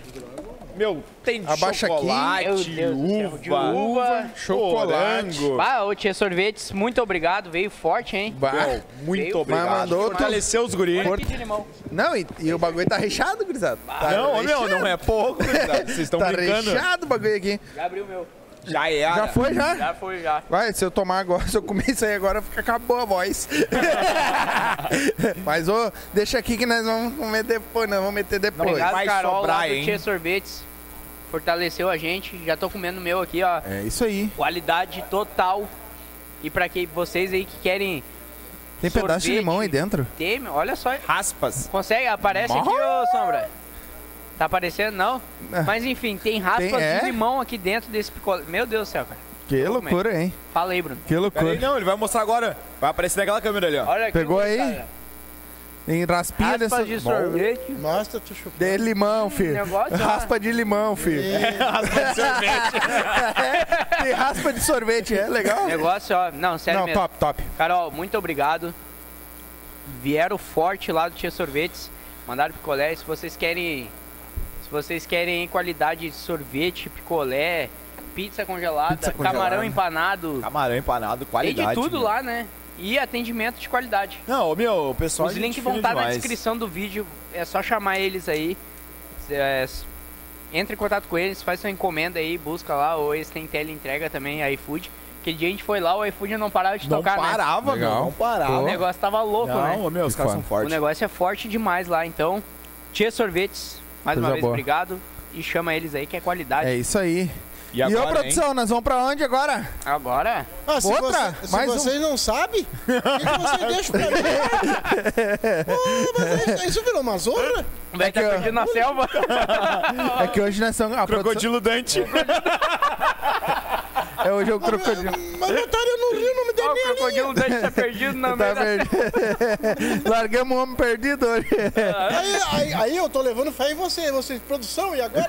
Meu, tem de Abaixo chocolate, aqui. Meu Deus do céu, de uva, uva, chocolango. Ah, ô Tia Sorvetes, muito obrigado. Veio forte, hein? Bah, muito Veio obrigado. forte. Mas mandou tu- Fortaleceu os guri. Olha aqui de limão. Não, e, e o bagulho tá recheado, gurizada. Tá não, ô, meu, recheado. não é pouco, gurizada. Vocês estão Tá brincando. recheado o bagulho aqui. Já abriu o meu. Já é. Já foi, já? Já foi, já. Vai, se eu tomar agora, se eu comer isso aí agora, fica acabou a voz. Mas, ô, deixa aqui que nós vamos comer depois, nós vamos meter depois. Obrigado, Carol, lá do Tia Sorvetes. Fortaleceu a gente. Já tô comendo o meu aqui, ó. É isso aí. Qualidade total. E pra que vocês aí que querem Tem pedaço de sorvete, limão aí dentro? Tem, olha só. Raspas. Consegue? Aparece aqui, ô Sombra. Tá aparecendo, não? Mas enfim, tem raspas É. Tem- é? de limão aqui dentro desse picolé. Meu Deus do céu, cara. Que Vou comer. loucura, hein? Fala aí, Bruno. Que loucura. Peraí, não, ele vai mostrar agora. Vai aparecer naquela câmera ali, ó. Olha Pegou aí? Tem raspinha Raspas dessa... de Bom. sorvete. Hum, Mostra, tu chupou. De limão, filho. Negócio, ó. É, raspa de limão, filho. raspa de sorvete. Tem raspa de sorvete, é legal? Negócio, ó. Não, sério Não, mesmo. top, top. Carol, muito obrigado. Vieram forte lá do Tia Sorvetes. Mandaram picolé. Se vocês querem... Se vocês querem qualidade de sorvete, picolé, pizza congelada, Pizza camarão congelada. empanado. Camarão empanado, Tem qualidade. de tudo meu. lá, né? E atendimento de qualidade. Não, ô, meu, o pessoal. Os é gente links vão fina estar na demais. descrição do vídeo, é só chamar eles aí. É, s- entre em contato com eles, faz sua encomenda aí, busca lá, ou eles têm teleentrega também, iFood. Aquele dia a gente foi lá, o iFood não parava de Não tocar, né? parava, meu. Legal. Não parava. O negócio tava louco, Não, né? ô, meu, os Que caras são foda. fortes. O negócio é forte demais lá, então. Tia Sorvetes, mais Coisa uma vez, boa. obrigado. E chama eles aí, que é qualidade. É isso aí. E E, agora, ô, produção, nós vamos pra onde agora? Agora, Ah, se Outra? você- se Mais um. vocês não sabem, por que, que vocês deixam pra mim? Pô, mas é isso- isso virou uma zorra? vai estar que, ó, perdido na selva. É que hoje nós somos. A produção... Crocodilo Dante. É hoje é o crocodilo. Mas botaram eu no rio, não me Ó, deu o nem a linha. crocodilo deve tá perdido na Tá meio da perdido. Largamos o homem perdido hoje. Aí, aí- aí eu tô levando fé em você, você produção, e agora?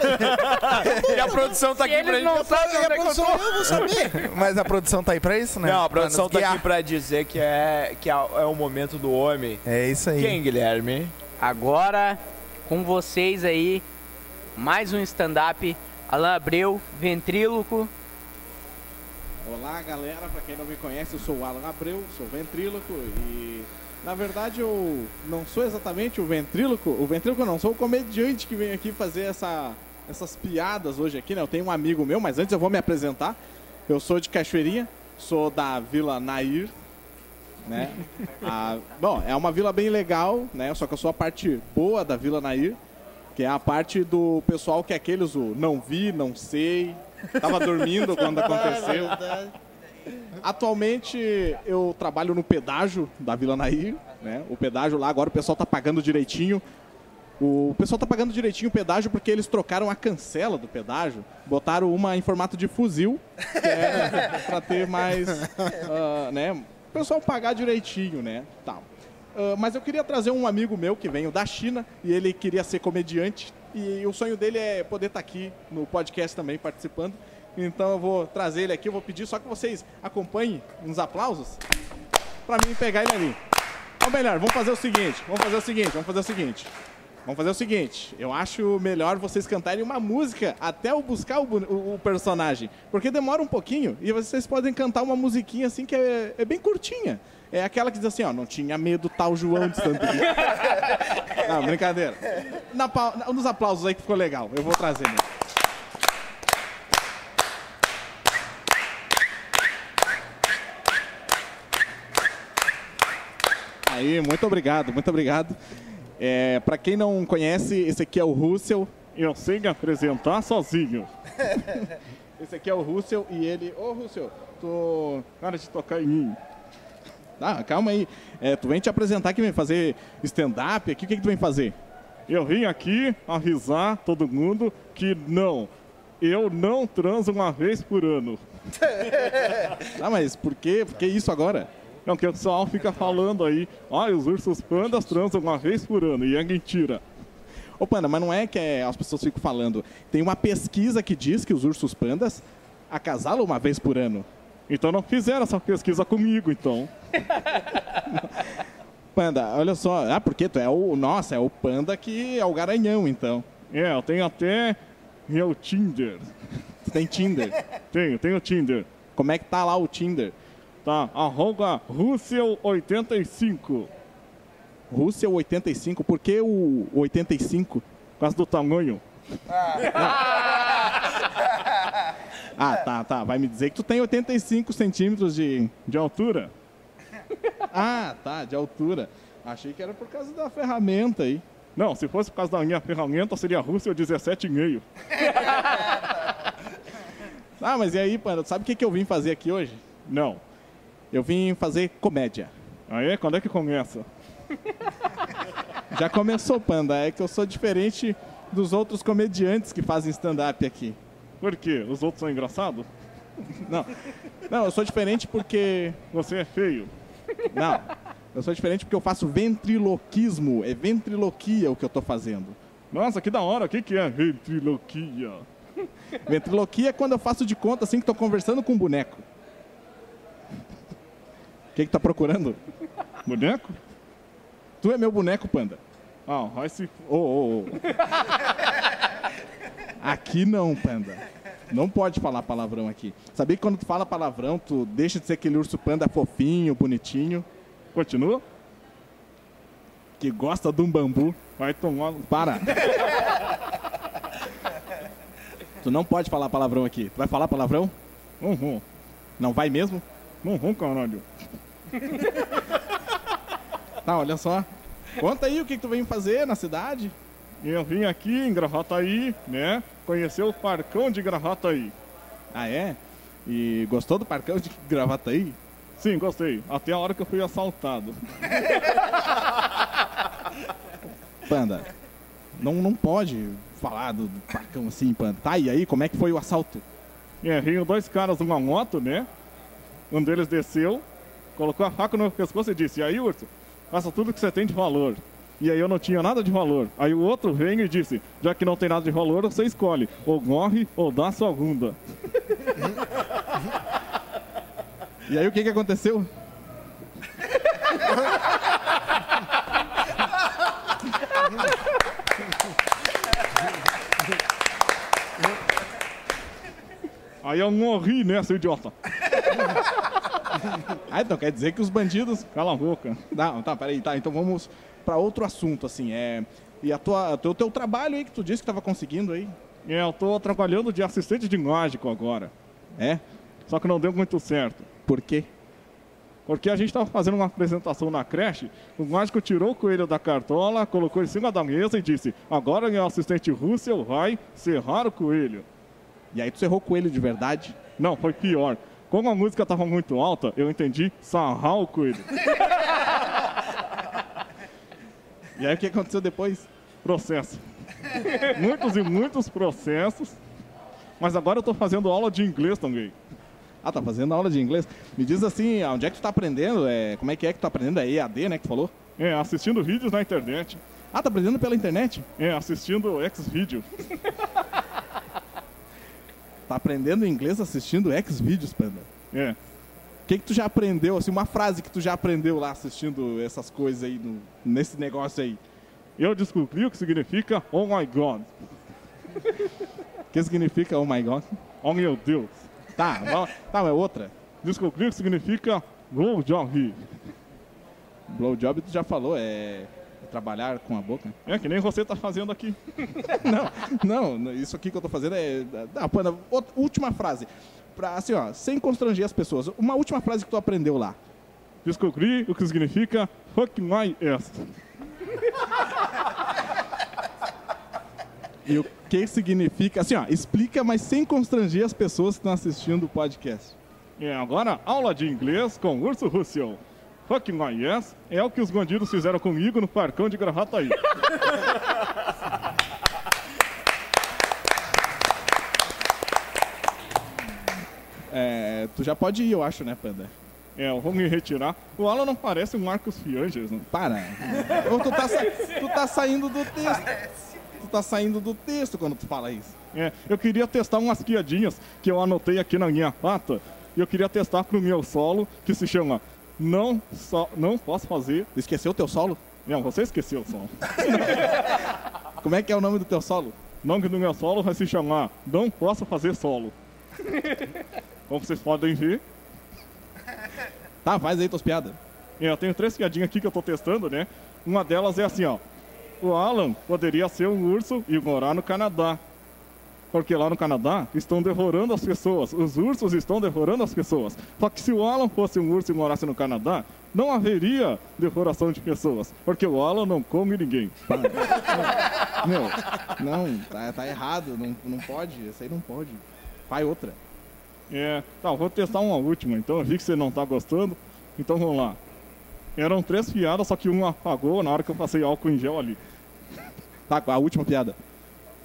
e a produção tá Se aqui pra eles gente. não sabem e a onde é que eu produção, tô. eu vou saber. Mas a produção tá aí pra isso, né? Não, a Pra produção nos tá guiar. aqui pra dizer que é, que é, é o momento do homem. É isso aí. Quem, Guilherme? Agora, com vocês aí, mais um stand-up. Alain Abreu, ventríloco. Olá, galera. Pra quem não me conhece, eu sou o Alan Abreu, sou ventríloco e na verdade eu não sou exatamente o ventríloco. O ventríloco não, sou o comediante que vem aqui fazer essa- essas piadas hoje aqui, né? Eu tenho um amigo meu, mas antes eu vou me apresentar. Eu sou de Cachoeirinha, sou da Vila Nair, né? A- bom, é uma vila bem legal, né? Só que eu sou a parte boa da Vila Nair, que é a parte do pessoal que é aqueles o não vi, não sei, tava Tá dormindo Ah, quando é aconteceu. Atualmente eu trabalho no pedágio da Vila Nair, né? O pedágio lá agora o pessoal tá pagando direitinho. O pessoal tá pagando direitinho o pedágio porque eles trocaram a cancela do pedágio, botaram uma em formato de fuzil, que é pra ter mais, ah, né? O pessoal pagar direitinho, né? Tal. Ah, mas eu queria trazer um amigo meu que veio da China e ele queria ser comediante e o sonho dele é poder estar aqui no podcast também participando. Então eu vou trazer ele aqui, eu vou pedir só que vocês acompanhem uns aplausos pra mim pegar ele ali. Ou melhor, vamos fazer o seguinte, vamos fazer o seguinte, vamos fazer o seguinte. Vamos fazer o seguinte, eu acho melhor vocês cantarem uma música até eu buscar o, bu- o- o personagem, porque demora um pouquinho e vocês podem cantar uma musiquinha assim que é, é bem curtinha. É aquela que diz assim, ó, não tinha medo tal João de Santo Cristo." Não, brincadeira. Na pau- na- nos aplausos aí que ficou legal, eu vou trazer. Né? Aí, muito obrigado, muito obrigado. É, para quem não conhece, esse aqui é o Russell. Eu sei me apresentar sozinho. esse aqui é o Russell e ele. Ô, Russell, tu. Para de tocar em mim. Ah, calma aí. É, tu vem te apresentar aqui, vem fazer stand-up aqui. O que, que tu vem fazer? Eu vim aqui avisar todo mundo que não, eu não transo uma vez por ano. Ah, mas por quê? Por que isso agora? É o que o pessoal fica falando aí. Ah, os ursos pandas transam uma vez por ano. E é mentira. Ô, Panda, mas não é que é- as pessoas ficam falando. Tem uma pesquisa que diz que os ursos pandas acasalam uma vez por ano. Então não fizeram essa pesquisa comigo, então. Panda, olha só. Ah, porque tu é o. Nossa, é o panda que é o garanhão, então. É, eu tenho até meu Tinder. Tu tem Tinder? tenho, tenho Tinder. Como é que tá lá o Tinder? Tá, arroba Russell85. Russell 85, por que o 85? Por causa do tamanho. Ah, tá, tá. Vai me dizer que tu tem 85 centímetros de. De altura? Ah, tá, de altura. Achei que era por causa da ferramenta aí. Não, se fosse por causa da minha ferramenta, seria Russell 17,5. Ah, mas e aí, Panda, sabe o que, que eu vim fazer aqui hoje? Não. Eu vim fazer comédia. Ah, é? Quando é que começa? Já começou, Panda. É que eu sou diferente dos outros comediantes que fazem stand-up aqui. Por quê? Os outros são engraçados? Não. Não, eu sou diferente porque. Você é feio. Não. Eu sou diferente porque eu faço ventriloquismo. É ventriloquia o que eu tô fazendo. Nossa, que da hora. O que, que é ventriloquia? Ventriloquia é quando eu faço de conta assim que tô conversando com um boneco. O que, que tá procurando? Boneco? Tu é meu boneco, panda. Ah, vai se... Ô, ô, ô. Aqui não, panda. Não pode falar palavrão aqui. Sabia que quando tu fala palavrão, tu deixa de ser aquele urso panda fofinho, bonitinho. Continua? Que gosta de um bambu. Vai tomar. Para. tu não pode falar palavrão aqui. Tu vai falar palavrão? Uhum. Não vai mesmo? Uhum, caralho. Tá, olha só. Conta aí o que, que tu veio fazer na cidade. Eu vim aqui em Gravataí, né? Conhecer o Parcão de Gravataí. Ah, é? E gostou do Parcão de Gravataí? Sim, gostei. Até a hora que eu fui assaltado. Panda, não, não pode falar do, do Parcão assim, Panda. Tá, e aí, como é que foi o assalto? É, vinham dois caras numa moto, né? Um deles desceu, colocou a faca no meu pescoço e disse: E aí, urso, faça tudo que você tem de valor. E aí eu não tinha nada de valor. Aí o outro veio e disse: Já que não tem nada de valor, você escolhe: ou morre ou dá sua bunda. E aí, o que, que aconteceu? Aí eu morri, né, seu idiota? Ah, então quer dizer que os bandidos. Cala a boca. Não, tá, peraí, tá. Então vamos pra outro assunto, assim. É. E a tua, o teu trabalho aí que tu disse que tava conseguindo aí? É, eu tô trabalhando de assistente de mágico agora. É? Só que não deu muito certo. Por quê? Porque a gente tava fazendo uma apresentação na creche, o mágico tirou o coelho da cartola, colocou em cima da mesa e disse: Agora meu assistente Russell vai serrar o coelho. E aí tu serrou o coelho de verdade? Não, foi pior. Como a música tava muito alta, eu entendi sarrar o coelho. e aí o que aconteceu depois? Processo. muitos e muitos processos. Mas agora eu tô fazendo aula de inglês também. Ah, tá fazendo aula de inglês. Me diz assim, onde é que tu tá aprendendo? É, como é que é que tu tá aprendendo? É EAD, né, que tu falou? É, assistindo vídeos na internet. Ah, tá aprendendo pela internet? É, assistindo X-Video. Tá aprendendo inglês assistindo X-Videos, Panda? É. O que que tu já aprendeu, assim, uma frase que tu já aprendeu lá assistindo essas coisas aí, no- nesse negócio aí? Eu descobri o que significa Oh My God. O que significa Oh My God? Oh Meu Deus. Tá, va- tá, mas outra. Descobri o que significa Blowjob. Blowjob tu já falou, é trabalhar com a boca. É que nem você tá fazendo aqui. não, não, isso aqui que eu tô fazendo é... Ah, Panda, outra- última frase. Pra, assim, ó, sem constranger as pessoas. Uma última frase que tu aprendeu lá. Descobri o que significa Fuck My Ass. E o que significa... Assim, ó, explica, mas sem constranger as pessoas que estão assistindo o podcast. E É agora, aula de inglês com Urso Russell. Fuck my ass é o que os bandidos fizeram comigo no parcão de Gravataí. É, tu já pode ir, eu acho, né, Panda? É, eu vou me retirar. O Alan não parece o Marcos Fianges, não? Para. Ô, tu, tá sa- tu tá saindo do texto. tá saindo do texto quando tu fala isso. É, eu queria testar umas piadinhas que eu anotei aqui na minha pata e eu queria testar pro meu solo que se chama Não, so não Posso Fazer. Esqueceu o teu solo? Não, você esqueceu o solo. Como é que é o nome do teu solo? O nome do meu solo vai se chamar Não Posso Fazer Solo. Como vocês podem ver. Tá, faz aí tuas piadas. Eu tenho três piadinhas aqui que eu tô testando, né? Uma delas é assim, ó. O Alan poderia ser um urso e morar no Canadá. Porque lá no Canadá estão devorando as pessoas. Os ursos estão devorando as pessoas. Só que se o Alan fosse um urso e morasse no Canadá, não haveria devoração de pessoas. Porque o Alan não come ninguém. Meu, não, tá, tá errado. Não, não pode. Isso aí não pode. Vai outra. É, tá, vou testar uma última então. Eu vi que você não tá gostando. Então vamos lá. Eram três piadas, só que uma apagou na hora que eu passei álcool em gel ali. Tá, a última piada.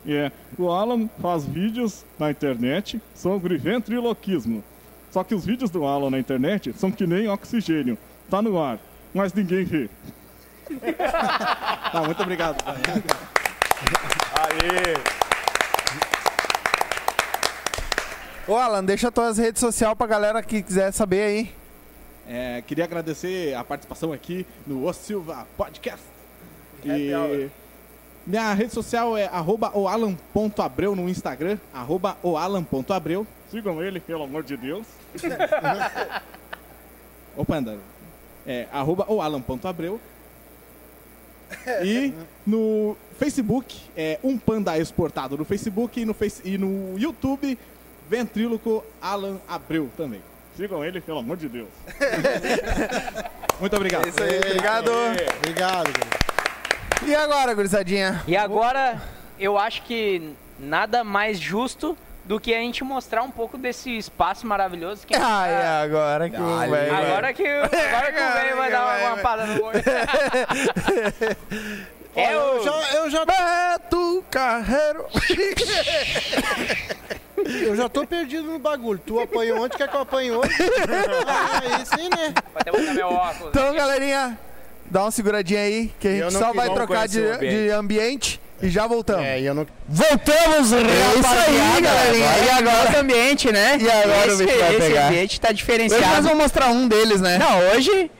É, o Alan faz vídeos na internet sobre ventriloquismo. Só que os vídeos do Alan na internet são que nem oxigênio. Tá no ar, mas ninguém vê. tá, muito obrigado. Aê! Ô, Alan, deixa tuas redes sociais pra galera que quiser saber aí. É, queria agradecer a participação aqui no O Silva Podcast. É E minha rede social é arroba oalan.abreu no Instagram, arroba oalan.abreu. Sigam ele, pelo amor de Deus. Ô Panda, é arroba oalan.abreu. E no Facebook, é um panda exportado no Facebook e no, face, e no YouTube, ventríloco Alan Abreu também. Sigam ele, pelo amor de Deus. Muito obrigado. É isso aí, obrigado. Obrigado. E agora, gurizadinha? E agora, eu acho que nada mais justo do que a gente mostrar um pouco desse espaço maravilhoso que a gente Ah, tá- é agora que o Dale. velho. Agora que, o- agora que o velho vai dar uma, uma parada no olho. É eu o... já, eu já. Beto Carreiro. Eu já tô perdido no bagulho. Tu apanhou onde? Quer que eu apanhe hoje? Ah, aí sim, né? Vou até botar meu óculos. né? Então, galerinha, dá uma seguradinha aí, que a Eu gente não só que- vai não trocar de conheci o de ambiente. ambiente. e já voltamos. É, e eu não... É Voltamos, rapaziada. E agora o ambiente, né? E agora o esse, bicho vai esse pegar. ambiente tá diferenciado. Hoje nós vamos mostrar um deles, né? Não, hoje,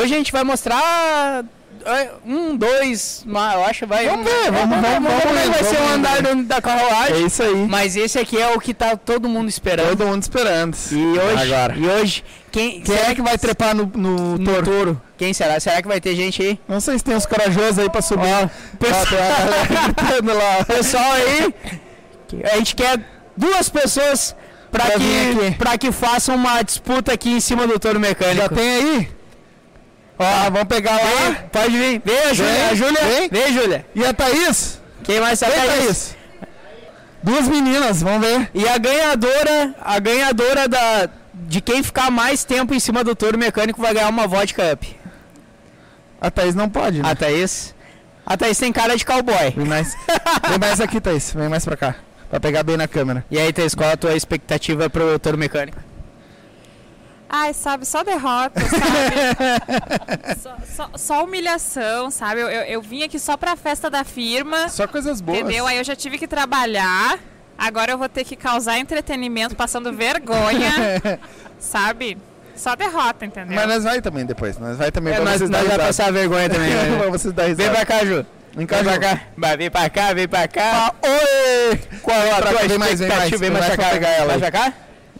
hoje a gente vai mostrar é, um, dois, uma, eu acho que vai. Vamos ver, vamos- vamos- ver como é que vamos- vai ser o vamos- andar do- da carruagem. É isso aí. Mas esse aqui é o que tá todo mundo esperando. Todo mundo esperando. E hoje, Agora. e hoje quem, Quem é que vai trepar no, no, touro? Quem será? Será que vai ter gente aí? Não sei se tem uns corajosos aí pra subir. pessoal, Pessoal aí, a gente quer duas pessoas pra que, pra que façam uma disputa aqui em cima do touro mecânico. Já tem aí? Ó, vamos pegar lá. pode vir. Tá. Vem a Júlia. a Júlia. Vem, Júlia. E a Thaís? Quem mais tá Vem, Thaís? Thaís. Duas meninas, vamos ver. E a ganhadora, a ganhadora da, de quem ficar mais tempo em cima do touro mecânico vai ganhar uma vodka up. A Thaís não pode, né? A Thaís. A Thaís tem cara de cowboy. Vem mais, vem mais aqui, Thaís. Vem mais pra cá. Pra pegar bem na câmera. E aí, Thaís, qual a tua expectativa pro touro mecânico? Ai, sabe, só derrota, sabe? só, só- só humilhação, sabe? Eu, eu, eu vim aqui só pra festa da firma. Só coisas boas. Entendeu? Aí eu já tive que trabalhar. Agora eu vou ter que causar entretenimento passando vergonha, sabe? Só derrota, entendeu? Mas nós vai também depois. Nós vai também. É, pra nós- vocês nós dar vai risada. passar vergonha também, né? Pra vocês dar risada. Vem pra cá, Ju. Vem cá, vem Ju. pra cá. Vai, vem pra cá, vem pra Ah, cá. Qual é a Pra tua expectativa? cá, vem mais, vem mais, vem mais pra pra cá. pegar ela Vai aí. pra cá?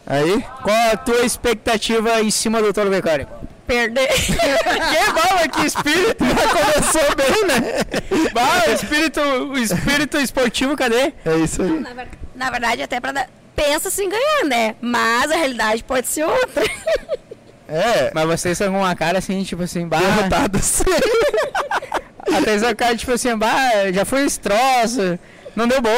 Aí? Qual a tua expectativa em cima do touro mecânico? Perder. que bom, é que espírito. Já começou bem, né? Bah, o espírito, o espírito esportivo, cadê? É isso aí. Na, ver- na verdade, até pra dar. Pensa assim ganhar, né? Mas a realidade pode ser outra. É. Mas vocês são com uma cara assim, tipo assim, bah. Derrotados. Até essa cara, tipo assim, bah, já foi esse troço. Não deu bom.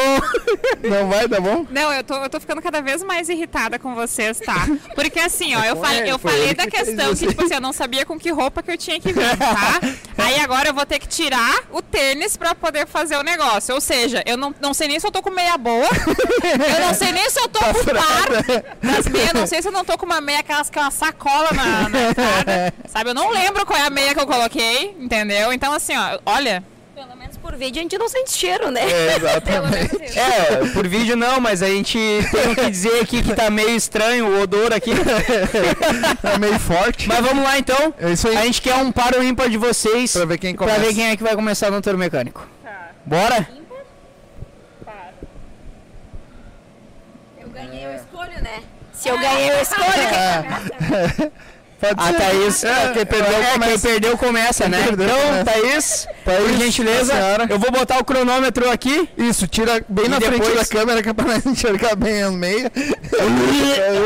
Não vai dar bom? Não, eu tô, eu tô ficando cada vez mais irritada com vocês, tá? Porque assim, ó, eu, Foi falei- ele, eu É foi falei ele da que fez questão que, isso. tipo assim, eu não sabia com que roupa que eu tinha que vir, tá? Aí agora eu vou ter que tirar o tênis pra poder fazer o negócio. Ou seja, eu não, não sei nem se eu tô com meia boa, eu não sei nem se eu tô Tá com par das meias, não sei se eu não tô com uma meia, aquelas que é uma sacola na, na entrada, sabe? Eu não lembro qual é a meia que eu coloquei, entendeu? Então assim, ó, olha, Pelo menos por vídeo a gente não sente cheiro, né? É, exatamente. É, por vídeo não, mas a gente tem o que dizer aqui que tá meio estranho o odor aqui. tá meio forte. Mas vamos lá então. É isso aí. A gente quer um par ou ímpar de vocês. Pra ver quem começa. ver quem é que vai começar no touro mecânico. Bora? Eu ganhei, eu escolho, né? Se eu ganhei, eu É. É. escolho. Ah, a ser. Thaís, É, quem, perdeu, é, quem perdeu começa, né? Quem perdeu então, começa. Thaís, por gentileza, a senhora. eu vou botar o cronômetro aqui. Isso, tira bem E na frente da depois- câmera que é pra nós enxergar bem as meias.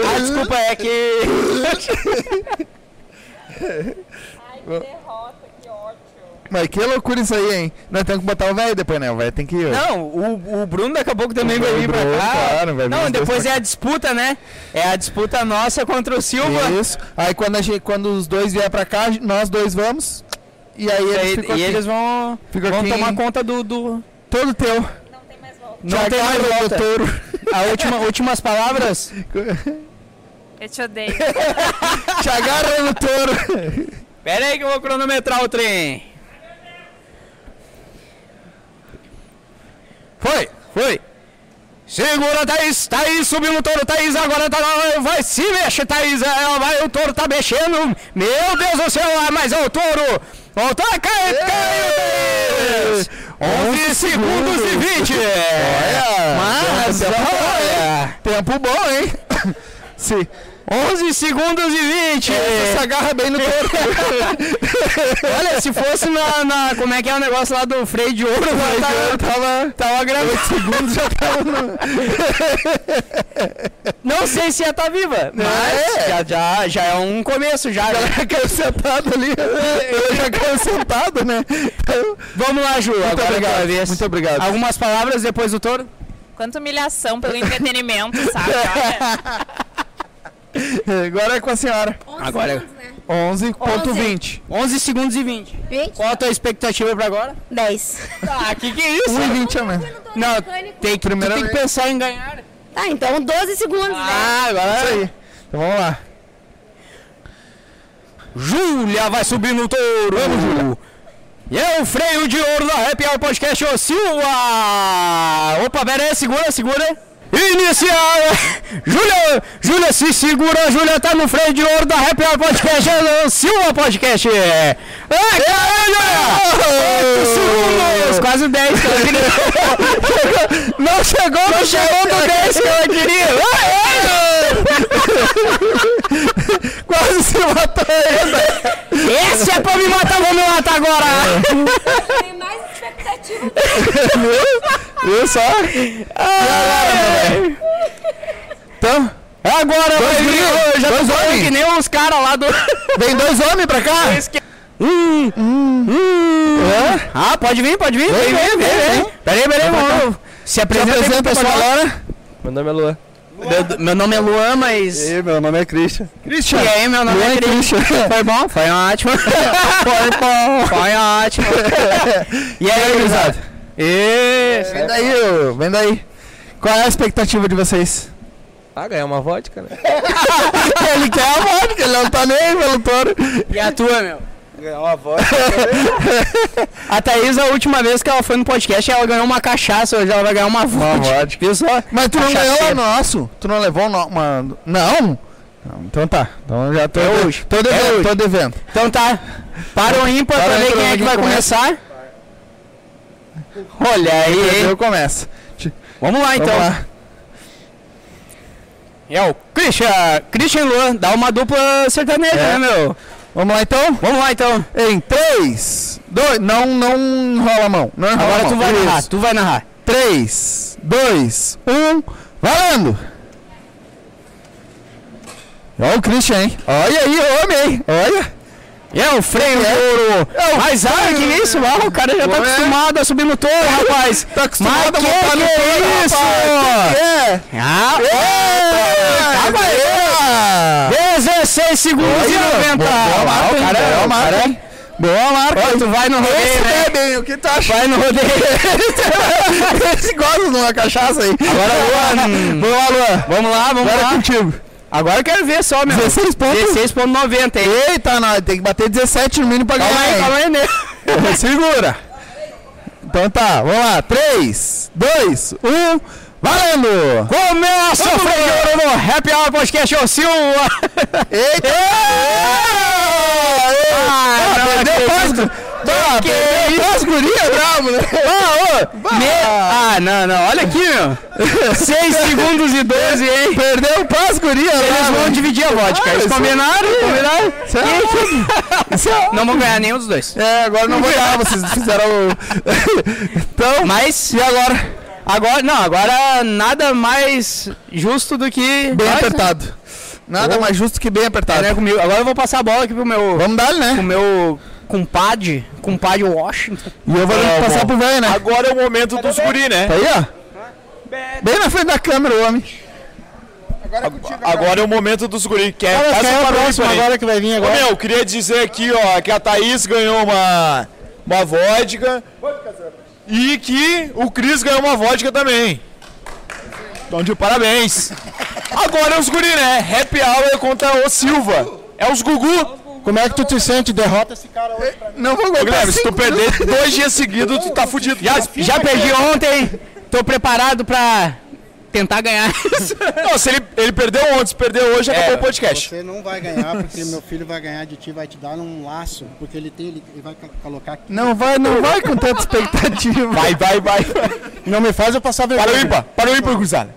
ah, desculpa, é que. Mas que loucura isso aí, hein? Nós temos que botar o velho depois, né? O velho tem que ir. Não, o, o Bruno daqui a pouco também O vai vir pra Bruno, cá. claro, vai vir não, os dois depois pra é cá. a disputa, né? É a disputa nossa contra o Silva. Isso. Aí quando, a gente, quando os dois vier pra cá, nós dois vamos. E aí eles, e, ficam e aqui. eles vão, Ficam vão aqui. tomar conta do. do... Todo teu. Não tem mais agarra, volta. doutor. A última, últimas palavras? Eu te odeio. Te agarra no touro. Pera aí que eu vou cronometrar o trem. Foi, foi. Segura, Thaís. Thaís subiu no touro. Thaís agora tá lá. Vai se mexe, Thaís. Ela vai, o touro tá mexendo. Meu Deus do céu, ah, mas é o touro. O touro cai, caiu, Thaís. 11 segundos e 20. Mas, olha. Tempo bom, hein? Sim. É. 11 segundos e 20. Essa se agarra bem no touro. Olha, se fosse na, na- Como é que é o negócio lá do freio de ouro? tava, tava, tava gravando. segundos já tá um. tava Não sei se ia estar viva, mas já, já, já é um começo. Já, É. já caiu sentado ali. Eu já caiu sentado, né? Vamos lá, Ju. Muito agora obrigado. Vez. Muito obrigado. Algumas palavras depois do touro? Quanta humilhação pelo entretenimento, sabe? Agora é com a senhora. Agora é. 11.20. 11 segundos e 20. Qual a tua expectativa pra agora? 10. Ah, que que é isso? 1,20 a menos. Não, tem que, tu tem que Primeiramente. pensar em ganhar. Tá, então 12 segundos, Ah, agora é aí. Então vamos lá. Júlia vai subir no touro. Vamos, Júlia. E é o freio de ouro da Happy Hour Podcast, ô Silva! Opa, pera aí, segura, segura. Inicial! Júlia, Júlia, se segura, Júlia tá no freio de ouro da Happy Hour Podcast, é o Silva Podcast! É, Júlia! 8 segundos, quase 10 que ela queria. Não chegou, não chegou no 10 que ela queria. Quase se matou ainda. Esse é pra me matar, vou me matar agora. Tem mais expectativa. Viu? Viu só? Então, agora Dois vai vir, meninos, eu já tô dois falando homens. que nem os caras lá do... Vem dois homens pra cá? Hum, hum. Hã? Ah, pode vir, pode vir. Vem, vem, vem. Peraí, peraí, vamos. Se apresenta aí pro apresenta pra pessoal galera. agora. Meu nome é Luan. Meu, meu nome é Luan, mas. E aí, meu nome é Christian. Christian. E aí, meu nome é Christian. Foi bom? Foi ótimo. Foi bom. Foi ótimo. E aí, gurizada? Isso. Vem daí, ô, vem daí. Qual é a expectativa de vocês? Ah, é um- ganhar uma vodka, né? ele quer a vodka, ele não tá nem aí pelo touro. E a tua, meu? Ganhar uma vodka. A Thaís, a última vez que ela foi no podcast, ela ganhou uma cachaça, hoje ela vai ganhar uma vodka. Viu só? Mas tu não Cachaceiro. ganhou o nosso? Tu não levou o no... uma... Não? Não, Então tá. Então já tô, É de- hoje. tô devendo, É hoje. tô devendo. Então tá. Para o ímpar pra Para ver ímpar, quem é que vai começa. começar. Olha aí, hein? Eu começo. Ti- Vamos lá então. lá. É o Christian, Christian Luan, dá uma dupla sertaneja, É. né, meu? Vamos lá então? Vamos lá então. Em 3, 2, não, não enrola a mão. Não enrola Agora a tu mão. vai narrar, tu vai narrar. 3, 2, 1, valendo! Olha o Christian, hein? Olha aí, homem, hein? Olha! É o freio de ouro. É Mas ah, que isso, ah, o cara já tá Ué. acostumado a subir no touro, rapaz. tá acostumado a montar no touro, é isso? rapaz. Que que é? Ah, é. Calma aí. 16 segundos e 90. boa marca, Ah, o cara, o cara- hein? Boa marca, hein? Boa marca! Ó, tu vai no rodeio, Esse né? bebe, hein? O que tu acha? Vai no rodeio. Esse gosta de uma cachaça aí. Agora, Luan. Boa, Luan. Vamos lá, vamos Agora lá. é contigo. Agora eu quero ver só, meu. 16 pontos. 16.90, hein? Eita, nós tem que bater 17 no mínimo pra Calma ganhar. aí, hein? calma aí, né? Segura. Então tá, vamos lá. 3, 2, 1, valendo! Começa o freio no Happy Hour Podcast ô Silva! Eita! Ah, que isso, guria, brabo, né? Ah, não, não, olha aqui, meu. 6 segundos e 12, hein? Perdeu né, o passo, guria, Eles vão dividir a vodka. Eles Ah, isso- é combinaram, combinaram. Isso é E- Isso é- Não vão ganhar nenhum dos dois. É, agora não vou ganhar, vocês fizeram. então, mas e agora? Agora não, agora nada mais justo do que né? bem apertado. Nada mais justo que bem apertado. É, né, comigo. Agora eu vou passar a bola aqui pro meu Vamos dar, né? Pro meu compadre, compadre Washington. E eu vou passar pro velho, né? Agora é o momento dos guri, né? Tá aí, ó. Bem na frente da câmera, o homem. Agora é o momento dos guri. Quer Cara, faz quem é um o barulho próximo pra mim. agora que vai vir agora? Ô, meu, queria dizer aqui, ó, que a Thaís ganhou uma, uma vodka. E que o Cris ganhou uma vodka também. Então, de parabéns. Agora é os guri, né? Happy Hour contra o Silva. É os Gugu. Como é que tu te sente? Derrota esse cara hoje pra mim. Não vou Ô, Guilherme, se tu perder dois dias seguidos, tu tá fudido. Já, já perdi ontem. Tô preparado pra tentar ganhar isso. Não, se ele, ele perdeu ontem, se perdeu hoje, É. É. acabou o podcast. Você não vai ganhar porque meu filho vai ganhar de ti, vai te dar um laço, porque ele tem, ele, ele vai ca- colocar aqui. Não vai, não vai com tanta expectativa. Vai, vai, vai. Não me faz eu passar vergonha. Para o ímpar, para o ímpar, cruzada.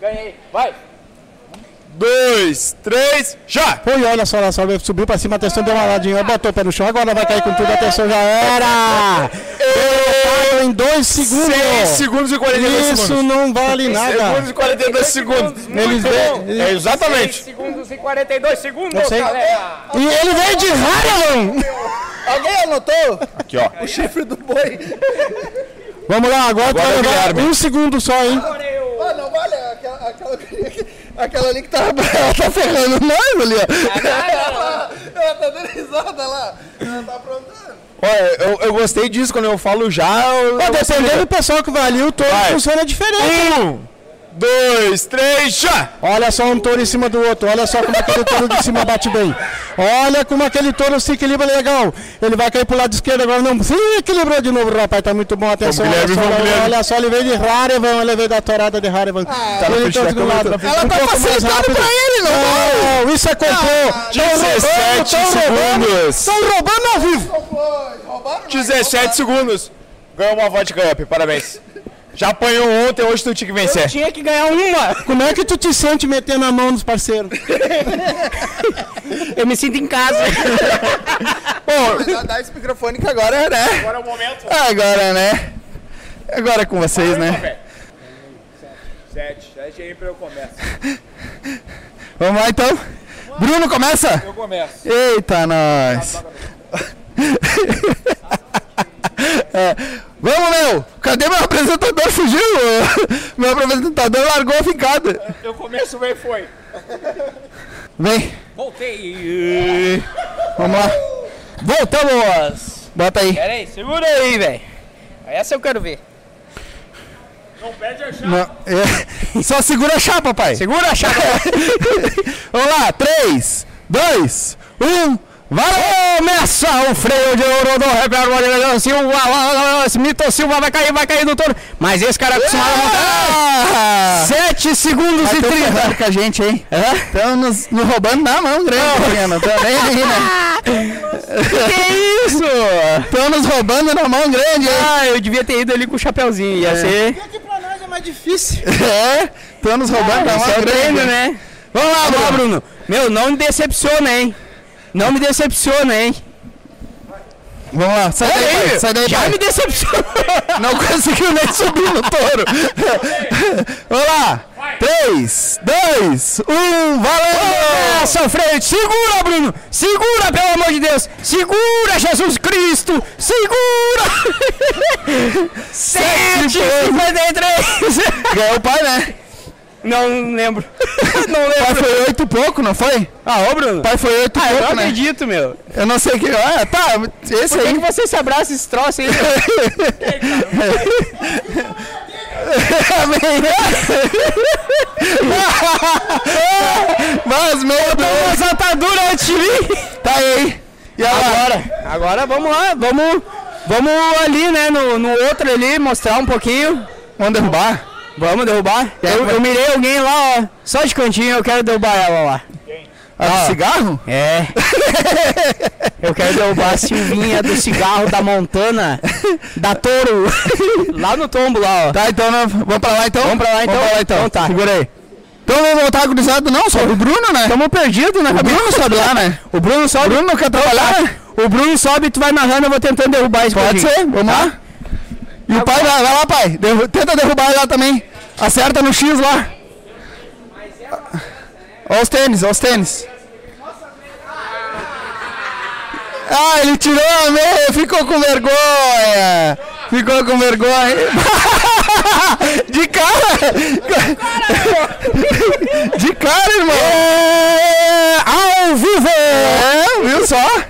Ganhei. Vai. Dois, três, já! Pô, e olha só, olha só, subiu pra cima, a atenção deu uma ladinha, botou o pé no chão, agora vai cair com tudo, a atenção já era! Derrotado em dois segundos! Seis segundos e 42 Isso segundos. não vale nada! Segundos e 42 segundos. Eles vêm- É, exatamente. 6 segundos e 42 segundos, Eu sei. galera. E ele veio de Harlem! Alguém anotou? Aqui, ó. O chifre do boi. Vamos lá, agora, tu vai Agora é o levar Guilherme. um segundo só, hein? Ah, não vale aquela, aquela, aquela ali que tá, ela tá ferrando nós ali, ó. Ela tá dando risada lá. Ela tá aprontando. Olha, eu, eu gostei disso, quando eu falo já. Eu, Ó, eu dependendo do pessoal que vai ali, o touro Vai. funciona diferente. Um, dois, três, já! Olha só um touro em cima do outro, olha só como é aquele touro de cima bate bem. Olha como aquele touro se equilibra legal. Ele vai cair pro lado esquerdo agora, não se equilibrou de novo, rapaz, tá muito bom, atenção. Vamos, Guilherme, olha, só, olha, só, vamos, Guilherme. ele veio de Rarevan, ele veio da torada de Rarevan. Tá na frente da câmera, tá na frente. Um Ela tá facilitando pra ele, não Não, isso é complô. Tão roubando, 17 tão roubando, segundos. Tão roubando ao vivo. 17 segundos. Ganhou uma vodka up, parabéns. Já apanhou ontem, hoje tu tinha que vencer. que ganhar uma. Como é que tu te sente metendo a mão nos parceiros? Eu me sinto em casa. Dá, dá esse microfone que agora é, né? Agora é o momento. Agora, né? Agora é com vocês, né? Sete, sete aí pra eu começar. Vamos lá, então. Bruno, começa? Eu começo. Eita, nós. É, Vamos, meu! Cadê meu apresentador? Fugiu! Meu apresentador largou a fincada. Eu É, começo, bem foi. Vem, Voltei. vamos lá. Voltamos. Bota aí. Pera aí, segura aí, velho. Essa eu quero ver. Não perde a Não, é. Só segura a chapa, pai. Segura a chapa. Vamos lá, 3, 2, 1. Valeu! um, Começa o freio de ouro do Rebeiro Silva. lá, lá, lá, esse Mito Silva vai cair, vai cair do touro. Mas esse cara é acostumado a montar. 7 segundos Vai e ter um 30. Ferrari com a gente, hein? Estão nos, nos roubando na mão, grande. Não tô nem aí, né? que isso? Estão nos roubando na mão grande, hein? Ah, eu devia ter ido ali com o chapeuzinho. Ia É. ser. Aqui pra nós é mais difícil. É, estão nos roubando na Esse é mão o treino, grande. né? Vamos lá, Bruno. Meu, não me decepciona, hein? Não me decepciona, hein? Vamos lá, sai daí, pai, sai daí, Já pai. Ah. me decepcionou. Não conseguiu nem subir no touro. Vamos lá. 3, 2, 1, valeu! Essa frente, segura, Bruno! Segura, pelo amor de Deus! Segura, Jesus Cristo! Segura! 753! Ganhou o pai, né? Não lembro. Não Pai lembro. foi oito e pouco, não foi? Ah, ô, Bruno! Pai foi oito e Ah, eu pouco, não né? acredito, meu! Eu não sei o que. Ah, tá, esse Por que, aí. que você se abraça esse troço aí? Mas meio Uma saltadura antes de mim! Tá aí. E agora? Agora vamos lá, vamos Vamos ali, né, no, no outro ali, mostrar um pouquinho. Vamos derrubar? Vamos derrubar. Eu, eu mirei alguém lá, ó, só de cantinho, eu quero derrubar ela lá. A do Ah, cigarro? É. Eu quero derrubar a Silvinha do cigarro da Montana, da Toro. Lá no tombo, lá, ó. Tá, então, não- vamos pra lá, então? Vamos pra lá, então? Vamos pra lá, então. tá. Segura aí. Então não vamos voltar gurizado não, só o Bruno, né? Tamo perdido, né? O Bruno sobe lá, né? O Bruno sobe. Então tá. O Bruno não quer trabalhar? né? O Bruno sobe e tu vai narrando, eu vou tentando derrubar esse Pode pouquinho. ser, vamos lá? E o pai, vai, vai lá, pai. Derru- tenta derrubar lá também. Acerta no X lá. Olha os tênis, olha os tênis. Ah, ele tirou a meia, ficou com vergonha. Ficou com vergonha. De cara. De cara, irmão. ao vivo. É, viu só?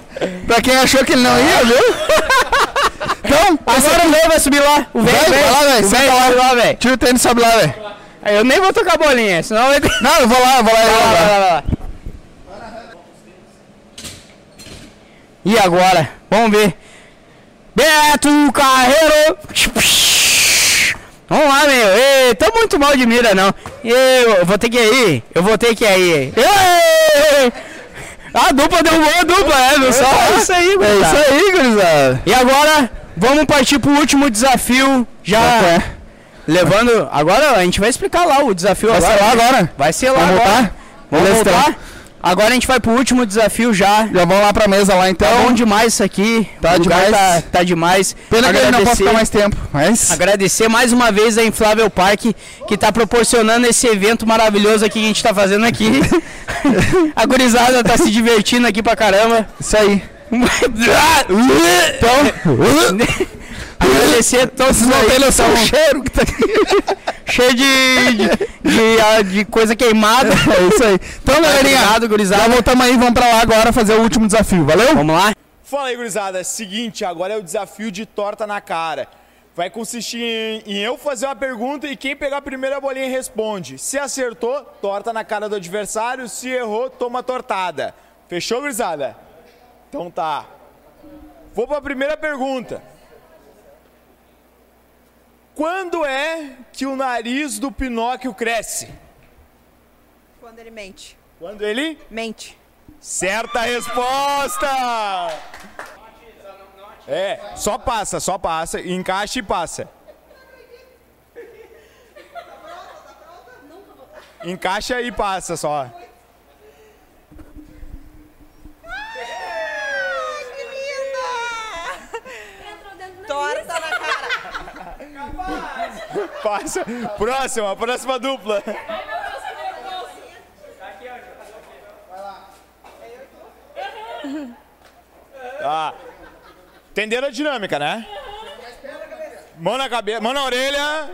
Pra quem achou que ele não ia, viu? Então, agora o velho vai subir lá. O velho, vai, velho, lá, o velho. Senta velho lá, sobe lá, velho. Tira o tênis e sobe lá, velho. Eu nem vou tocar a bolinha, senão vai ter... Não, eu vou lá, eu vou lá. eu vou lá. E agora? Vamos ver. Beto Carreiro! Vamos lá, meu. Ei, tô muito mal de mira, não. Eu vou ter que ir. Eu vou ter que ir. Ei! A dupla derrubou a dupla, é, meu só. É isso aí, É gurizada. isso aí, gurizada. E agora, vamos partir pro último desafio. Já é? levando. Agora a gente vai explicar lá o desafio Vai agora. né? ser lá agora? Vai ser lá Vamos agora. voltar? Vamos Beleza, então. voltar. Agora a gente vai pro último desafio já. Já vamos lá pra mesa lá então. Tá bom demais isso aqui. Tá O lugar demais. Tá, tá demais. Pena que ele não pode Agradecer- ficar mais tempo, mas. Agradecer mais uma vez a Inflável Park que tá proporcionando esse evento maravilhoso aqui que a gente tá fazendo aqui. a gurizada tá se divertindo aqui pra caramba. Isso aí. então, agradecer a todos Vocês não aí têm que noção do tão- cheiro que tá aqui. cheio de, de, de, ah, de coisa queimada. É isso aí. Então, galerinha, Obrigado, gurizada. já voltamos aí, vamos pra lá agora fazer o último desafio, valeu? Vamos lá. Fala aí, gurizada. Seguinte, agora é o desafio de torta na cara. Vai consistir em, em eu fazer uma pergunta e quem pegar a primeira bolinha responde. Se acertou, torta na cara do adversário. Se errou, toma tortada. Fechou, gurizada? Então tá. Vou pra primeira pergunta. Quando é que o nariz do Pinóquio cresce? Quando ele mente. Quando ele? Mente. Certa resposta! É, só passa, só passa, encaixa e passa. Encaixa e passa só. Torta na cara. Passa. Próxima, próxima dupla. Tá. Entenderam a dinâmica, né? Mão na cabeça, mão na orelha.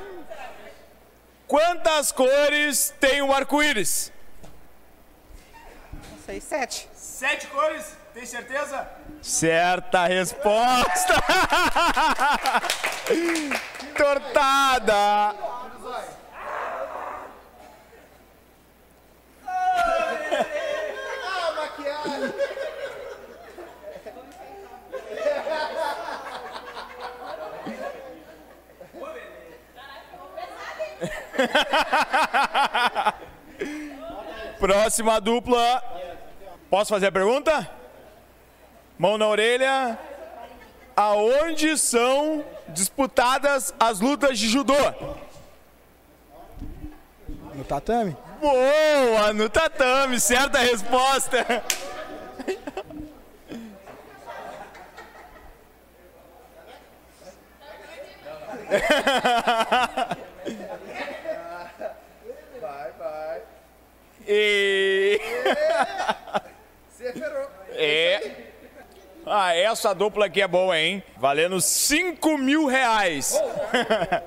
Quantas cores tem o arco-íris? Não sei, sete. Sete cores? Tem certeza? Certa resposta! Tortada! Ah, maquiagem! Próxima dupla. Posso fazer a pergunta? Mão na orelha. Aonde são disputadas as lutas de judô? No tatame? Boa, no tatame, certa resposta. Vai, vai. E... Você ferrou. É. Ah, essa dupla aqui é boa, hein? Valendo 5 mil reais.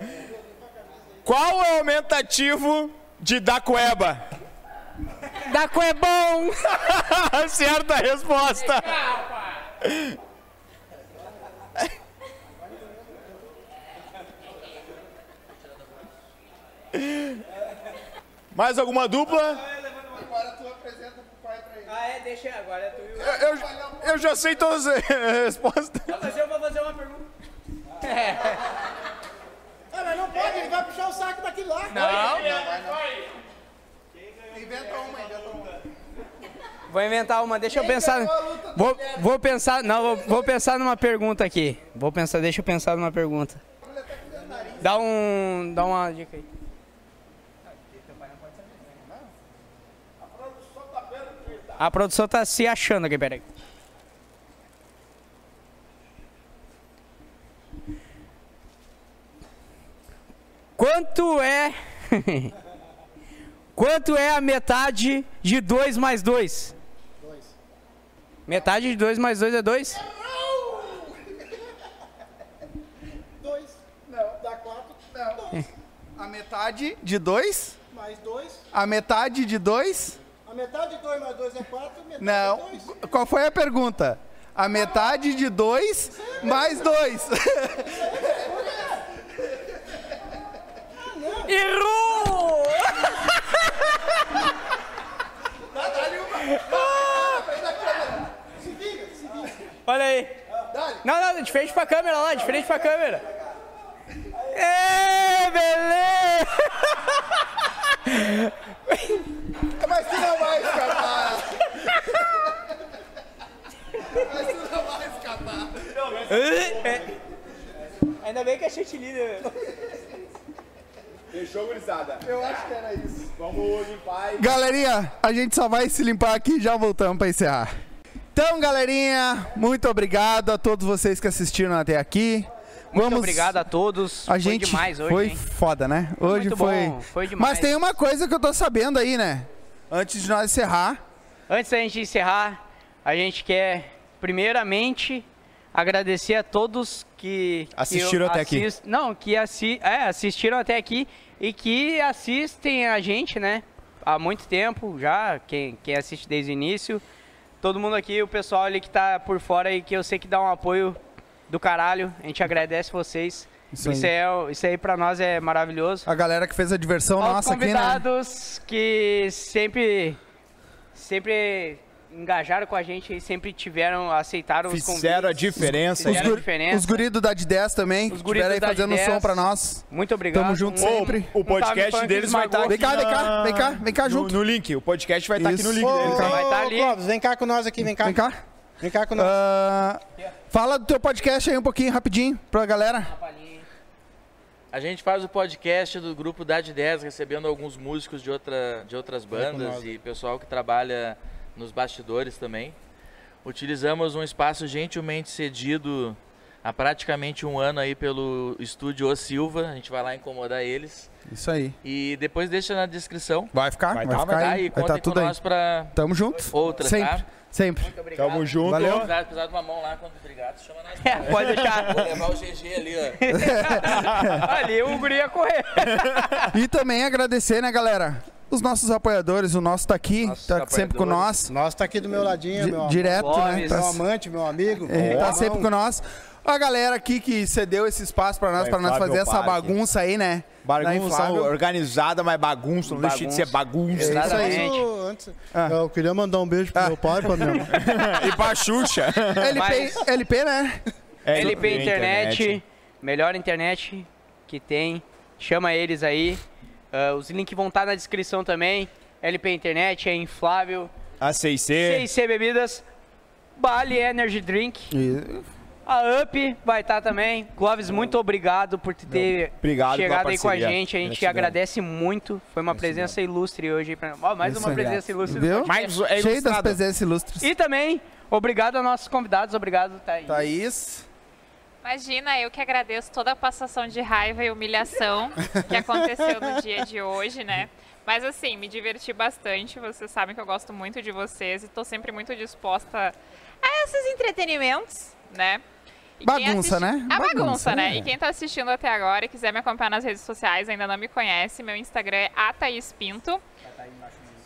Qual é o aumentativo de da Cueba? Da Cuebão! Certa resposta! Mais alguma dupla? Agora tu apresenta pro pai pra ele. Ah, é, deixa agora. Tu... Eu, eu já sei todas as respostas. Não, mas eu vou fazer uma pergunta. É. inventar uma, deixa eu pensar. Vou, vou pensar, não, vou, vou pensar numa pergunta aqui. Vou pensar, deixa eu pensar numa pergunta. Dá um, dá uma dica aí. A produção tá se achando aqui, peraí. Quanto é. Quanto é a metade de 2 mais 2? Metade de 2 mais 2 é 2? Dois. Não, dá quatro. Não. A metade De dois? Mais dois. A metade de dois? A metade de dois mais dois é quatro. Metade Não. Qu- Qual foi a pergunta? A metade de dois mais dois. é Errou! Olha aí. Não, não, de frente pra câmera lá, de frente pra câmera. É, beleza! Mas tu não vai escapar. Mas tu não vai escapar. Ainda bem que é chute líder. Fechou, gurizada. Eu acho que era isso. Vamos limpar Galerinha, a gente só vai se limpar aqui e já voltamos para encerrar. Então, galerinha, muito obrigado a todos vocês que assistiram até aqui. Muito obrigado a todos. A Foi gente demais hoje, Foi hein? foda, né? Foi Hoje muito foi. bom, foi demais. Mas tem uma coisa que eu tô sabendo aí, né? Antes de nós encerrar, Antes da gente encerrar, a gente quer, primeiramente, agradecer a todos que... que Assistiram até aqui. aqui. Não, que assi é, assistiram até aqui e que assistem a gente, né? Há muito tempo já, quem, quem assiste desde o início. Todo mundo aqui, o pessoal ali que tá por fora e que eu sei que dá um apoio do caralho. A gente agradece vocês. Isso Isso, aí. aí. é, isso aí pra nós é maravilhoso. a galera que fez a diversão Aos nossa aqui, né? convidados que sempre sempre engajaram com a gente e sempre tiveram, aceitaram os convites. Fizeram a diferença. Fizeram né? Os a guri- diferença. Os guri do Dad 10 também, Os que guri estiveram do aí Dad fazendo 10. som pra nós. Muito obrigado. Tamo junto Um- sempre. um Time Punk esmagou. Vem cá, vem cá, vem cá, vem cá junto. tá No link, o podcast Tá vai tá- estar aqui Isso. no link né? deles. Ô, hein? ô, Clóvis, vem cá com nós aqui, vem cá. Vem cá. Vem cá com nós. Ah, fala do teu podcast aí um pouquinho, rapidinho, pra galera. A gente faz o podcast do grupo Dade 10, recebendo alguns músicos de, outra, de É outras bandas nós. e pessoal que trabalha nos bastidores também. Utilizamos um espaço gentilmente cedido há praticamente um ano aí pelo estúdio O Silva. A gente vai lá incomodar eles. Isso aí. E depois deixa na descrição. Vai ficar, vai, ficar Tá aí, aí, vai contem estar com tudo aí. nós pra Tamo junto. outras, sempre, tá? sempre. Tamo Valeu. Valeu. É, Apesar, apesar de uma mão lá quando obrigado, chama nós. pode deixar. Vou levar o GG ali, ó. ali o guri ia correr. E também agradecer, né, galera? Os nossos apoiadores, o nosso tá aqui, tá sempre com nós. Nós tá aqui do meu ladinho, Di- meu amor. direto, né? Tá- Meu amante, meu amigo. É, tá Irmão. sempre com nós. A galera aqui que cedeu esse espaço pra nós, Da pra nós Inflável fazer essa Parque. bagunça aí, né? Da Bagunça Inflável. organizada, mas bagunça, não deixa de ser bagunça. É isso aí. Eu- antes- Eu queria mandar um beijo pro meu pai, pra minha e pra Xuxa. LP, LP, né? É, LP é internet, internet. melhor internet que tem. Chama eles aí. Ah, os links vão estar na descrição também. LP Internet é inflável. A 6C. CIC Bebidas. Bali Energy Drink. A UP vai estar também. Clóvis, muito obrigado por tu ter Obrigado pela chegado aí com a parceria. gente. A gente Gratidão. agradece muito. Foi uma presença ilustre hoje. aí pra- Ó, mais uma presença ilustre. do Viu? podcast. É, Cheio das presenças ilustres. E também, obrigado aos nossos convidados. Obrigado, Thaís. Thaís. Imagina, eu que agradeço toda a passação de raiva e humilhação que aconteceu no dia de hoje, né? Mas assim, me diverti bastante. Vocês sabem que eu gosto muito de vocês e tô sempre muito disposta a esses entretenimentos, né? E quem Bagunça, assisti- né? A bagunça, Bagunça, né? é. E quem tá assistindo até agora e quiser me acompanhar nas redes sociais, ainda não me conhece, meu Instagram é ataispinto.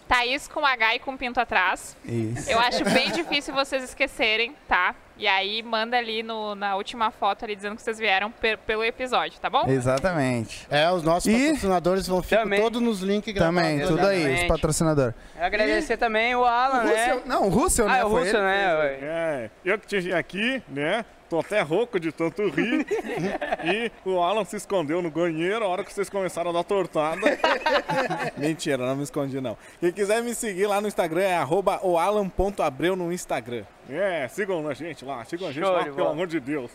Thaís com H e com pinto atrás. Isso. Eu acho bem difícil vocês esquecerem, tá? E aí manda ali no- na última foto ali dizendo que vocês vieram pe- pelo episódio, tá bom? Exatamente. É, os nossos patrocinadores vão ficar todos nos links gravados. Também, tudo aí, os patrocinadores. Eu agradecer também o Alan, né? um Não, o Russell, Ah, né? é o Foi Russell, ele. né? É, eu que te vim aqui, né? Tô Tô até rouco de tanto rir. e o Alan se escondeu no banheiro a hora que vocês começaram a dar tortada. Mentira, não me escondi não. Quem quiser me seguir lá no Instagram é arroba oalan.abreu no Instagram. É, sigam a gente lá, sigam a gente Show lá, de pelo bola. amor de Deus.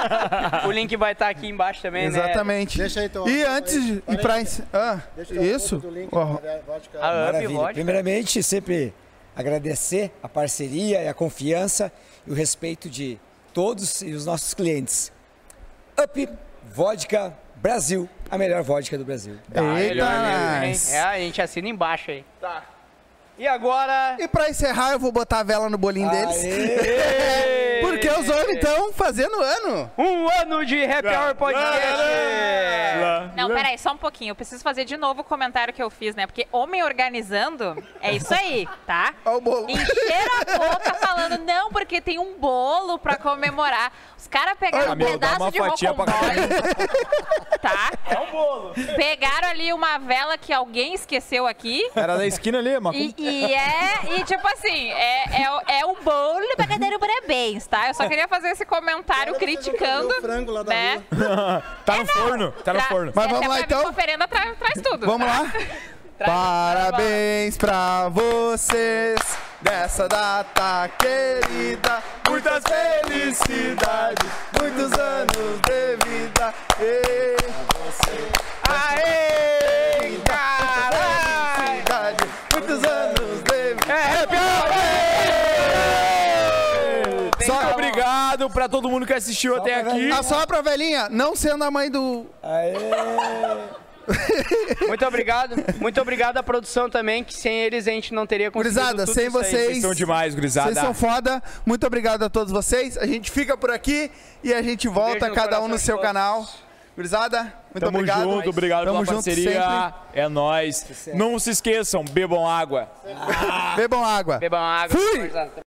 O link vai estar aqui embaixo também, né? Exatamente. E antes de. E pra ensi- ah, um isso? Ó, né, Ah, Maravilha. Primeiramente, sempre agradecer a parceria e a confiança e o respeito de todos e os nossos clientes. Up Vodka Brasil, a melhor vodka do Brasil. Tá, É, a gente assina embaixo aí. Tá. E agora. E pra encerrar, eu vou botar a vela no bolinho deles. Porque os homens estão fazendo ano. Um ano de Happy Hour Podcast. Né? Não, peraí, só um pouquinho. Eu preciso fazer de novo o comentário que eu fiz, né? Porque homem organizando é isso aí, tá? Olha o bolo. Encher a boca falando, não, porque tem um bolo pra comemorar. Os caras pegaram um pedaço de rocambole, É um bolo. pegaram ali uma vela que alguém esqueceu aqui. Era da esquina ali, Macu. E, e é, e tipo assim, é, é, o- é o bolo pra cadê o parabéns, tá? Eu só queria fazer esse comentário criticando, né? tá É no forno, tá no forno. Mas vamos lá então. Oferenda traz, traz tudo. Vamos tá? lá? Parabéns pra vocês nessa data querida. Muitas felicidades, muitos anos de vida. E você. Aê, caralho! Muitos anos de vida. É happy Só obrigado pra todo mundo que assistiu até aqui. Ah, só pra velhinha, não sendo a mãe do. Muito obrigado. Muito obrigado à produção também, que sem eles a gente não teria conseguido. Gurizada, tudo sem isso aí. vocês. gurizada. Vocês são foda. Muito obrigado a todos vocês. A gente fica por aqui e a gente volta, no cada um coração no de seu canal. Gurizada, muito Tamo obrigado. junto, obrigado Tamo pela junto Tá parceria. É nóis. Não se esqueçam, bebam água. sempre. Bebam água. Bebam água. Fui! Gurizada,